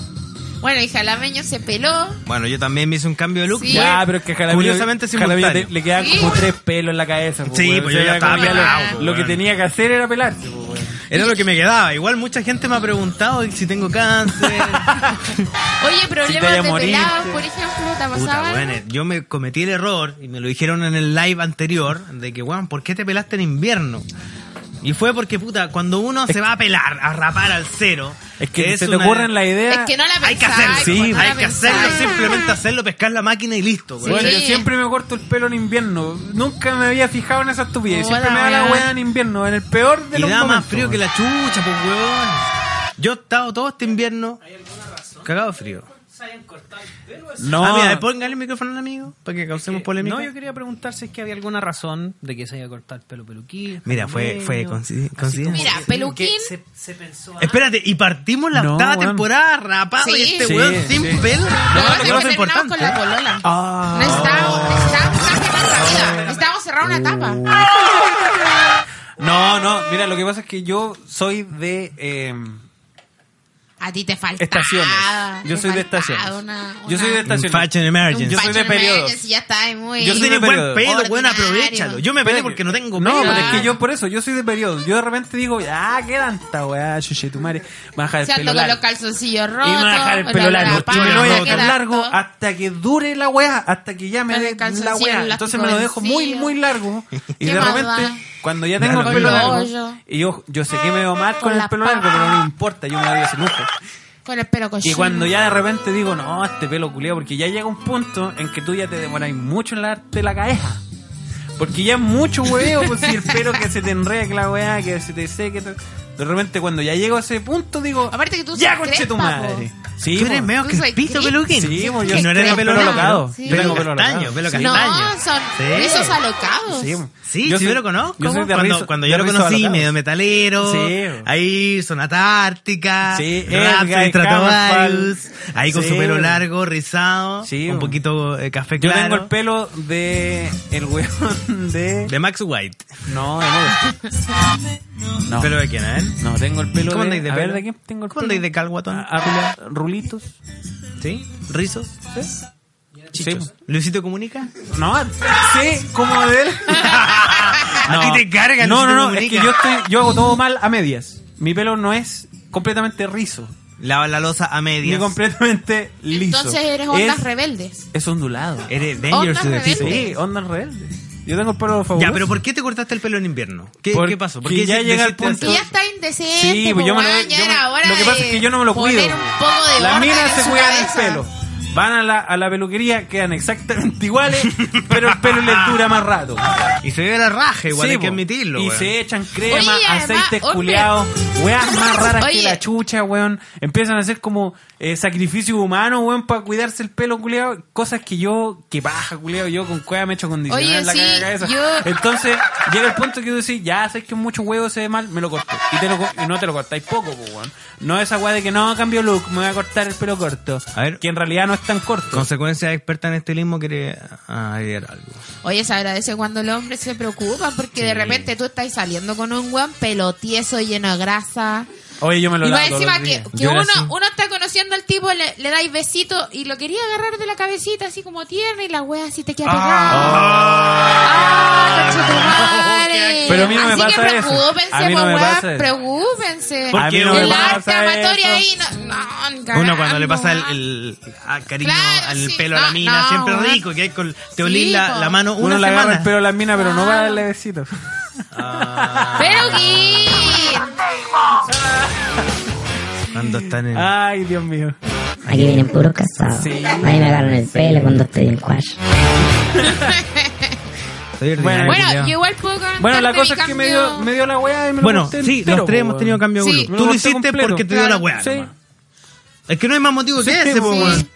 S5: Bueno, el jalameño se peló.
S3: Bueno, yo también me hice un cambio de look.
S5: Sí.
S4: Ya, pero es que Jaramillo,
S3: Curiosamente
S4: Jaramillo
S3: simultáneo.
S4: te- le quedan
S5: Sí.
S4: como tres pelos en la cabeza. po,
S3: Sí,
S4: weón.
S3: pues
S4: O sea,
S3: yo ya
S4: era
S3: estaba
S4: como que
S3: pelado,
S4: lo-
S3: po,
S4: Lo que
S3: weón.
S4: tenía que hacer era pelarse. po, weón.
S3: Era lo que me quedaba. Igual mucha gente me ha preguntado si tengo cáncer.
S5: Oye, problemas
S4: vaya a
S5: de
S4: morir,
S5: pelados,
S4: sí.
S5: por ejemplo, ¿te
S3: Puta,
S5: pasaba?
S3: bueno, yo me cometí el error y me lo dijeron en el live anterior de que, weón, ¿por qué te pelaste en invierno? Y fue porque, puta, cuando uno se va a pelar, a rapar al cero,
S4: Es que se te
S3: una-
S4: ocurren la idea.
S5: es que no la
S3: Hay que
S5: pensáis,
S3: hacerlo,
S5: pues,
S4: sí,
S5: no la
S3: hay que
S5: pensáis.
S3: hacerlo, simplemente hacerlo, pescar la máquina y listo, weón.
S4: Bueno,
S5: Sí.
S4: yo siempre me corto el pelo en invierno. Nunca me había fijado en esa estupidez.
S5: Hola,
S4: Siempre me da la
S5: weón.
S4: weá en invierno, en el peor de
S3: Y
S4: los
S3: da más
S4: momentos,
S3: frío que
S4: weón.
S3: la chucha, pues, weón. Yo he estado todo este invierno cagado de frío.
S4: No,
S3: Ah, mira, póngale el micrófono al amigo para que causemos polémica.
S6: No, yo quería preguntar si es que había alguna razón de que se haya cortado el pelo peluquín.
S3: Mira, fue- fue consi-
S6: Así
S3: coincidencia.
S6: como
S5: Mira,
S6: que-
S5: peluquín.
S6: que Se, se pensó. ah,
S3: Espérate, y partimos la
S4: No,
S3: octava
S4: weón.
S3: temporada rapado
S5: Sí.
S3: y este
S4: Sí,
S3: weón sin
S4: sí.
S3: pelo.
S5: Lo que
S3: No,
S5: pasa es
S3: no,
S5: que
S3: es
S5: terminamos
S3: importante.
S5: con la polola.
S4: Ah.
S5: Necesitábamos, necesitábamos un cambio en nuestra vida. Necesitábamos cerrar una
S4: Uh.
S5: etapa.
S4: no, no. Mira, lo que pasa es que yo soy de. em,
S5: A ti te faltaba.
S4: Estaciones. Yo
S5: te
S4: soy de
S5: faltaba
S4: estaciones.
S5: una-
S4: Yo soy de
S5: una-
S4: estaciones.
S3: Un Fashion emergency.
S4: Yo soy de
S5: Fashion
S4: periodos.
S5: Emergency, Ya está, es muy.
S4: Yo
S3: Tú
S4: soy
S3: tienes
S4: de
S3: buen
S4: periodo.
S3: pelo, weón,
S5: Ordinario.
S3: aprovechalo. Yo me peleé porque no tengo
S4: No,
S3: pelo.
S4: pero es
S5: Claro.
S4: que yo por eso, yo soy de periodos. Yo de repente digo, ah, qué tanta weá, chuche tu madre. Me va a dejar el
S5: Se
S4: pelo
S5: ando con los
S4: largo.
S5: calzoncillos rotos.
S4: Y me va a dejar el
S5: con
S4: pelo
S5: la
S4: largo.
S5: pata,
S4: Y me lo voy a dejar
S5: queda
S4: largo ah.
S5: todo.
S4: hasta que dure la weá, hasta que ya me
S5: Con el
S4: dé la
S5: calzoncillo
S4: weá.
S5: elástico
S4: Entonces me lo dejo muy,
S5: vencido.
S4: muy largo. Y
S5: ¿Qué
S4: de
S5: más
S4: repente,
S5: da?
S4: cuando ya tengo el
S5: Con
S4: pelo
S5: los
S4: largo,
S5: hoyos.
S4: y yo, yo sé que me veo mal
S5: Con
S4: con el
S5: la
S4: pelo largo,
S5: papa.
S4: pero no me importa, yo me doy ese lujo.
S5: Con el pelo cochino.
S4: Y cuando ya de repente digo, no, este pelo culiado, porque ya llega un punto en que tú ya te demoráis mucho en lavarte la cabeza. Porque ya es mucho huevo, pues si el pelo que se te enreda, que la weá, que se te seque. todo. De repente, cuando ya llego a ese punto, digo,
S5: Aparte que tú
S4: ¡ya
S5: usas
S4: conche tu
S5: crespa,
S4: madre!
S5: po.
S4: Sí,
S8: Tú eres
S4: po.
S8: medio
S5: Tú soy
S8: crespito,
S5: cri-
S8: peluquín.
S4: Sí, po, yo
S5: que
S4: no era
S5: creo-
S4: pelo
S5: claro,
S4: alocado.
S5: sí.
S4: Yo tengo pelo
S3: castaño,
S4: alocado.
S3: pelo
S5: No,
S3: castaño.
S5: son
S3: Sí.
S5: esos alocados.
S4: Sí, po.
S3: Sí,
S4: Yo
S3: sí, yo
S4: soy-
S3: lo conozco.
S4: yo soy de
S3: cuando,
S4: rizo-
S3: cuando
S4: de
S3: yo lo
S4: rizo
S3: conocí,
S4: alocado.
S3: medio metalero.
S4: Sí.
S3: Ahí Sonata Ártica.
S4: Sí,
S3: Rhapsody
S4: Edgar,
S3: Stratovarius. Ahí con
S4: Sí.
S3: su pelo largo, rizado.
S4: Sí,
S3: un
S4: bo.
S3: poquito eh, café
S4: Yo
S3: claro.
S4: tengo el pelo de. El hueón de.
S3: De Max White.
S4: No, de nuevo. No.
S3: ¿Pelo de quién, eh?
S4: No, tengo el pelo
S3: ¿Cómo
S4: de.
S3: andáis de
S4: a
S3: pelo?
S4: ver, ¿de quién tengo el
S3: ¿Cómo
S4: pelo?
S3: andáis de calguatón?
S4: A- a- rulitos.
S3: ¿Sí? ¿Rizos?
S4: Chichos.
S3: ¿Luisito comunica?
S4: No, sí, como de él. Ah,
S3: A ti te cargan,
S4: No,
S3: si
S4: no,
S3: te
S4: no, es
S3: comunica.
S4: que yo, estoy, yo hago todo mal a medias. Mi pelo no es completamente rizo,
S3: Lava la losa a
S4: ni
S3: medias.
S4: completamente liso.
S5: Entonces eres ondas
S4: es,
S5: rebeldes.
S4: es ondulado.
S3: Eres dangerous
S5: Onda
S3: to the
S5: rebelde.
S3: people.
S4: Sí, onda rebelde. Yo tengo el pelo favorito.
S3: Ya, pero ¿por qué te cortaste el pelo en invierno? ¿Qué,
S4: Porque
S3: ¿qué pasó?
S4: ya
S3: si-
S4: llega el
S3: decidiste
S4: punto-
S5: Y ya
S3: hacer-
S5: está indecente.
S4: Sí, pues yo me lo,
S5: weón, ya
S4: yo me-
S5: era hora
S4: lo que pasa
S5: de
S4: es que yo no me lo cuido.
S5: poner Un poco de
S4: Las
S5: orden
S4: minas
S5: en
S4: se
S5: su
S4: cuidan
S5: cabeza.
S4: el pelo. Van a la, a la peluquería, quedan exactamente iguales, pero el pelo les dura más rato.
S3: Y se ve la raja, igual
S4: Sí,
S3: hay que
S4: po.
S3: admitirlo.
S4: Y
S3: weón.
S4: se echan crema,
S5: Oye, además,
S4: aceites
S5: hombre.
S4: culeados, weas más raras que
S5: Oye.
S4: la chucha, weón. Empiezan a hacer como eh, sacrificio humano, weón, para cuidarse el pelo culeado. Cosas que yo, que baja, culeado, yo con cueva me echo condicionar
S5: Oye,
S4: en la
S5: sí,
S4: caga cabeza.
S5: yo-
S4: Entonces, llega el punto que tú decís, ya sabes que mucho huevo se ve mal, me lo corto. Y, te lo co- y no te lo cortáis poco, po, weón. No esa wea de que no cambio look, me voy a cortar el pelo corto.
S3: A ver.
S4: Que en realidad no es tan corto.
S3: Consecuencia experta en estilismo quiere agregar algo.
S5: Oye, se agradece cuando los hombres se preocupan porque de repente tú estás saliendo con un weón pelo tieso, lleno de grasa.
S4: Oye, yo me lo
S5: y más
S4: lavo todos
S5: encima
S4: los
S5: que,
S4: días.
S5: que
S4: Yo era
S5: uno,
S4: así.
S5: uno está conociendo al tipo, le, le dais besito y lo quería agarrar de la cabecita así como tierna y la wea así te queda pegada. Ah, conchetumare.
S4: Oh, Pero a mí no me
S5: así
S4: pasa
S5: que
S4: eso.
S5: preocúpense,
S4: A mí no
S5: pues,
S4: me
S5: weón,
S4: pasa eso.
S5: preocúpense.
S4: A mí no me
S5: el
S4: pasa
S5: arte
S4: eso.
S5: amatoria ahí no, no
S3: Uno cuando le pasa el,
S5: caramba.
S3: el- ah, cariño
S5: Claro,
S3: al
S5: sí.
S3: pelo a la
S5: No,
S3: mina,
S5: no,
S3: siempre
S5: weón.
S3: rico, que hay con, te olís la,
S5: po.
S3: la mano una
S4: Uno le agarra
S3: semana.
S4: el pelo a las minas, pero no
S5: Ah.
S4: va a darle besitos.
S3: Ah,
S5: Pero Gil,
S3: Cuando están en...
S4: Ay, Dios mío.
S1: Aquí vienen puros casados.
S4: Sí.
S1: A mí me agarran el pelo cuando estoy en cuash.
S3: Estoy ordinario,
S4: Bueno,
S5: bueno,
S3: culiao.
S5: yo igual puedo comentar
S4: Bueno, la
S5: de
S4: cosa
S5: mi
S4: es que me
S5: cambio-
S4: dio, me dio la weá y me lo
S3: Bueno,
S4: corté
S3: sí,
S4: entero,
S3: los tres hemos
S4: po,
S3: tenido
S4: weón.
S3: cambio de
S5: Sí.
S3: look.
S4: Me
S3: Tú lo
S4: corté
S3: hiciste
S4: completo.
S3: porque te dio la
S5: Claro,
S3: weá.
S4: sí.
S3: nomás. Es que no hay más motivo que
S4: Sí,
S3: ese,
S4: sí.
S3: po, weón.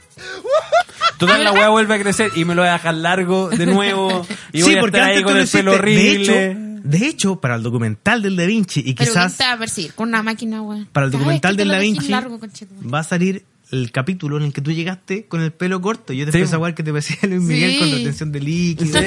S4: Total, la weá vuelve a crecer y me lo voy a dejar largo de nuevo. Y voy
S3: Sí,
S4: a
S3: porque
S4: estar
S3: antes
S4: ahí
S3: tú
S4: con
S3: lo
S4: el
S3: hiciste.
S4: pelo
S3: De
S4: horrible.
S3: hecho, de hecho, para el documental del Da Vinci, y
S5: Pero
S3: quizás
S5: ¿quién te va a perseguir? Con una máquina, weón.
S3: para el
S5: Cada vez
S3: documental
S5: que
S3: del
S5: te
S3: Da
S5: lo dejes
S3: Vinci
S5: largo, conchetumare.
S3: va a salir el capítulo en el que tú llegaste con el pelo corto. Yo te
S4: Sí.
S3: empecé a jugar que te parecía Luis Miguel con
S5: Sí.
S3: retención de líquido.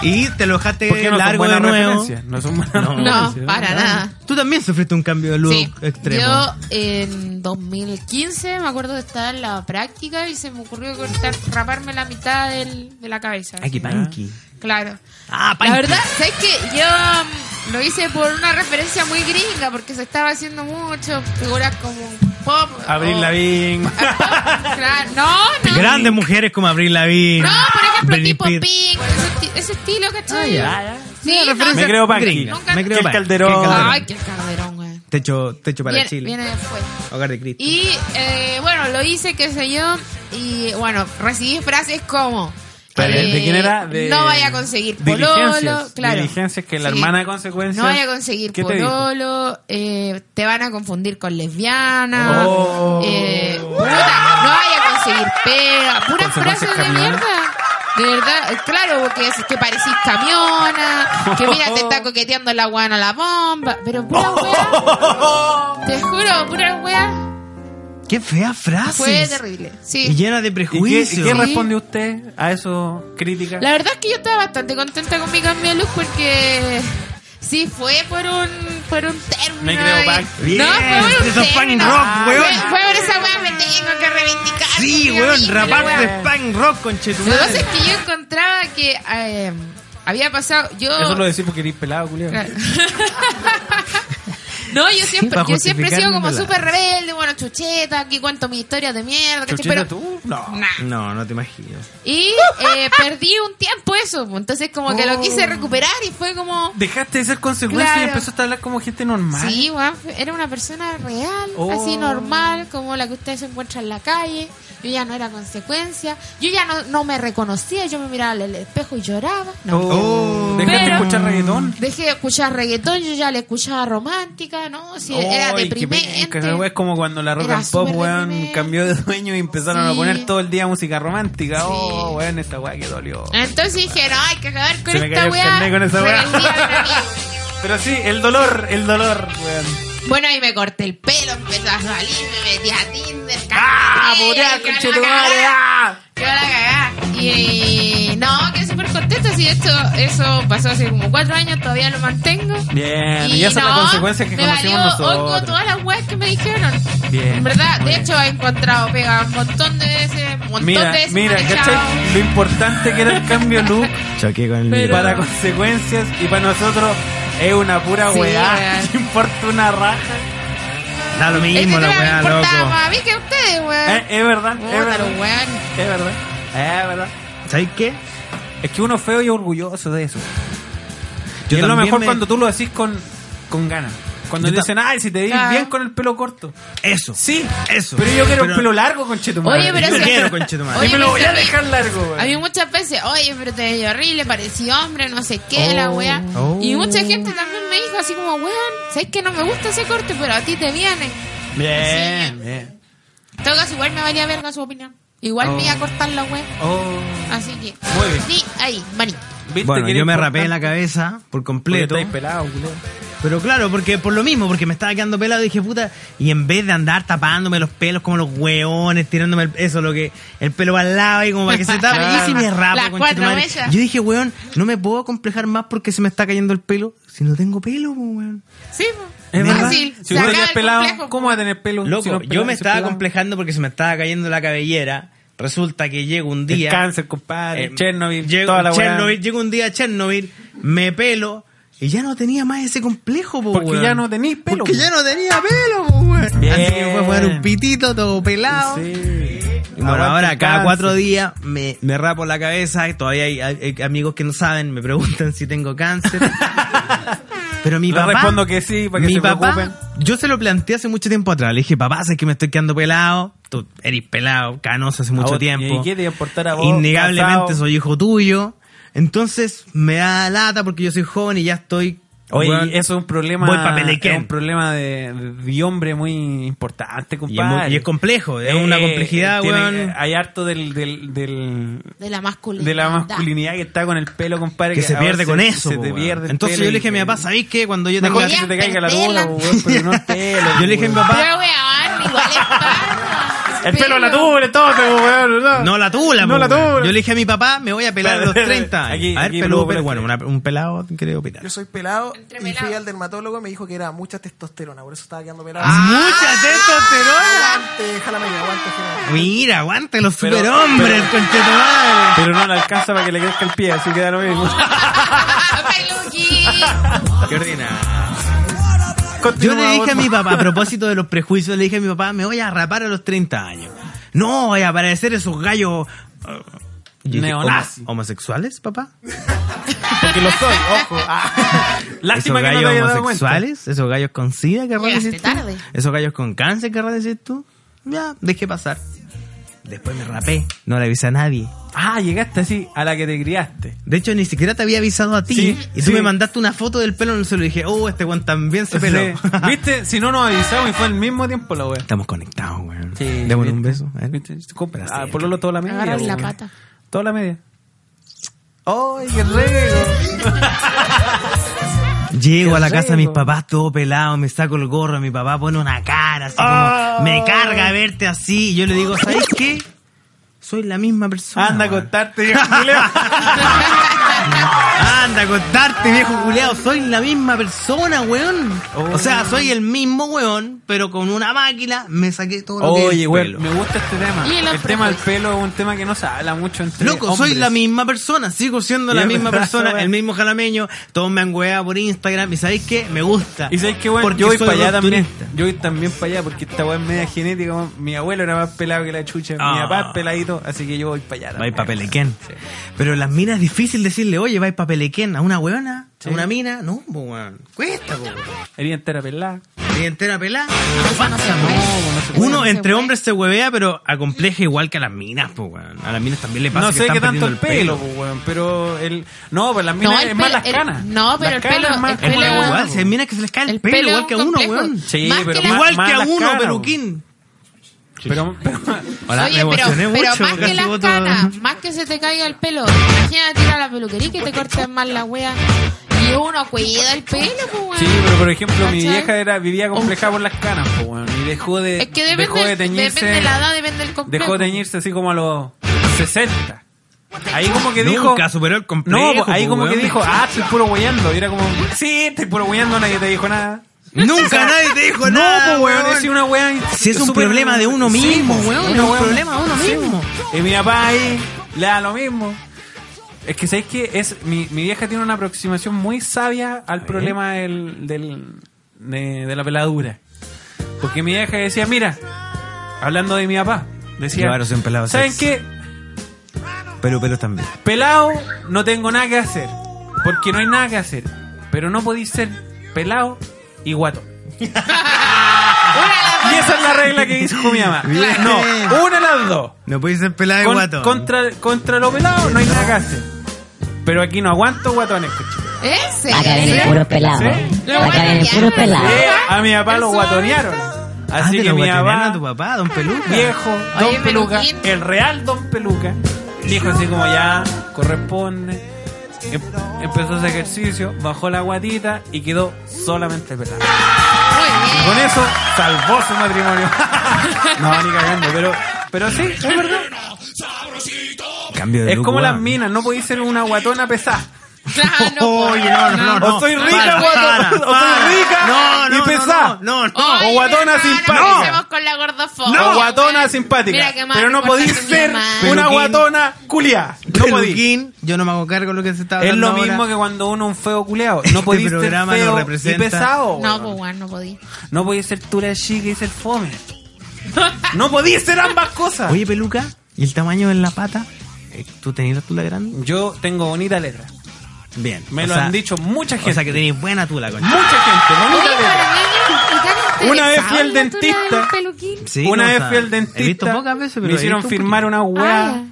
S3: Y te lo dejaste
S4: Porque no son
S3: eh, largo de
S4: buenas
S3: nuevo.
S4: referencias. No son buenas
S3: No.
S5: No,
S4: referencias.
S5: para nada.
S3: Tú también sufriste un cambio de look
S5: Sí.
S3: extremo.
S5: Yo en 2015 me acuerdo de estar en la práctica y se me ocurrió cortar, raparme la mitad del- de la cabeza.
S3: Ay, qué panqui.
S5: Claro.
S3: Ah,
S5: La
S3: panqui.
S5: verdad, ¿sabes que Yo mm, lo hice por una referencia muy gringa porque se estaba haciendo mucho figuras como pop.
S4: Abril
S5: o- Ah,
S4: Lavigne.
S5: Claro. No, no.
S3: Grandes mujeres como Abril Lavigne.
S5: No, por ejemplo,
S3: Britney
S5: tipo
S3: Spears.
S5: Pink, ese, esti- ese estilo, ¿cachai?
S3: Ah,
S5: Sí, no,
S4: Me creo panqui.
S3: Gringa.
S5: Nunca-
S3: Me creo
S4: Que el
S3: panqui.
S4: Calderón.
S3: Que el
S5: Ay, qué calderón, güey.
S3: Techo, techo para
S5: Viene,
S3: Chile.
S5: viene después.
S3: Hogar de Cristo.
S5: Y eh, bueno, lo hice, qué sé yo. Y bueno, recibí frases como.
S4: Pero,
S5: eh,
S4: ¿de quién era? De-
S5: no vaya a conseguir pololo.
S4: Diligencias.
S5: Claro.
S4: Diligencias que la
S5: Sí.
S4: hermana de consecuencias.
S5: No vaya a conseguir
S4: ¿Qué te dijo?
S5: pololo. eh, te van a confundir con lesbiana.
S4: Oh.
S5: eh, puta, no vaya a conseguir pega. Puras
S4: Consecuencias
S5: frases de
S4: camiona.
S5: mierda. De verdad, eh, claro, porque es que parecís camiona, que mira, te está coqueteando la guana a la bomba, pero pura weá. Te juro, pura weá.
S3: Qué fea frase.
S5: Fue terrible.
S3: Y
S5: Sí.
S3: llena de
S4: ¿Y qué,
S3: prejuicios.
S4: y qué responde usted a eso crítica?
S5: La verdad es que yo estaba bastante contenta con mi cambio de look porque sí fue por un por un término.
S4: Me creo
S5: ahí.
S4: punk.
S3: Bien,
S5: No, fue por un
S3: eso es punk
S5: término.
S3: rock,
S5: Ah,
S3: weón.
S5: Fue, fue por esa weá me tengo que reivindicar.
S3: Sí,
S5: porque
S3: weón,
S5: horrible,
S3: raparte
S5: weón.
S3: de punk rock con
S5: Lo que pasa es que yo encontraba que eh, había pasado yo
S4: Eso lo decís porque eres pelado, culiao.
S5: Claro. No, yo siempre,
S8: para
S5: yo siempre he sido como
S8: justificarme,
S5: súper rebelde, bueno, chucheta, aquí cuento mis historias de mierda, ¿cachai?
S8: ¿Chuchita
S5: Pero-
S8: tú? No.
S5: Nah.
S8: No, no te imagino.
S5: Y eh, perdí un tiempo eso, pues, entonces como que lo
S4: Oh.
S5: quise recuperar y fue como...
S4: Dejaste de ser consecuencia y
S5: Claro.
S4: empezaste a hablar como gente normal.
S5: Sí, weón, fue- era una persona real,
S4: Oh.
S5: así normal, como la que ustedes encuentran en la calle. Yo ya no era consecuencia. Yo ya no, no me reconocía, yo me miraba al al espejo y lloraba. No.
S4: Oh. Dejaste
S5: Pero-
S4: de escuchar reggaetón.
S5: Dejé de escuchar reggaetón, yo ya le escuchaba romántica, ¿no? Sí, era
S4: Ay, qué
S5: deprimente.
S4: penca, ¿no? Es como cuando la rock
S5: Era
S4: and pop,
S5: súper
S4: weón,
S5: deprimente.
S4: cambió de dueño y empezaron a
S5: Sí.
S4: poner todo el día música romántica.
S5: Sí.
S4: Oh, weón, esta weá que dolió.
S5: Entonces dije, no, hay que acabar con
S4: Se me
S5: esta
S4: cayó el
S5: weá.
S4: carnet con esa weá.
S5: Rebeldía juvenil.
S4: Pero sí, el dolor, el dolor, weón.
S5: Bueno, ahí me corté el pelo, empezó a salir, me metí a Tinder.
S4: ¡Ah,
S5: cagé,
S4: putear,
S5: quedó la
S4: conchetumare!
S5: cagá,
S4: ¡Ah!
S5: quedó la cagá. Y no, que súper contento. Si esto, eso pasó hace como cuatro años, todavía lo mantengo.
S4: Bien, y esa es la consecuencia que
S5: me
S4: conocimos
S5: valió hongo
S4: nosotros.
S5: todas las weas que me dijeron.
S4: Bien,
S5: En verdad,
S4: muy
S5: de
S4: bien.
S5: hecho, he encontrado pega un montón de veces, un montón
S4: Mira,
S5: de veces.
S4: mira,
S5: manejado.
S4: ¿cachai? Lo importante que era el cambio look
S8: Choqué con el
S5: Pero-
S4: para consecuencias y para nosotros es una pura
S5: Sí,
S4: weá.
S5: weón.
S4: ¿Qué importa una raja?
S3: Da lo
S5: Este
S3: mismo la
S5: tema me
S3: weá,
S5: importaba
S3: loco.
S5: más a mí que a ustedes, weón.
S4: Eh, es verdad, es
S5: Puta,
S4: verdad,
S5: los weón.
S4: es verdad, es verdad.
S3: ¿Sabes qué?
S4: Es que uno es feo y orgulloso de eso. Y es lo
S3: también
S4: mejor
S3: me-
S4: cuando tú lo haces con, con ganas. Cuando
S3: Yo
S4: te
S3: ta-
S4: dicen, ay, si te ves
S5: Claro.
S4: bien con el pelo corto.
S3: Eso.
S4: Sí,
S3: Eso.
S4: Pero yo quiero
S3: Pero-
S4: un pelo largo, conchetumadre.
S5: Oye, pero
S3: Yo
S5: si-
S3: quiero, conchetumare.
S5: Oye,
S4: Y me lo
S5: pero
S4: voy
S5: si
S4: a
S5: a mí-
S4: dejar largo, weón.
S5: A mí muchas veces, oye, pero te veía horrible, parecía hombre, no sé qué, la weá.
S3: Oh.
S5: Y mucha gente también me dijo así como, weón, sabes que no me gusta ese corte, pero a ti te viene.
S4: Bien,
S5: Sí.
S4: bien.
S5: En todo caso, igual me valía verga su opinión. Igual me iba a cortar la weá.
S4: Oh.
S5: Así que.
S4: Muy bien.
S5: Sí, ahí, maní.
S4: ¿Viste
S3: Bueno,
S4: que
S3: yo
S4: era
S3: me
S4: importante?
S3: rapé la cabeza por
S4: Porque
S3: completo.
S4: estáis pelado, culo.
S3: Pero claro, porque por lo mismo, porque me estaba quedando pelado, dije, puta, y en vez de andar tapándome los pelos como los hueones, tirándome el- eso, lo que el pelo para al lado y como para que se tape, y si me rapo, conchetumare.
S5: Las cuatro huellas.
S3: Yo dije, weón, no me puedo complejar más porque se me está cayendo el pelo si no tengo pelo, po, weón.
S5: Sí,
S4: Es
S5: po.
S4: verdad.
S5: fácil.
S4: Si
S5: se
S4: uno
S5: acaba
S4: tenés
S5: el
S4: pelado,
S5: complejo.
S4: ¿cómo va a tener pelo?
S3: Loco,
S4: Si uno es
S3: yo
S4: pelado,
S3: me
S4: si es
S3: estaba
S4: pelado.
S3: complejando porque se me estaba cayendo la cabellera. Resulta que llego un
S4: El
S3: día.
S4: cáncer, compadre.
S3: Eh,
S4: Chernobyl,
S3: llego,
S4: toda la weá.
S3: Chernobyl, llego un día a Chernobyl, me pelo y ya no tenía más ese complejo, po,
S4: Porque
S3: weón.
S4: ya no tenéis pelo.
S3: Porque
S4: weón.
S3: ya no tenía pelo, po, weón.
S4: Bien.
S3: Así que me fue a jugar un pitito todo pelado.
S4: Sí.
S3: Y Bueno, ahora
S4: Aguante,
S3: cada
S4: cáncer.
S3: cuatro días me, me rapo la cabeza y todavía hay, hay- hay amigos que no saben, me preguntan si tengo cáncer. Pero mi
S4: Le
S3: papá...
S4: respondo que sí, para que
S3: mi
S4: se
S3: papá,
S4: preocupen.
S3: Yo se lo planteé hace mucho tiempo atrás. Le dije, papá, sé que me estoy quedando pelado. Tú eres pelado, canoso hace mucho
S4: vos-
S3: tiempo.
S4: ¿y qué te iba a importar a vos,
S3: Innegablemente
S4: casado?
S3: soy hijo tuyo. Entonces me da lata porque yo soy joven y ya estoy...
S4: Oye,
S3: weón,
S4: y eso es un problema.
S3: voy pa' Pelequén.
S4: es un problema de, de hombre muy
S3: y
S4: importante,
S3: es, muy-
S4: compadre.
S3: y es complejo, es una
S4: Eh,
S3: complejidad,
S4: tiene-
S3: weón.
S4: Hay harto del, del, del-
S5: De la masculinidad.
S4: de la masculinidad que está con el pelo, compadre.
S3: que se
S4: ahora
S3: pierde con
S4: se-
S3: eso.
S4: Se
S3: po,
S4: te
S3: weón.
S4: pierde el
S3: Entonces
S4: pelo
S3: yo le
S4: y
S3: dije a mi
S4: te-
S3: papá, ¿sabéis qué? Cuando yo tenga...
S4: Mejor que se te caiga la
S5: Podían
S4: luna, weón, pero no el pelo.
S3: Yo le dije a mi
S4: weón.
S3: papá...
S5: Pero weón, igual es paja.
S4: El pelo la tuve, entonces, weón. No,
S3: No la tula,
S4: No
S3: po,
S4: la
S3: weón.
S4: tula.
S3: Yo le dije a mi papá, me voy a pelar a los 30. años.
S4: Aquí-
S3: a ver,
S4: aquí
S3: peludo,
S4: Blue,
S3: pero
S4: Blue.
S3: bueno, una- un pelado creo opinar.
S7: Yo soy pelado
S5: Entre
S7: y fui
S5: pelado.
S7: al dermatólogo me dijo que era mucha testosterona, por eso estaba quedando pelado.
S4: Ah.
S3: ¡Mucha testosterona!
S7: Aguante, jálame, aguante, jálame.
S3: Mira, aguante los
S4: Pero-
S3: superhombres,
S4: pero-
S3: conchetumadre.
S4: Pero no le alcanza para que le crezca el pie, así que da lo mismo.
S5: ah,
S3: Qué Yo le dije a mi papá, a propósito de los prejuicios, le dije a mi papá, me voy a rapar a los 30 años. No, voy a parecer esos gallos... eh, yo dije,
S4: Neonazis.
S3: "¿homo- ¿Homosexuales, papá?
S4: Porque lo soy, ojo. Ah. Lástima
S3: ¿Esos
S4: que no
S3: gallos
S4: te haya dado cuenta.
S3: homosexuales? ¿Esos gallos con sida, querrás
S5: Llegaste
S3: decir tú?
S5: tarde.
S3: ¿Esos gallos con cáncer, querrás decir tú? Ya, dejé pasar. Después me rapé, no le avisé a nadie.
S4: Ah, llegaste así, a la que te criaste.
S3: De hecho, ni siquiera te había avisado a ti.
S4: Sí,
S3: y tú
S4: sí.
S3: me mandaste una foto del pelo en el celular y dije, oh, este guan también se peló.
S4: Sí. ¿Viste? Si no nos avisamos y fue al mismo tiempo la wea.
S3: Estamos conectados, weón.
S4: Sí,
S3: Démosle un beso. ¿eh? a ver.
S4: ¿Viste? Compra.
S3: Para
S4: Ah,
S3: hacer.
S4: pololo toda la media.
S5: Agarra la
S4: weón.
S5: pata.
S4: Toda la media. ¡Ay, qué rego!
S3: Llego a la
S4: Qué
S3: casa de mis
S4: rico.
S3: papás todo pelado, me saco el gorro, mi papá pone una cara así
S4: Ah.
S3: como, me carga verte así. Y yo le digo, ¿sabes qué? Soy la misma persona.
S4: Anda a
S3: weón".
S4: contarte, viejo culiao.
S3: Anda a contarte, viejo culeado. Soy la misma persona, weón. O sea,
S4: Oh.
S3: soy el mismo weón, pero con una máquina me saqué todo lo que es
S4: Oye, güey,
S3: pelo.
S4: me gusta este tema.
S5: Y los
S4: El tema del
S5: prejuicios.
S4: pelo es un tema que no se habla mucho entre
S3: Loco, soy
S4: hombres.
S3: la misma persona, sigo siendo la
S4: Ya,
S3: misma
S4: verdad,
S3: persona,
S4: weón.
S3: el mismo jalameño, todos me han weado por Instagram y ¿sabéis qué? Me gusta.
S4: Y sabes que, bueno,
S3: Porque
S4: yo voy
S3: soy
S4: para allá también.
S3: rupturista.
S4: Yo voy también para allá porque esta weá es media genética. weón. Mi abuelo era más pelado que la chucha. Mi
S3: Ah.
S4: papá es peladito, así que yo voy para allá.
S3: Vais
S4: también.
S3: pa' Pelequén. Pero las minas es difícil decirle, oye, vais pa' Pelequén a una weona, a una mina. No, po, weón. Cuesta, po, weón.
S4: Herida entera pelada.
S3: Vida entera pelada.
S5: Eso no se puede.
S3: Uno
S5: No se
S3: entre
S5: puede.
S3: hombres se huevea, pero acompleja igual que a las minas, po, weón. A las minas también le pasa
S4: No
S3: que
S4: sé
S3: están
S4: qué tanto el
S3: perdiendo
S4: pelo, pues, weón, pero el. No, pues las minas
S5: el
S4: es más las
S5: pelo- el-
S4: canas.
S5: no, pero
S4: Las
S5: el
S4: canas pues,
S5: pelo-
S4: es más-
S5: el
S3: Es
S4: como
S3: muy
S5: pelo-
S4: la weá,
S3: igual, si hay minas que se les cae el,
S5: El
S3: pelo,
S5: pelo
S3: igual que a
S5: es un
S3: uno,
S5: complejo.
S3: weón.
S4: Sí,
S5: Más
S4: pero
S5: que la-
S3: Igual
S4: más
S3: que a
S4: las
S3: uno,
S4: canas,
S3: pero
S4: weón.
S3: ¿quién?
S4: Pero, pero-
S5: Oye,
S3: me
S5: pero,
S3: emocioné
S5: pero
S3: mucho,
S5: más que
S3: casi
S5: las
S3: voto-
S5: canas, más que se te caiga el pelo, imagínate ir a la peluquería y que te corten mal la wea. Y uno cuida el pelo, pues, weón.
S4: sí, pero por ejemplo, mi
S5: ¿Cachai? Oh.
S4: vieja era vivía complejada por las canas, pues, weón, y dejó de.
S5: Es que depende,
S4: dejó de teñirse.
S5: depende de la edad, depende del complejo.
S4: dejó de teñirse así como a los 60. Ahí como que dijo.
S3: Nunca superó el complejo.
S4: No, pues, ahí
S3: po,
S4: como que
S3: weón.
S4: dijo, ah, estoy puro hueando. Y era como, sí, estoy puro hueando, nadie te dijo nada.
S3: Nunca nadie te dijo
S4: No,
S3: nada.
S4: pues, weón, es una wea.
S3: Si es un
S4: súper-
S3: problema de uno mismo,
S4: pues,
S3: weón,
S4: una
S3: es un
S4: wea-
S3: problema de uno
S4: sí,
S3: mismo.
S4: pues. Y mi papá ahí le da lo mismo. Es que, ¿sabéis qué? Es, mi, mi vieja tiene una aproximación muy sabia
S3: ¿Eh?
S4: al problema del, del- de, de la peladura. Porque mi vieja decía, mira, hablando de mi papá, decía,
S3: Claro, soy un pelado
S4: ¿saben
S3: sexy".
S4: qué?
S3: Pero pelo también.
S4: Pelado no tengo nada que hacer. Porque no hay nada que hacer. Pero no podéis ser pelado y guato. y esa es la regla que dijo mi mamá.
S3: Bien.
S4: No, una de las dos.
S3: No podéis ser pelado de
S4: Con-
S3: guato.
S4: contra, contra lo pelado no hay nada que hacer. Pero aquí no aguanto guatones, coche.
S5: Ese.
S1: Acá viene puro pelado.
S4: Sí.
S1: Acá viene puro pelado.
S4: Eh, A mi papá lo
S5: Eso
S4: guatonearon.
S3: Ah,
S4: Así
S3: te
S4: que
S3: lo
S4: mi
S3: guatonearon
S4: papá
S3: a tu papá, don Peluca.
S4: viejo, Don
S5: Oye,
S4: Peluca,
S5: Peluquín.
S4: el real Don Peluca, dijo así como ya corresponde, em- empezó su ejercicio, bajó la guatita y quedó solamente pelado.
S5: Muy
S4: Y
S5: bien.
S4: con eso salvó su matrimonio. no, ni cagando, pero, pero sí, es verdad.
S3: Cambio de
S4: Es
S3: look,
S4: como
S3: weón.
S4: las minas, no podéis ser una guatona pesada.
S5: Claro,
S3: Oye,
S5: pues,
S3: no, no, no.
S4: O soy rica,
S3: Para,
S4: guatona,
S3: para,
S4: o soy
S3: para.
S4: rica
S3: No, no,
S4: y
S3: no,
S4: pesada.
S3: No, no.
S5: Oye,
S4: o guatona
S5: hermano,
S4: simpática.
S5: no empecemos con la gordofobia,
S4: o guatona
S5: weón.
S4: simpática.
S5: Mira que más
S4: Pero no podéis
S5: importante mi
S4: ser
S5: hermano.
S4: una
S3: Peluquín.
S4: guatona culiada. No podéis.
S3: Peluquín, yo no me hago cargo de lo que se está
S4: Es
S3: hablando
S4: lo mismo
S3: ahora.
S4: que cuando uno es un feo culeado.
S3: Este
S4: No podéis ser
S3: programa nos
S4: feo y
S3: representa.
S4: pesado.
S5: No,
S4: weón.
S5: pues, weón, no podía.
S4: No podéis ser tula chica y ser fome. No podéis ser ambas cosas.
S3: Oye, Peluca, ¿y el tamaño en la pata? Eh, ¿Tú tenías la tula grande?
S4: Yo tengo bonita letra.
S3: Bien.
S4: Me
S3: o
S4: lo
S3: sea-
S4: han dicho mucha gente.
S3: O sea, que tenéis buena tula, concha.
S4: Mucha gente, bonita
S5: Oye,
S4: letra.
S5: pero niño, ¿y tan
S4: Una vez fui al
S5: interesado en la tula
S4: dentista.
S5: del peluquín?
S3: Sí,
S4: una
S3: no,
S4: vez
S3: o sea,
S4: fui al
S3: He visto
S4: dentista,
S3: pocas veces, pero
S4: me
S3: he
S4: hicieron
S3: visto un
S4: firmar una weá
S5: Ah,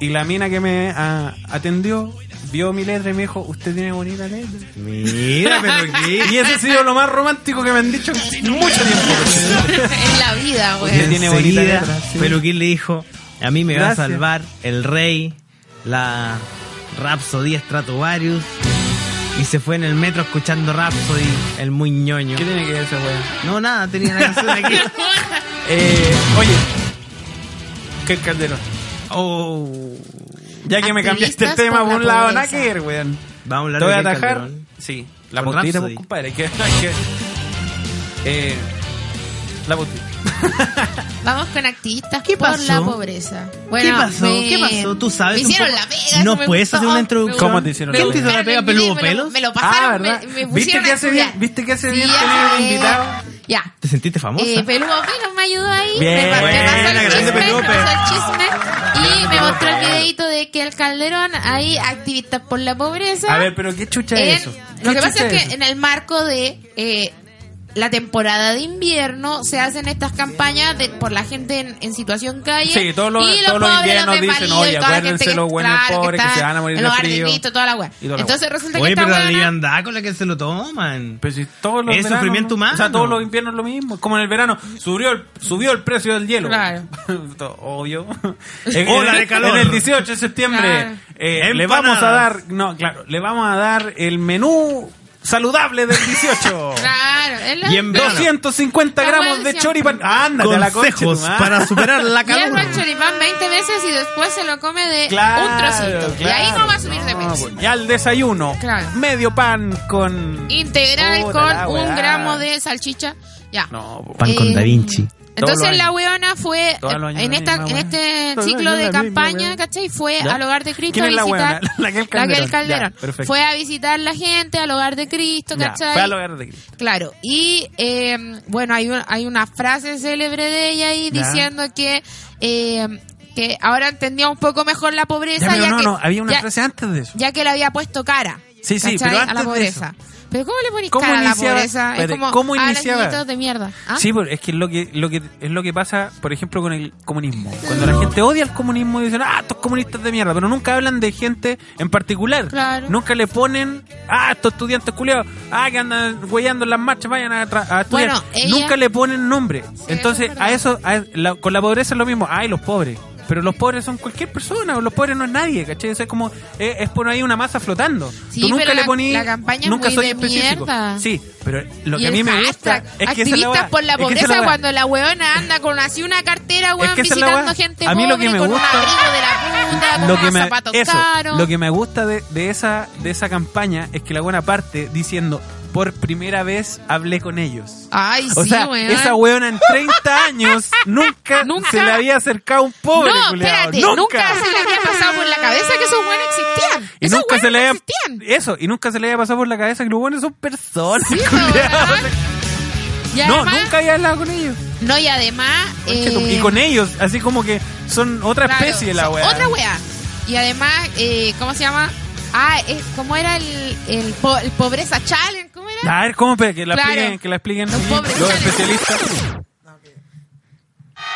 S4: y la mina que me ah, atendió vio mi letra y me dijo, usted tiene bonita letra.
S3: poquito. Mira, Peluquín.
S4: Y ese ha sido lo más romántico que me han dicho en mucho tiempo.
S5: en la vida,
S3: Y
S5: weón.
S4: Usted tiene bonita
S3: enseguida,
S4: letra, sí.
S3: Peluquín le dijo, a mí me va
S4: Gracias.
S3: a salvar el rey, la Rhapsody Stratovarius. Y se fue en el metro escuchando Rhapsody, el muy ñoño.
S4: ¿Qué tiene que ver esa weá?
S3: No, nada, tenía la canción aquí.
S4: Eh, oye, ¿qué calderón?
S3: Oh,
S4: Ya que me cambiaste el
S5: Activistas
S4: tema
S5: por
S4: por un
S5: la
S4: lado,
S5: pobreza.
S4: Nacker, weón.
S3: vamos a hablar
S4: Te voy
S3: de
S4: a
S3: Ariel
S4: atajar.
S3: Calderón.
S4: Sí, la
S3: Con
S4: botita,
S3: Rhapsody.
S4: pues, compadre. Que, que, eh, la botita.
S5: Vamos con activistas
S3: ¿Qué
S5: por
S3: pasó?
S5: la pobreza. Bueno,
S3: ¿Qué pasó?
S5: me-
S3: ¿Qué pasó? ¿Tú sabes
S5: Me
S3: un
S5: hicieron
S3: poco?
S5: la pega.
S3: ¿No
S5: eso me
S3: puedes
S5: gustó,
S3: hacer una
S5: me
S3: introducción?
S5: gustó.
S4: ¿Cómo te hicieron la
S5: Me
S4: pega? Ah,
S3: ¿Quién te hizo la pega,
S5: buscaron
S3: peludo
S5: el video, me lo-
S3: pelos?
S5: Me lo pasaron, me,
S4: ¿verdad?
S5: me
S4: ¿Viste
S5: pusieron
S4: que
S5: a
S4: hace bien-
S5: estudiar.
S4: viste que hace bien
S5: ya
S4: tener
S5: sé.
S4: invitado?
S5: Ya.
S3: ¿Te sentiste famosa?
S5: Eh, Peludo Pino me ayudó ahí.
S4: Bien,
S5: me, pa- me pasó
S4: buena,
S5: el
S4: grande
S5: chisme,
S4: Peludo
S5: me
S4: Pe.
S5: pasó el chisme. Y me mostró el videito de que el Calderón, ahí, activistas por la pobreza.
S4: A ver, pero qué chucha
S5: En-
S4: es eso.
S5: Lo
S4: ¿Qué
S5: que
S4: chucha
S5: pasa es que
S4: eso?
S5: en el marco de eh, la temporada de invierno se hacen estas campañas de- por la gente en, en situación calle.
S4: Sí, todos los-
S5: y
S4: todos los inviernos
S5: desvalidos
S4: dicen, "Oye,
S5: y toda la gente
S4: acuérdense
S5: que-
S4: los buenos
S5: claro,
S4: pobres que
S5: está
S4: se van a morir
S5: en
S4: de
S5: los
S4: frío".
S5: jardinitos, toda la wea.
S4: Y toda la
S5: Entonces resulta
S3: Oye,
S5: que
S3: pero
S5: esta
S3: la
S5: weona-
S3: liviandad con la que se lo toman.
S4: Pero si todos los
S3: Es
S4: veranos,
S3: sufrimiento
S4: ¿no?
S3: humano.
S4: O sea, todos los inviernos es lo mismo. Como en el verano subió el, subió el precio del hielo.
S5: Claro.
S4: Todo Obvio.
S3: Ola de calor.
S4: En el 18 de septiembre
S5: Claro.
S4: eh, le
S3: Empanadas.
S4: vamos a dar, no, claro, le vamos a dar el menú saludable del 18.
S5: Claro, es la-
S4: y en
S5: Claro.
S4: 250
S5: La
S4: gramos
S5: hueá
S4: de
S5: decía-
S4: choripan. Ándate a la concha,
S8: Consejos
S4: tu madre.
S8: para superar la
S5: Hierva el
S8: calor.
S5: choripán 20 veces y después se lo come de
S4: Claro,
S5: un trocito. Y
S4: claro.
S5: ahí
S4: pues.
S5: no va a subir de peso.
S4: Y al desayuno,
S5: Claro.
S4: medio pan con.
S5: Integral
S4: Puta
S5: con
S4: la
S5: un
S4: weá.
S5: gramo de salchicha. Ya.
S4: No, po.
S8: Pan con
S5: Eh,
S8: Da Vinci.
S4: Todos
S5: Entonces
S4: los
S5: la
S4: años.
S5: weona fue eh,
S4: Todos los años
S5: en
S4: la
S5: esta
S4: misma
S5: en
S4: weá.
S5: este
S4: Todos los
S5: ciclo
S4: años
S5: de
S4: la misma
S5: campaña,
S4: weá.
S5: ¿cachai? Fue
S4: ¿Ya?
S5: al hogar de Cristo
S4: ¿Quién
S5: a
S4: es la
S5: visitar
S4: weona? La que el Calderón.
S5: Calderón.
S4: Ya, perfecto.
S5: fue a visitar la gente al hogar de Cristo,
S4: Ya,
S5: ¿cachai?
S4: fue al hogar de Cristo.
S5: Claro, y eh, bueno, hay, un- hay una frase célebre de ella ahí
S4: Ya.
S5: diciendo que, eh, que ahora entendía un poco mejor la pobreza.
S4: Ya, pero
S5: ya
S4: no,
S5: que,
S4: no, había una
S5: ya-
S4: frase antes de eso.
S5: Ya que le había puesto cara.
S4: Sí, sí,
S5: ¿cachai?
S4: pero antes
S5: a la
S4: de
S5: pobreza. Pero ¿cómo le pones
S4: ¿Cómo
S5: cara a la
S4: iniciaba-
S5: pobreza?
S4: espérate,
S5: es como,
S4: ¿cómo
S5: "Ah, los
S4: iniciaba?"
S5: niñitos de mierda. ¿Ah?
S4: Sí, pero es que es lo que, lo que es lo que pasa, por ejemplo, con el comunismo. Cuando la gente odia al comunismo dicen, ah, estos comunistas de mierda, pero nunca hablan de gente en particular.
S5: Claro.
S4: Nunca le ponen, ah, estos estudiantes culiados, ah, que andan huellando en las marchas, vayan a, tra- a estudiar.
S5: Bueno, ella-
S4: Nunca le ponen nombre. Entonces,
S5: eso es
S4: a eso, a- la- con la pobreza es lo mismo, ay, los pobres. Pero los pobres son cualquier persona, o los pobres no es nadie, ¿cachai? O sea, es como, eh, es por ahí una masa flotando.
S5: Sí,
S4: Tú nunca
S5: pero
S4: le
S5: la-
S4: poní,
S5: la campaña es
S4: nunca
S5: muy
S4: soy
S5: de
S4: específico.
S5: mierda.
S4: Sí, pero lo
S5: Y
S4: que a
S5: el
S4: mí me gusta es
S5: hashtag,
S4: que esa es la
S5: activistas
S4: weá,
S5: por la
S4: es que esa es
S5: pobreza
S4: la weá.
S5: cuando la weona anda con así una cartera, weón,
S4: Es que esa es la
S5: visitando
S4: weá.
S5: gente
S4: A mí
S5: pobre,
S4: lo que me
S5: con
S4: gusta-
S5: un abrigo de la puta, con
S4: lo que
S5: unos
S4: me,
S5: zapatos
S4: eso,
S5: caros.
S4: lo que me gusta de, de esa de esa campaña es que la buena parte diciendo por primera vez hablé con ellos.
S5: Ay,
S4: O
S5: Ah, sí,
S4: sea,
S5: weón.
S4: esa weona en 30 años nunca,
S5: Nunca-
S4: se le había acercado un pobre.
S5: no,
S4: culiao.
S5: espérate, nunca. se le había pasado por la cabeza que esos buenos existían.
S4: Y
S5: esos
S4: nunca se
S5: weones
S4: le
S5: no
S4: había
S5: existían.
S4: eso, y nunca se le había pasado por la cabeza que los buenos son personas.
S5: Sí,
S4: culiao.
S5: weón. Y
S4: no,
S5: además-
S4: nunca había hablado con ellos.
S5: No, y además. eh,
S4: y con ellos, así como que son otra
S5: claro,
S4: especie la
S5: son
S4: weá.
S5: Otra weá. Y además, eh, ¿cómo se llama? Ah, es, ¿cómo era el, el, po- el pobreza challenge? ¿Cómo era?
S4: A ver, ¿cómo? Pero Que la
S5: Claro.
S4: expliquen, que la expliquen
S5: Los pobres
S4: los
S5: chales.
S4: especialistas.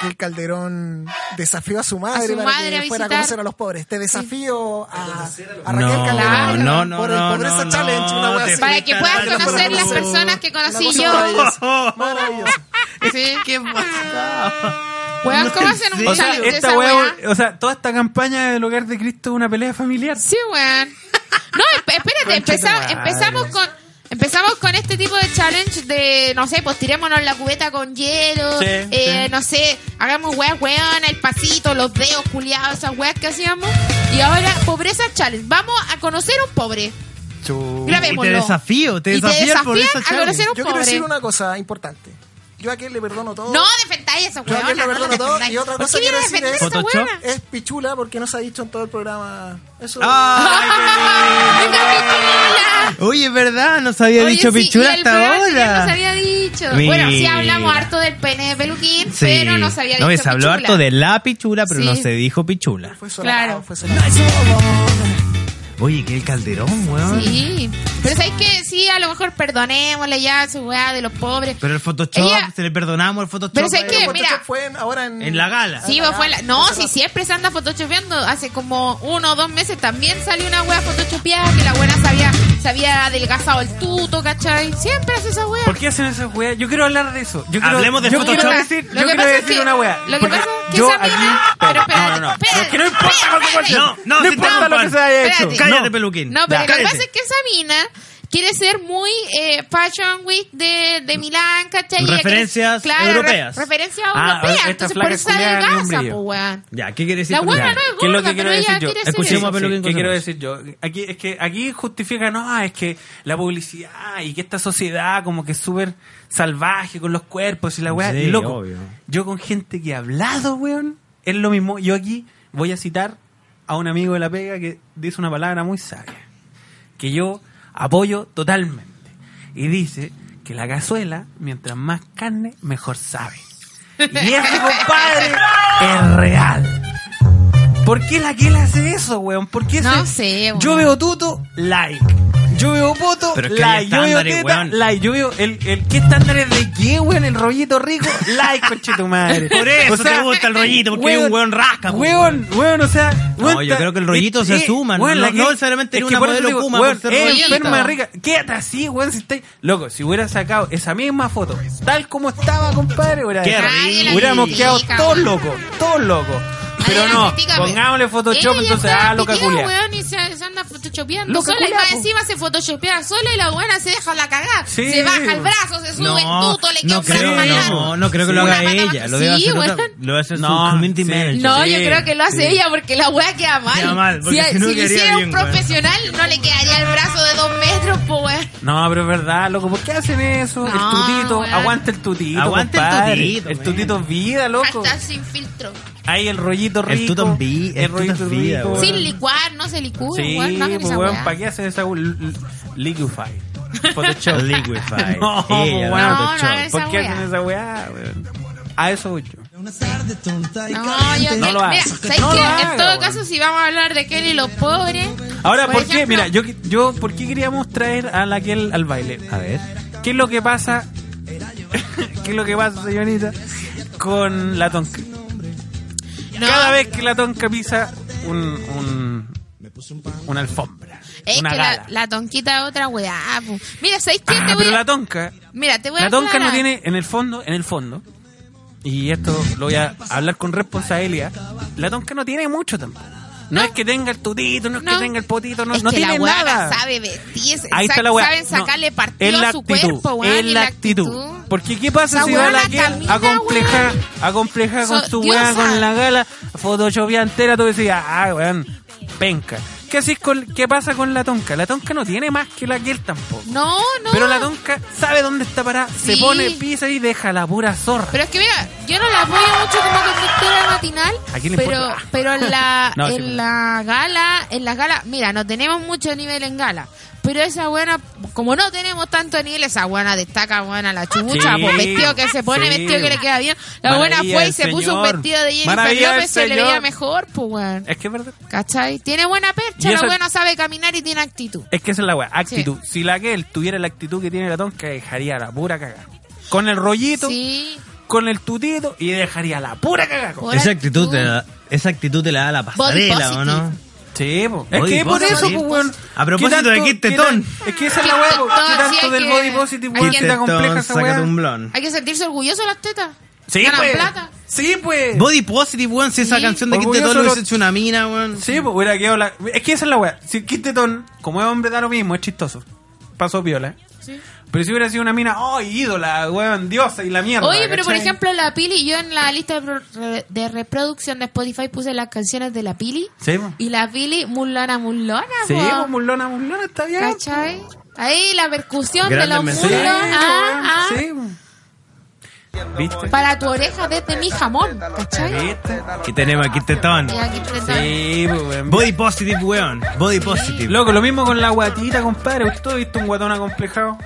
S7: que el Calderón desafió a su madre
S5: A su
S7: para
S5: madre
S7: que
S5: a
S7: fuera a
S5: visitar.
S7: conocer a los pobres. Te desafío a, a Raquel
S8: No,
S5: Claro.
S7: Calderón
S8: no, no,
S7: por el
S8: no,
S7: Pobreza
S8: no,
S7: Challenge, una wea
S8: te
S7: así.
S5: Para que
S8: Fuiste
S5: puedas
S8: a la
S5: conocer
S7: luz.
S5: las personas que
S7: Una
S5: conocí
S7: cosa
S5: yo.
S7: maravillosa, maravillosa.
S5: Sí.
S8: ¿Qué pasa?
S5: Weón,
S8: No,
S5: ¿cómo
S8: en
S5: hacen
S8: serio.
S5: un
S4: O sea,
S5: challenge de
S4: esta
S5: esa
S4: weá,
S5: weá?
S4: o sea, toda esta campaña del hogar de Cristo es una pelea familiar.
S5: Sí, weón. No, esp- espérate, empeza-
S4: madre.
S5: empezamos con. Empezamos con este tipo de challenge de, no sé, pues tirémonos la cubeta con hielo,
S4: Sí,
S5: eh,
S4: sí.
S5: no sé, hagamos weas, weón, el pasito, los dedos culiados, esas weas que hacíamos. Y ahora, pobreza challenge. Vamos a conocer a un pobre.
S8: Y te
S5: Grabémoslo.
S8: desafío, te
S5: Y te
S8: desafío
S5: desafían
S8: por esa
S5: a conocer
S8: challenge.
S5: un
S7: Yo quiero
S5: pobre.
S7: decir una cosa importante. Yo a aquel le perdono todo.
S5: No defendáis a esa
S7: Yo a
S5: weona.
S7: aquel le
S5: No
S7: perdono todo.
S5: defendáis.
S7: Y otra
S5: ¿Por
S7: cosa
S5: qué viene
S7: quiero
S5: a
S7: decir
S5: defender a
S7: es,
S5: esa
S8: Photoshop.
S5: weona?
S7: es pichula porque no se ha dicho en todo el programa. Eso.
S5: Ah. ¡Ay, Capitula!
S8: Oye, es verdad, no se había
S5: Oye,
S8: dicho
S5: sí,
S8: pichula
S5: y el
S8: hasta
S5: programa anterior
S8: ahora.
S5: No se había dicho.
S8: Mira.
S5: Bueno, sí hablamos harto del pene de peluquín,
S8: Sí.
S5: pero no se había dicho.
S8: No, se habló
S5: pichula.
S8: harto de la pichula, pero
S5: Sí.
S8: no se dijo pichula.
S7: Fue solapado,
S5: Claro.
S7: fue solapado.
S8: Oye, que el calderón, weón.
S5: Sí. Pero sabes que sí, a lo mejor perdonémosle ya a su weá de los pobres.
S8: Pero el Photoshop,
S5: Ella-
S8: se le perdonamos el Photoshop.
S5: Pero sé
S8: eh,
S5: que-
S7: Pero
S5: mira.
S7: Photoshop fue en- ahora en,
S8: En la gala.
S5: Sí,
S4: Ah,
S5: pues fue la... No, si siempre se anda photoshopeando. Hace como uno o dos meses también salió una wea photoshopeada que la buena se había, se había adelgazado el tuto, ¿cachai? Siempre hace esa wea.
S4: ¿Por qué hacen esas weas? Yo quiero hablar de eso. Yo quiero,
S8: Hablemos de
S4: yo
S8: Photoshop.
S4: quiero decir,
S5: Lo
S4: yo
S5: que
S4: quiero
S5: pasa es
S4: decir
S5: que-
S4: una wea.
S5: lo que
S4: Porque
S5: pasa es que
S4: yo
S5: esa mina-
S4: aquí.
S5: pero espérate,
S4: no, no, no.
S5: espérate,
S4: Es que no importa lo que
S5: espérate.
S4: No, no,
S8: No, no,
S4: importa
S8: sí,
S4: lo que se haya
S5: espérate.
S4: hecho.
S8: Cállate,
S4: No.
S8: peluquín.
S5: No,
S8: Ya,
S5: pero lo que
S8: cállate.
S5: pasa es que esa mina quiere ser muy eh, Fashion Week de, de Milán, ¿cachai? Ella
S8: Referencias
S5: quiere- claro,
S8: europeas.
S5: re- referencias
S4: Ah,
S5: europeas.
S4: esta
S5: Entonces,
S4: flaca
S5: por eso
S4: es culiada, ni un
S5: adelgaza,
S4: brillo.
S5: po, weón.
S8: Ya, ¿qué quieres decir?
S5: La
S8: con
S5: buena
S8: eso?
S5: no es
S4: ¿Qué es lo
S5: gorda,
S4: que quiero
S5: pero ella
S4: decir yo?
S5: quiere ser
S8: Escuchemos
S5: eso.
S8: a Peluquín
S4: Sí,
S8: con
S4: ¿Qué quiero
S8: amor.
S4: decir yo? Aquí, es que aquí justifica, no, es que la publicidad y que esta sociedad como que es súper salvaje con los cuerpos y la weá.
S8: Sí,
S4: y loco,
S8: obvio.
S4: yo con gente que he hablado, weón, es lo mismo. Yo aquí voy a citar a un amigo de la pega que dice una palabra muy sabia, que yo apoyo totalmente. Y dice que la cazuela, mientras más carne, mejor sabe. Y ese compadre es real. ¿Por qué la que le hace eso, weón? ¿Por qué
S5: No
S4: se-
S5: sé, weón.
S4: Yo veo tuto, like. Yo veo poto,
S8: Pero es que hay
S4: like. Yo veo
S8: estándares,
S4: teta,
S8: weón.
S4: like. Yo veo el, el qué estándares de qué, weón, el rollito rico, like, conche tu madre.
S8: Por eso te gusta el rollito, porque hay un weón rasca, po,
S4: Weón, weón, o sea,
S8: No,
S4: weón,
S8: yo
S4: ta-
S8: creo que el rollito se suma, no-
S4: la
S8: no- no necesariamente
S4: es
S8: era
S4: que
S8: una
S4: por eso
S8: modelo
S4: digo,
S8: Puma por
S4: Weón,
S8: ser
S4: es
S8: rollito.
S4: enferma rica. Quédate así, weón, si estáis. Loco, si hubiera sacado esa misma foto, tal como estaba, compadre, hubiera
S8: Qué
S4: dejado-
S8: rico.
S5: Nadie la
S4: Hubiéramos
S5: critica,
S4: quedado todos
S5: weón.
S4: locos, todos locos.
S5: Nadie
S4: pero
S5: Ay,
S4: no,
S5: explícame.
S4: pongámosle Photoshop,
S5: Ella ya
S4: entonces,
S5: está
S4: ah, loca
S5: piqueada,
S4: culia.
S5: weón, y se, se anda photoshopeando
S4: Loca
S5: sola y
S4: culia,
S5: más
S4: po.
S5: encima se photoshopea sola y la buena se deja la cagada.
S4: Sí.
S5: Se baja el brazo, se sube el tuto, le queda
S3: no
S5: un brazo
S3: creo,
S5: para allá.
S3: no, no creo que lo
S5: Una
S3: haga
S5: pata más-
S3: ella. Lo debe
S5: Sí,
S3: hacer otra-
S5: weón.
S3: lo debe hacer su
S4: No,
S3: community
S4: sí.
S3: manager.
S5: No,
S4: Sí,
S5: yo creo que lo hace
S4: sí.
S5: ella porque la weá queda mal.
S3: Queda mal, porque
S5: si
S3: si no
S5: si lo
S3: quedaría
S5: hiciera un
S3: bien, weón.
S5: profesional, no le quedaría el brazo de dos metros, po, weón.
S4: No, pero es verdad, loco, ¿por qué hacen eso?
S5: No,
S4: el tutito,
S5: weón.
S4: aguanta el tutito.
S3: Aguanta el
S4: compadre.
S3: tutito,
S4: El
S3: man.
S4: tutito es vida, loco.
S5: Hasta sin filtro.
S4: Ahí el rollito rico.
S3: El tuto es vi- el tuto es vida, weón.
S5: Sin licuar, no se licúa,
S4: Sí,
S5: weón. No hagan
S4: pues
S5: esa
S4: weón,
S5: weá.
S4: ¿para qué hacen esa weá? L- l- Liquify? Photoshop.
S3: Liquify.
S4: No,
S3: Sí,
S4: pues,
S3: ya,
S4: weón.
S5: no, no hagan
S4: ¿Por
S5: esa
S4: qué
S5: weá.
S4: hacen esa weá, weón? A eso voy yo.
S5: No, yo
S4: No
S5: te-
S4: lo haga.
S5: Mira, ¿sabes
S4: No
S5: qué?
S4: lo haga,
S5: en todo
S4: weón.
S5: caso, si vamos a hablar de Kelly y los pobres.
S4: Ahora, ¿por, qué?
S5: ejemplo,
S4: Mira, yo, yo, ¿por qué queríamos traer a la Kel al baile?
S3: A ver.
S4: ¿Qué es lo que pasa? ¿Qué es lo que pasa, señorita? Con la tonca.
S5: no,
S4: Cada vez que la tonca pisa un, un una alfombra,
S5: Es
S4: una
S5: que la,
S4: gala.
S5: la tonquita es otra weá. po. Mira, ¿sabes qué?
S4: Ah,
S5: te voy
S4: pero
S5: a-
S4: la tonca,
S5: Mira, te voy a
S4: la tonca no
S5: aclarar.
S4: tiene en el fondo, en el fondo. Y esto lo voy a hablar con responsabilidad. La tonca no tiene mucho tampoco. No, es que tenga el tutito, no es
S5: No.
S4: que tenga el potito, no,
S5: es
S4: no
S5: que
S4: tiene
S5: la weá
S4: nada.
S5: sabe vestirse,
S4: Ahí
S5: sa-
S4: está la weá.
S5: saben
S4: No,
S5: sacarle
S4: es
S5: partido
S4: la
S5: a su
S4: actitud,
S5: cuerpo, weón.
S4: Es
S5: y
S4: la actitud. Porque ¿qué pasa
S5: Esa
S4: si
S5: weá
S4: va la
S5: la
S4: que
S5: camina,
S4: acompleja, acompleja con
S5: So-
S4: su weá,
S5: diosa.
S4: con la gala, photoshopía entera, tú decías, ah, weón, penca. ¿Qué, hacís con, ¿Qué pasa con la tonca? La tonca no tiene más que la que él tampoco.
S5: No, no.
S4: Pero la tonca sabe dónde está parada, se
S5: Sí.
S4: pone, pisa y deja la pura zorra.
S5: Pero es que mira, yo no la apoyo mucho como conductora matinal,
S4: ¿A quién le
S5: pero
S4: importa?
S5: pero en la
S4: No, sí,
S5: en
S4: pues.
S5: la gala, en las galas, mira, no tenemos mucho nivel en gala. Pero esa buena, como no tenemos tanto nivel, esa buena destaca buena la chucha,
S4: Sí,
S5: pues vestido que se pone,
S4: sí.
S5: vestido que le queda bien. La buena
S4: Maravilla
S5: fue y
S4: del
S5: se puso un
S4: señor.
S5: vestido de Jennifer
S4: Maravilla
S5: López,
S4: del
S5: se le veía
S4: señor.
S5: mejor, pues weón.
S4: Es que es verdad.
S5: ¿Cachai? Tiene buena percha,
S4: Y
S5: la
S4: esa-
S5: buena sabe caminar y tiene actitud.
S4: Es que esa es la weá, actitud. Si la que él tuviera la actitud que tiene la tonca, dejaría la pura cagada. Con el rollito,
S5: Sí.
S4: con el tutito y dejaría la pura cagada. con-
S5: Por
S3: Esa
S5: actitud.
S3: actitud, te la, esa actitud te la da la pasarela, ¿o no?
S5: positive.
S4: Sí, po. Es
S3: Body
S4: que por
S3: positive.
S4: eso, pues, weón.
S3: A propósito
S4: ¿Qué
S3: de Kid
S4: qué
S3: Tetón.
S4: tan- Es que esa es la weá, po.
S5: Kid Tetón,
S4: ¿Qué
S5: Ah, sí, hay
S4: tanto del
S5: que-
S4: body positive,
S5: hay
S4: weón?
S5: que-
S4: ¿Qué tan compleja esa
S3: Sácate un
S4: weá?
S3: blon.
S5: Hay que sentirse orgulloso de las tetas.
S4: Sí,
S5: Ganan
S4: pues.
S5: plata.
S4: Sí, pues.
S3: Body Positive, weón, si esa
S5: Sí.
S3: canción de Quinte
S4: Orgulloso
S3: Todo lo
S4: lo-
S3: hubiese hecho una mina, weón.
S4: Sí, pues hubiera quedado la... Es que esa es la weá. Si Kid Tetón, como es hombre, da lo mismo, es chistoso. Pasó viola.
S5: Sí.
S4: Pero si hubiera sido una mina, oh, ídola, weón, diosa y la mierda.
S5: Oye, pero por
S4: ¿cachai?
S5: ejemplo la Pili, yo en la lista de, pro- re- de reproducción de Spotify puse las canciones de la Pili.
S4: Sí, po.
S5: Y la Pili, mulona, mulona.
S4: Sí,
S5: po.
S4: pues, mulona, mulona, está bien.
S5: ¿Cachai? Ahí la percusión de
S3: Grande
S5: los
S4: Sí, pues,
S5: mulos.
S3: mensaje.
S4: weón,
S5: ah, ah,
S4: sí, pues. po. ¿Viste?
S5: Para tu oreja desde mi jamón. ¿Cachai?
S4: ¿Viste?
S3: Aquí tenemos a Quinte Tetón.
S5: Y aquí te
S4: Sí, pues, weón.
S3: Body Positive, weón. Body Positive.
S4: Loco, lo mismo con la guatita, compadre. ¿Usted ha visto un guatón acomplejado?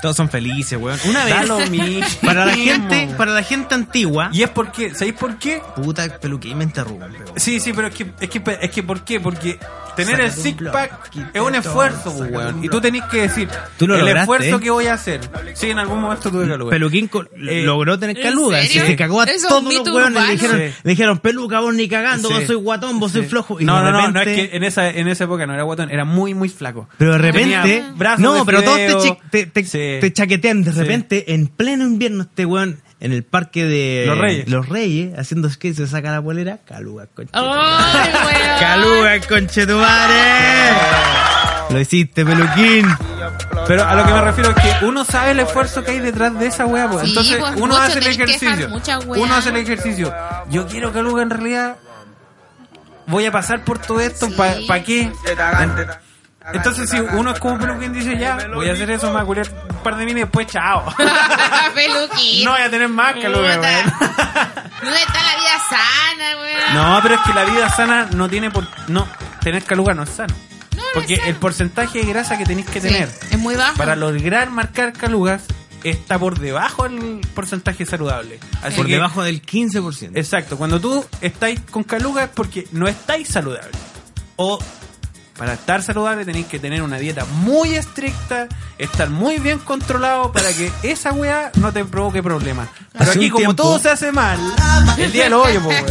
S3: Todos son felices, weón. Una
S4: Da
S3: vez.
S4: lo mismo.
S3: Para la gente, para la gente antigua.
S4: Y es porque, ¿sabéis por qué?
S3: Puta, peluquín me interrumpe, weón.
S4: Sí, sí, pero es que, es que, es que ¿por qué? Porque tener el
S3: Sácate un
S4: six
S3: blog,
S4: pack
S3: quítate
S4: es un
S3: todo,
S4: esfuerzo, pues,
S3: sácate
S4: weón.
S3: un
S4: Y tú
S3: blog.
S4: tenés que decir,
S3: Tú lo
S4: el
S3: lograste,
S4: esfuerzo
S3: ¿eh?
S4: que voy a hacer. Sí, en algún momento tuve que lograr.
S3: Peluquín co-
S4: Eh,
S3: logró tener
S5: ¿en
S3: caluga.
S5: serio?
S3: Se, se cagó a
S5: Eso es un
S3: todos los
S5: mito
S3: weones. Le
S5: urbano.
S3: dijeron,
S4: Sí.
S3: le dijeron, peluca, vos ni cagando,
S4: Sí.
S3: vos soy guatón, vos soy flojo. Y
S4: no,
S3: de
S4: no, no,
S3: repente-
S4: no, es que en esa, en esa época no era guatón, era muy, muy flaco.
S3: Pero de
S4: Tenía
S3: repente,
S4: brazos de
S3: no, pero todos te,
S4: fideo.
S3: chi- te, te-
S4: Sí.
S3: te chaquetean de
S4: Sí.
S3: repente en pleno invierno este weón en el parque de
S4: Los Reyes.
S3: Los Reyes, haciendo skate, se saca la polera, caluga, conche.
S5: ¡Ay, weón!
S4: eh.
S3: Caluga, conche tu madre.
S4: Oh.
S3: Lo hiciste, peluquín.
S4: Pero a lo que me refiero es que uno sabe el esfuerzo que hay detrás de esa weá, pues.
S5: Sí,
S4: Entonces
S5: pues,
S4: uno
S5: mucho
S4: hace el
S5: tenés que dejar
S4: ejercicio.
S5: mucha weá.
S4: Uno hace el ejercicio. Yo quiero que Luca en realidad voy a pasar por todo esto,
S5: Sí.
S4: ¿para qué? Entonces si uno es como peluquín dice ya, voy a hacer eso, me voy a culiar un par de minas y después chao.
S5: Peluquín.
S4: No voy a tener más que Luca,
S5: Puta.
S4: weón.
S5: No está la vida sana, weón?
S4: No, pero es que la vida sana no tiene por... No, tener caluga no es sano.
S5: no es
S4: Porque
S5: sano.
S4: el porcentaje de grasa que tenéis que
S5: Sí,
S4: tener
S5: es muy bajo.
S4: para lograr marcar calugas está por debajo del porcentaje saludable. Así
S3: Por
S4: que-
S3: debajo del 15%.
S4: Exacto, cuando tú estáis con calugas es porque no estáis saludable. O para estar saludable tenéis que tener una dieta muy estricta, estar muy bien controlado para que esa weá no te provoque problemas. Pero
S3: Hace
S4: aquí
S3: un
S4: como
S3: tiempo-
S4: todo se hace mal, el día lo hoyo, po, weón.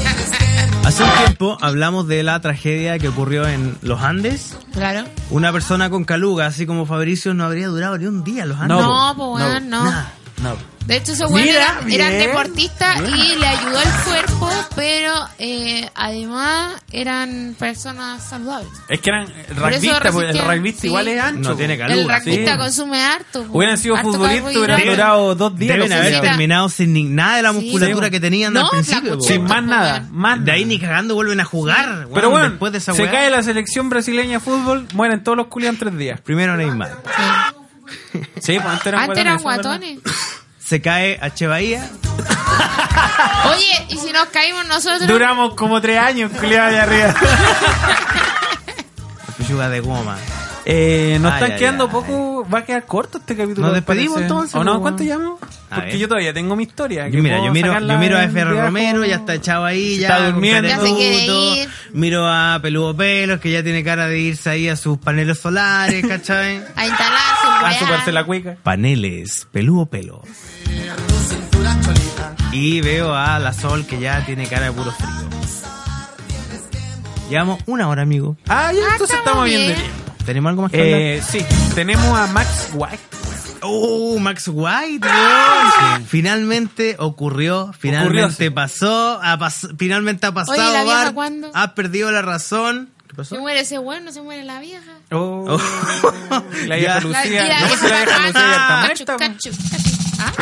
S3: Hace un tiempo hablamos de la tragedia que ocurrió en los Andes.
S5: Claro.
S3: Una persona con caluga, así como Fabricio, no habría durado ni un día en los Andes.
S4: No,
S5: No, po, weón, no.
S3: Nada.
S4: No.
S5: De hecho, esos weones
S4: Mira,
S5: eran, eran
S4: bien,
S5: deportistas y le ayudó el cuerpo pero eh, además eran personas saludables.
S4: Es que eran
S5: eso
S4: rugbyistas, porque el
S5: resistían,
S4: rugbyista
S5: sí.
S4: igual es ancho. pues.
S3: No tiene
S4: po.
S3: Caluga,
S5: el raquista
S4: sí.
S5: consume harto. po.
S4: Hubieran sido
S5: Harto
S4: futbolistas, hubieran
S5: carbohidrato.
S4: durado dos días.
S3: Deben
S4: no
S3: haber
S4: sé.
S5: Necesita-
S3: terminado sin ni- nada de la
S5: Sí.
S3: musculatura que tenían
S5: No,
S3: al principio.
S5: flaco,
S3: po.
S4: Sin más nada. Más
S3: De ahí
S4: nada.
S3: ni cagando vuelven a jugar. weón,
S4: Pero bueno,
S3: después de esa
S4: se
S3: weá.
S4: cae la selección brasileña de fútbol, mueren todos los culiados en tres días.
S3: Primero Neymar.
S5: Sí.
S4: Sí, pues antes eran
S5: Antes eran
S4: guatones,
S5: guatones.
S3: Se cae a Chevaía.
S5: Oye, y si nos caímos
S4: eso es
S5: nosotros.
S4: verdad. Duramos como tres años, culiados de arriba.
S3: Yuga de goma.
S4: Eh, nos
S3: Ay,
S4: están
S3: ay,
S4: quedando
S3: ay.
S4: poco. Va a quedar corto este capítulo.
S3: Nos
S4: me
S3: despedimos
S4: parece.
S3: entonces,
S4: ¿O
S3: pues,
S4: no? ¿Cuánto
S3: bueno.
S4: llamo?
S3: A
S4: Porque
S3: ver.
S4: yo todavía tengo mi historia.
S3: Yo,
S4: que
S3: mira,
S4: puedo
S3: yo miro,
S4: sacarla
S3: yo miro a
S4: en
S3: F.
S4: viaje.
S3: Romero, ya está echado ahí, ya,
S4: Está
S3: con
S4: durmiendo.
S3: cara
S5: Ya
S3: de
S5: se quiere
S3: luto.
S5: ir.
S3: Miro a Peludo Pelos, que ya tiene cara de irse ahí a sus paneles solares, ¿cachai?
S5: A instalarse,
S4: A
S5: weá.
S4: superarse la cuica.
S3: paneles, peludo pelo. Y veo a la Sol que ya tiene cara de puro frío. Llevamos una hora, amigo.
S4: Ah, ya,
S5: Ah,
S4: entonces estamos
S5: estamos
S4: viendo.
S5: bien.
S3: ¿Tenemos algo más que hablar?
S4: Eh, sí, tenemos a Max White.
S3: ¡Oh, Max White! weón. Finalmente ¡Ah! ocurrió,
S4: Ocurrió,
S3: finalmente
S4: sí.
S3: pasó, ha pas- finalmente ha pasado.
S5: Oye, ¿la vieja
S3: Bart,
S5: cuándo?
S3: Has perdido la razón. ¿Qué
S5: Se
S3: pasó?
S5: muere ese weón, no se muere la vieja.
S4: Oh. La vieja
S3: Ya.
S4: Lucía.
S5: y la
S4: no, pues
S5: vieja
S4: la vieja Lucía
S5: cachu,
S4: está
S5: cachu,
S4: muerta, pues.
S5: cachu, cachu. Ah,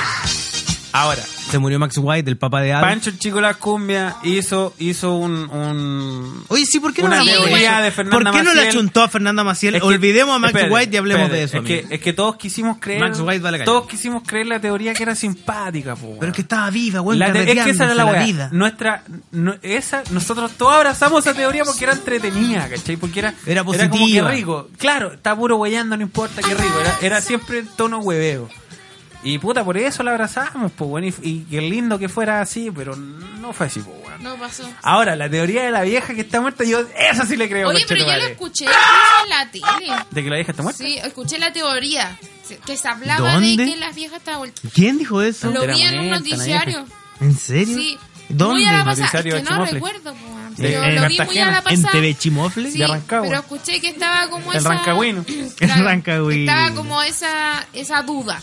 S4: Ahora,
S3: Se murió Max White, el papá de Adam.
S4: Pancho el Chico de la Cumbia hizo, hizo un, un-
S3: Oye, sí, ¿por qué
S4: una
S3: no hablamos
S4: teoría
S3: eso?
S4: de
S3: ¿Por
S4: Fernanda
S3: qué no la
S4: Maciel?
S3: chuntó a Fernanda Maciel?
S4: Es que-
S3: Olvidemos a Max
S4: espérate,
S3: White y hablemos
S4: espérate,
S3: de eso. amigo.
S4: Es que, eh, es que todos quisimos creer.
S3: Max White vale callar.
S4: Todos quisimos creer la teoría que era simpática, po,
S3: Pero
S4: weón.
S3: es que este estaba viva, güey.
S4: La te- es que esa era la,
S3: la
S4: weá.
S3: vida.
S4: Nuestra, no- esa, nosotros todos abrazamos esa teoría porque era entretenida, ¿cachai? Porque era,
S3: Era
S4: como que
S3: positiva.
S4: rico. Claro, está puro hueando, no importa qué rico. Era, era siempre el tono hueveo. Y puta, por eso la abrazamos, pues, bueno, y, y qué lindo que fuera así, pero no fue así, pues, weón.
S5: no pasó.
S4: Ahora, la teoría de la vieja que está muerta, yo esa sí le creo,
S5: Oye, pero yo
S4: conchetumare.
S5: lo escuché incluso en la tele.
S4: ¿De que la vieja está muerta?
S5: Sí, escuché la teoría. se- Que se hablaba
S3: ¿Dónde?
S5: de que las viejas estaban vueltas.
S3: ¿Quién dijo eso?
S5: Lo
S4: Era
S5: vi en un
S4: muerta, la vieja.
S5: noticiario.
S3: ¿En serio?
S5: Sí. Muy
S3: ¿Dónde?
S5: a la pasada. Es
S4: Noticiario
S5: que
S4: de
S5: no
S4: Chimofle.
S5: recuerdo. po, weón.
S4: De-
S5: Yo
S4: en
S5: lo vi muy a
S4: Cartagena.
S5: la
S3: ¿En
S5: pasada.
S3: TV Chimofle?
S5: Sí,
S4: De Rancagua.
S5: pero escuché que estaba como
S4: El
S5: esa...
S4: rancagüino.
S5: Claro,
S3: El rancagüino.
S5: Estaba como esa, esa duda,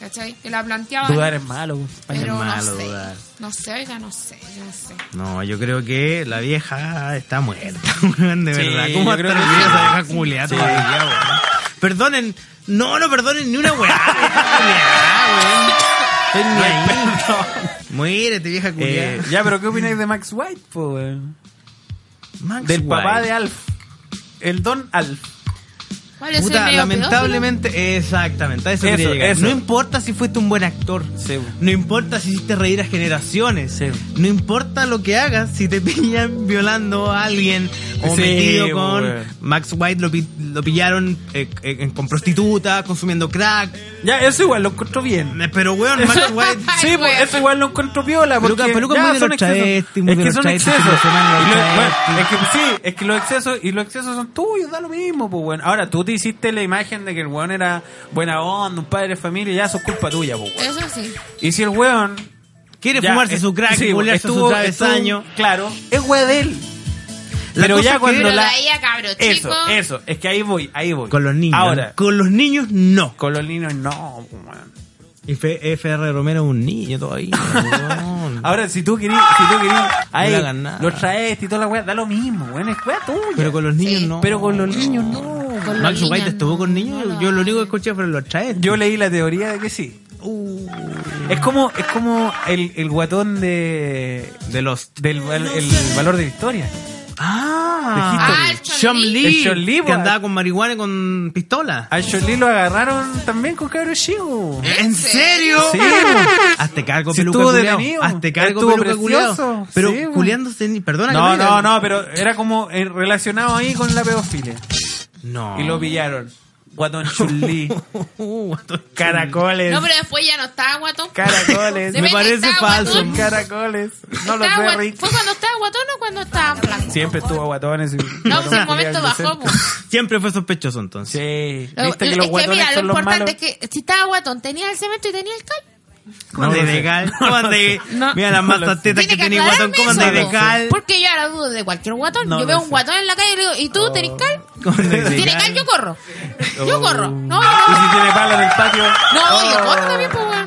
S5: ¿cachai? Que la planteaba.
S4: Dudar es malo, weón.
S5: pero
S3: malo
S5: no sé,
S3: dudar.
S5: no sé, oiga, no sé, yo no sé.
S3: No, yo creo que la vieja está muerta, weón, de
S4: Sí,
S3: verdad.
S4: yo
S3: ¿Cómo va a
S4: creo
S3: estar
S4: que
S3: viva
S4: sí.
S3: esa vieja culiada
S4: Sí.
S3: todavía, weón? Perdonen, no, no perdonen ni una weá. vieja culiada, weón. Estoy ni ahí. Muérete, vieja culiada.
S4: Eh, ya, pero ¿qué opináis de Max White, po, weón?
S3: Max
S4: Del papá
S3: White.
S4: de Alf. El don Alf.
S5: ¿Cuál es el
S3: Puta,
S5: medio
S3: lamentablemente, exactamente, a eso,
S4: Eso,
S3: quería llegar.
S4: eso.
S3: No importa si fuiste un buen actor,
S4: Sí.
S3: no importa si hiciste reír a generaciones,
S4: Sí.
S3: no importa lo que hagas, si te pillan violando a alguien o
S4: Sí,
S3: metido con
S4: weón.
S3: Max White, lo, pi- lo pillaron eh, eh, con prostituta, consumiendo crack.
S4: Ya, eso igual lo encuentro bien.
S3: Eh, Pero, weón, Max White.
S5: Ay,
S4: Sí, pues
S5: weón.
S4: eso igual lo encuentro piola. Porque
S3: Peluca- Peluca
S4: ya
S3: muy de
S4: son
S3: los
S4: excesos.
S3: travestis, muy
S4: es
S3: de
S4: que
S3: los
S4: son
S3: travestis,
S4: excesos.
S3: que se van a los
S4: Y lo- bueno,
S3: travestis.
S4: es que sí, es que los excesos, y los excesos son tuyos, da lo mismo, pues, weón. Ahora, tú te hiciste la imagen de que el weón era buena onda, un padre de familia, ya eso es culpa tuya, pues, weón.
S5: Eso sí.
S4: Y si el weón
S3: Quiere
S4: ya,
S3: fumarse
S4: es-
S3: su crack,
S4: sí,
S3: y bolearse
S4: estuvo-
S3: su travesaño.
S4: estuvo- Claro, es weón de él.
S3: La
S4: Pero
S3: cosa es
S4: ya
S3: que-
S4: cuando
S5: Pero
S4: la...
S5: la ella, cabro chico.
S4: Eso, eso, es que ahí voy, ahí voy.
S3: Con los niños. ¿eh?
S4: Ahora,
S3: Con los niños, no.
S4: con los niños no, weón.
S3: Y F- FR Romero es un niño todavía. weón.
S4: Ahora, si tú querís, si tú querís, ahí,
S3: le hagan nada.
S4: los traes y toda la weá, da lo mismo, weón, es weá tuya.
S3: Pero con los niños,
S5: Sí.
S3: no.
S4: Pero con los niños no.
S5: Con
S3: Max
S5: los
S3: White
S5: niños,
S3: estuvo con niños,
S5: no,
S3: yo
S5: no.
S3: lo único que escuché fueron los Uh. traes.
S4: Yo leí la teoría de que sí. Es como, es como el, el guatón de.
S3: de los.
S4: del val- el valor de la historia.
S3: Ah,
S5: Ah,
S3: el
S5: el
S3: Sean
S5: Sean Lee.
S3: Lee,
S4: El Sean Lee,
S3: que
S4: pues.
S3: andaba con marihuana y con pistola.
S4: A Jolie lo agarraron también con cabros chicos.
S5: Eh,
S3: ¿En serio? pues.
S4: Sí.
S3: Hazte cargo,
S4: Sí,
S3: peluca
S4: estuvo
S3: culiao.
S4: detenido.
S3: Hazte cargo,
S4: Estuvo
S3: peluca
S4: precioso.
S3: culiao. Pero
S4: Sí, pues.
S3: culiándose ni- Perdona que
S4: No,
S3: te diga.
S4: no, no, pero era como eh, relacionado ahí con la pedofilia.
S3: No. Uh,
S4: Y lo pillaron. Guatón Chulí.
S3: Guatón Chulí.
S4: Caracoles.
S5: No, pero después ya no estaba guatón.
S4: Caracoles.
S5: De
S4: Me
S5: repente
S4: parece
S5: estaba
S4: falso.
S5: guatón.
S4: Caracoles. No lo
S5: Estaba
S4: sé,
S5: guat-
S4: Rick.
S5: ¿Fue cuando estaba guatón o cuando
S4: Ah,
S5: estaba blanco?
S4: Siempre estuvo guatones. y-
S5: No, pues en
S4: guatones
S5: un momento bajó.
S4: adolescentes.
S5: pues.
S3: Siempre fue sospechoso entonces.
S4: Sí.
S5: Lo-
S4: Viste que
S5: es
S4: los
S5: que
S4: guatones
S5: mira, lo
S4: son los
S5: importante
S4: malos.
S5: es que si estaba guatón, tenía el cemento y tenía el cal.
S3: ¿Cómo
S4: No
S3: de
S4: lo sé.
S3: legal?
S4: No
S3: ¿Cómo
S4: lo
S3: de-
S4: sé. No.
S3: Mira las
S4: No lo
S3: masas
S4: sé.
S3: tetas que tenía guatón.
S5: aclararme
S3: ¿Cómo
S5: eso,
S3: de
S5: po.
S3: legal?
S5: Porque yo ahora dudo de cualquier guatón.
S4: No
S5: yo veo
S4: lo
S5: un
S4: sé. Oh.
S5: guatón en la calle y le digo, ¿y tú tenés cal?
S3: ¿Cómo de
S5: Si tiene cal, yo corro. Yo
S4: Oh.
S5: corro.
S4: Y
S5: No, no,
S4: si tiene pala en el patio. Oh.
S5: no, yo corro también, pues, weón.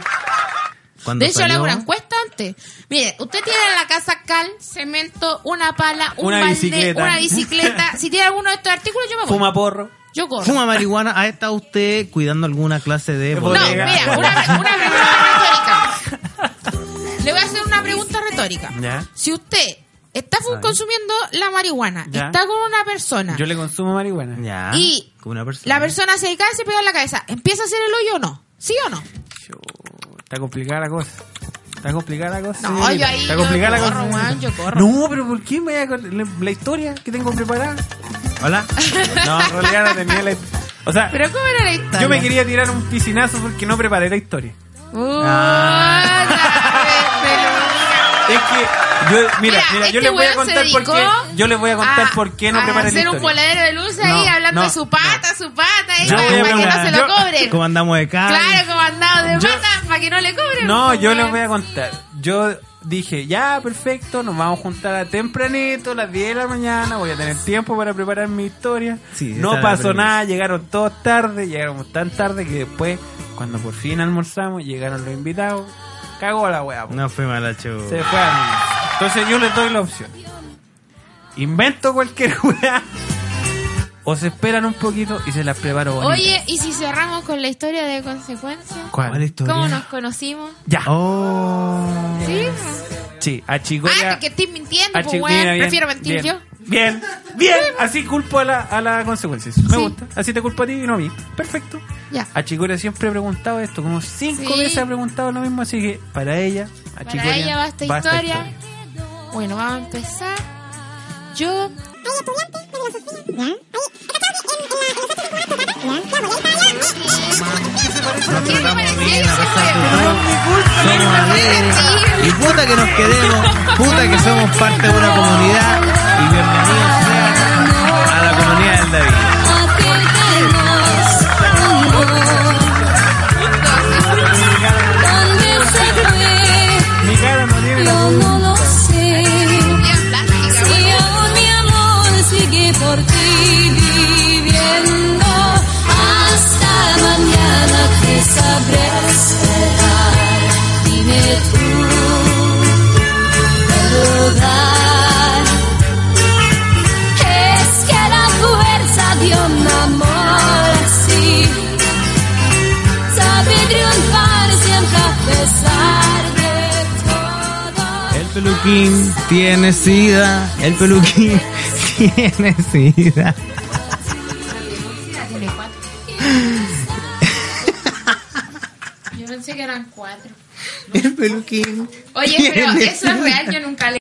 S3: Cuando
S5: De hecho, le hago
S3: salió-
S5: una encuesta importante. Mire, usted tiene en la casa cal, cemento, una pala, un
S4: Una
S5: balde,
S4: bicicleta.
S5: una bicicleta. Si tiene alguno de estos artículos, yo me voy.
S4: Fuma porro.
S5: Yo corro.
S8: ¿Fuma marihuana? ¿Ha estado usted cuidando alguna clase de
S5: No,
S8: bodega?
S4: Bodega.
S5: mira, una, pre- una pregunta retórica. Le voy a hacer una pregunta retórica.
S4: Ya.
S5: Si usted está fu- consumiendo la marihuana,
S4: Ya.
S5: está con una persona
S4: Yo le Ah, consumo marihuana.
S8: Ya.
S5: y
S8: Como una persona.
S5: la persona se cae y se pega en la cabeza, ¿empieza a hacer el hoyo o no? ¿Sí o no?
S4: Está complicada la cosa. Está complicada la cosa.
S5: No, yo ahí
S4: Está
S5: yo
S4: complicada la
S5: corro,
S4: cosa.
S5: weón, yo corro.
S4: No, pero ¿por qué me voy a cor- la, la historia que tengo preparada?
S8: Hola.
S4: No, en realidad no tenía la O sea,
S5: Pero ¿cómo era la historia?
S4: yo me quería tirar un piscinazo porque no preparé la historia.
S5: Puta,
S4: Ah. Es que yo, mira, mira, yo
S5: este
S4: les voy a
S5: weón se
S4: contar por qué.
S5: dedicó
S4: Yo les voy a contar
S5: a-
S4: por qué no preparé
S5: A
S4: la
S5: hacer un
S4: historia.
S5: voladero de luz ahí
S4: No,
S5: hablando de
S4: no,
S5: su pata, su pata, ahí
S4: Yo
S5: para,
S4: voy a
S5: para que no
S4: preguntar.
S5: se lo
S4: Yo-
S5: cobren.
S8: ¿Cómo andamos de cara?
S5: Claro, como andado de
S4: Yo-
S5: pata, para que no le cobren.
S4: No,
S5: pues,
S4: yo
S5: weón.
S4: les voy a contar. Yo dije, ya, perfecto, nos vamos a juntar a tempranito, a las 10 de la mañana, voy a tener tiempo para preparar mi historia.
S8: Sí, esa
S4: no
S8: era la
S4: pasó
S8: premisa.
S4: nada, llegaron todos tarde, llegamos tan tarde que después, cuando por fin almorzamos, llegaron los invitados, cagó la weá. po.
S8: No fue mala chu.
S4: Se fue a mí. Entonces yo les doy la opción. Invento cualquier weá. O se esperan un poquito y se las preparo bonito.
S5: Oye, ¿y si cerramos con la historia de consecuencia?
S4: ¿Cuál?
S5: ¿Cómo nos conocimos?
S4: Ya.
S8: Oh.
S5: ¿Sí? pues.
S4: Sí, a Chigoya.
S5: Ah, porque estoy mintiendo,
S4: Ah,
S5: pues,
S4: chico,
S5: weón.
S4: mira, bien,
S5: Prefiero mentir
S4: bien,
S5: yo.
S4: Bien, bien. Así culpo a, la, a las consecuencias. Me
S5: Sí.
S4: gusta. Así te culpo a ti y no a mí. Perfecto.
S5: Ya.
S4: A Chicoria siempre he preguntado esto. Como cinco
S5: Sí.
S4: veces ha preguntado lo mismo. Así que para ella, a
S5: Para
S4: Chicoria,
S5: ella basta historia. Bueno, vamos a empezar. Yo. ¿Qué te parecía ese weón?
S8: Somos alegres. Y puta que nos queremos. Puta que somos parte de una comunidad. Y bienvenidos sean a la comunidad del David.
S4: Mi cara no tiene la culpa.
S5: Bien plástica, weón.
S9: Es que la fuerza de un amor así sabe triunfar siempre a pesar de todo.
S8: El peluquín tiene sida. El peluquín tiene sida.
S5: Yo pensé que eran cuatro.
S8: El peluquín.
S5: Oye, pero eso es real, yo nunca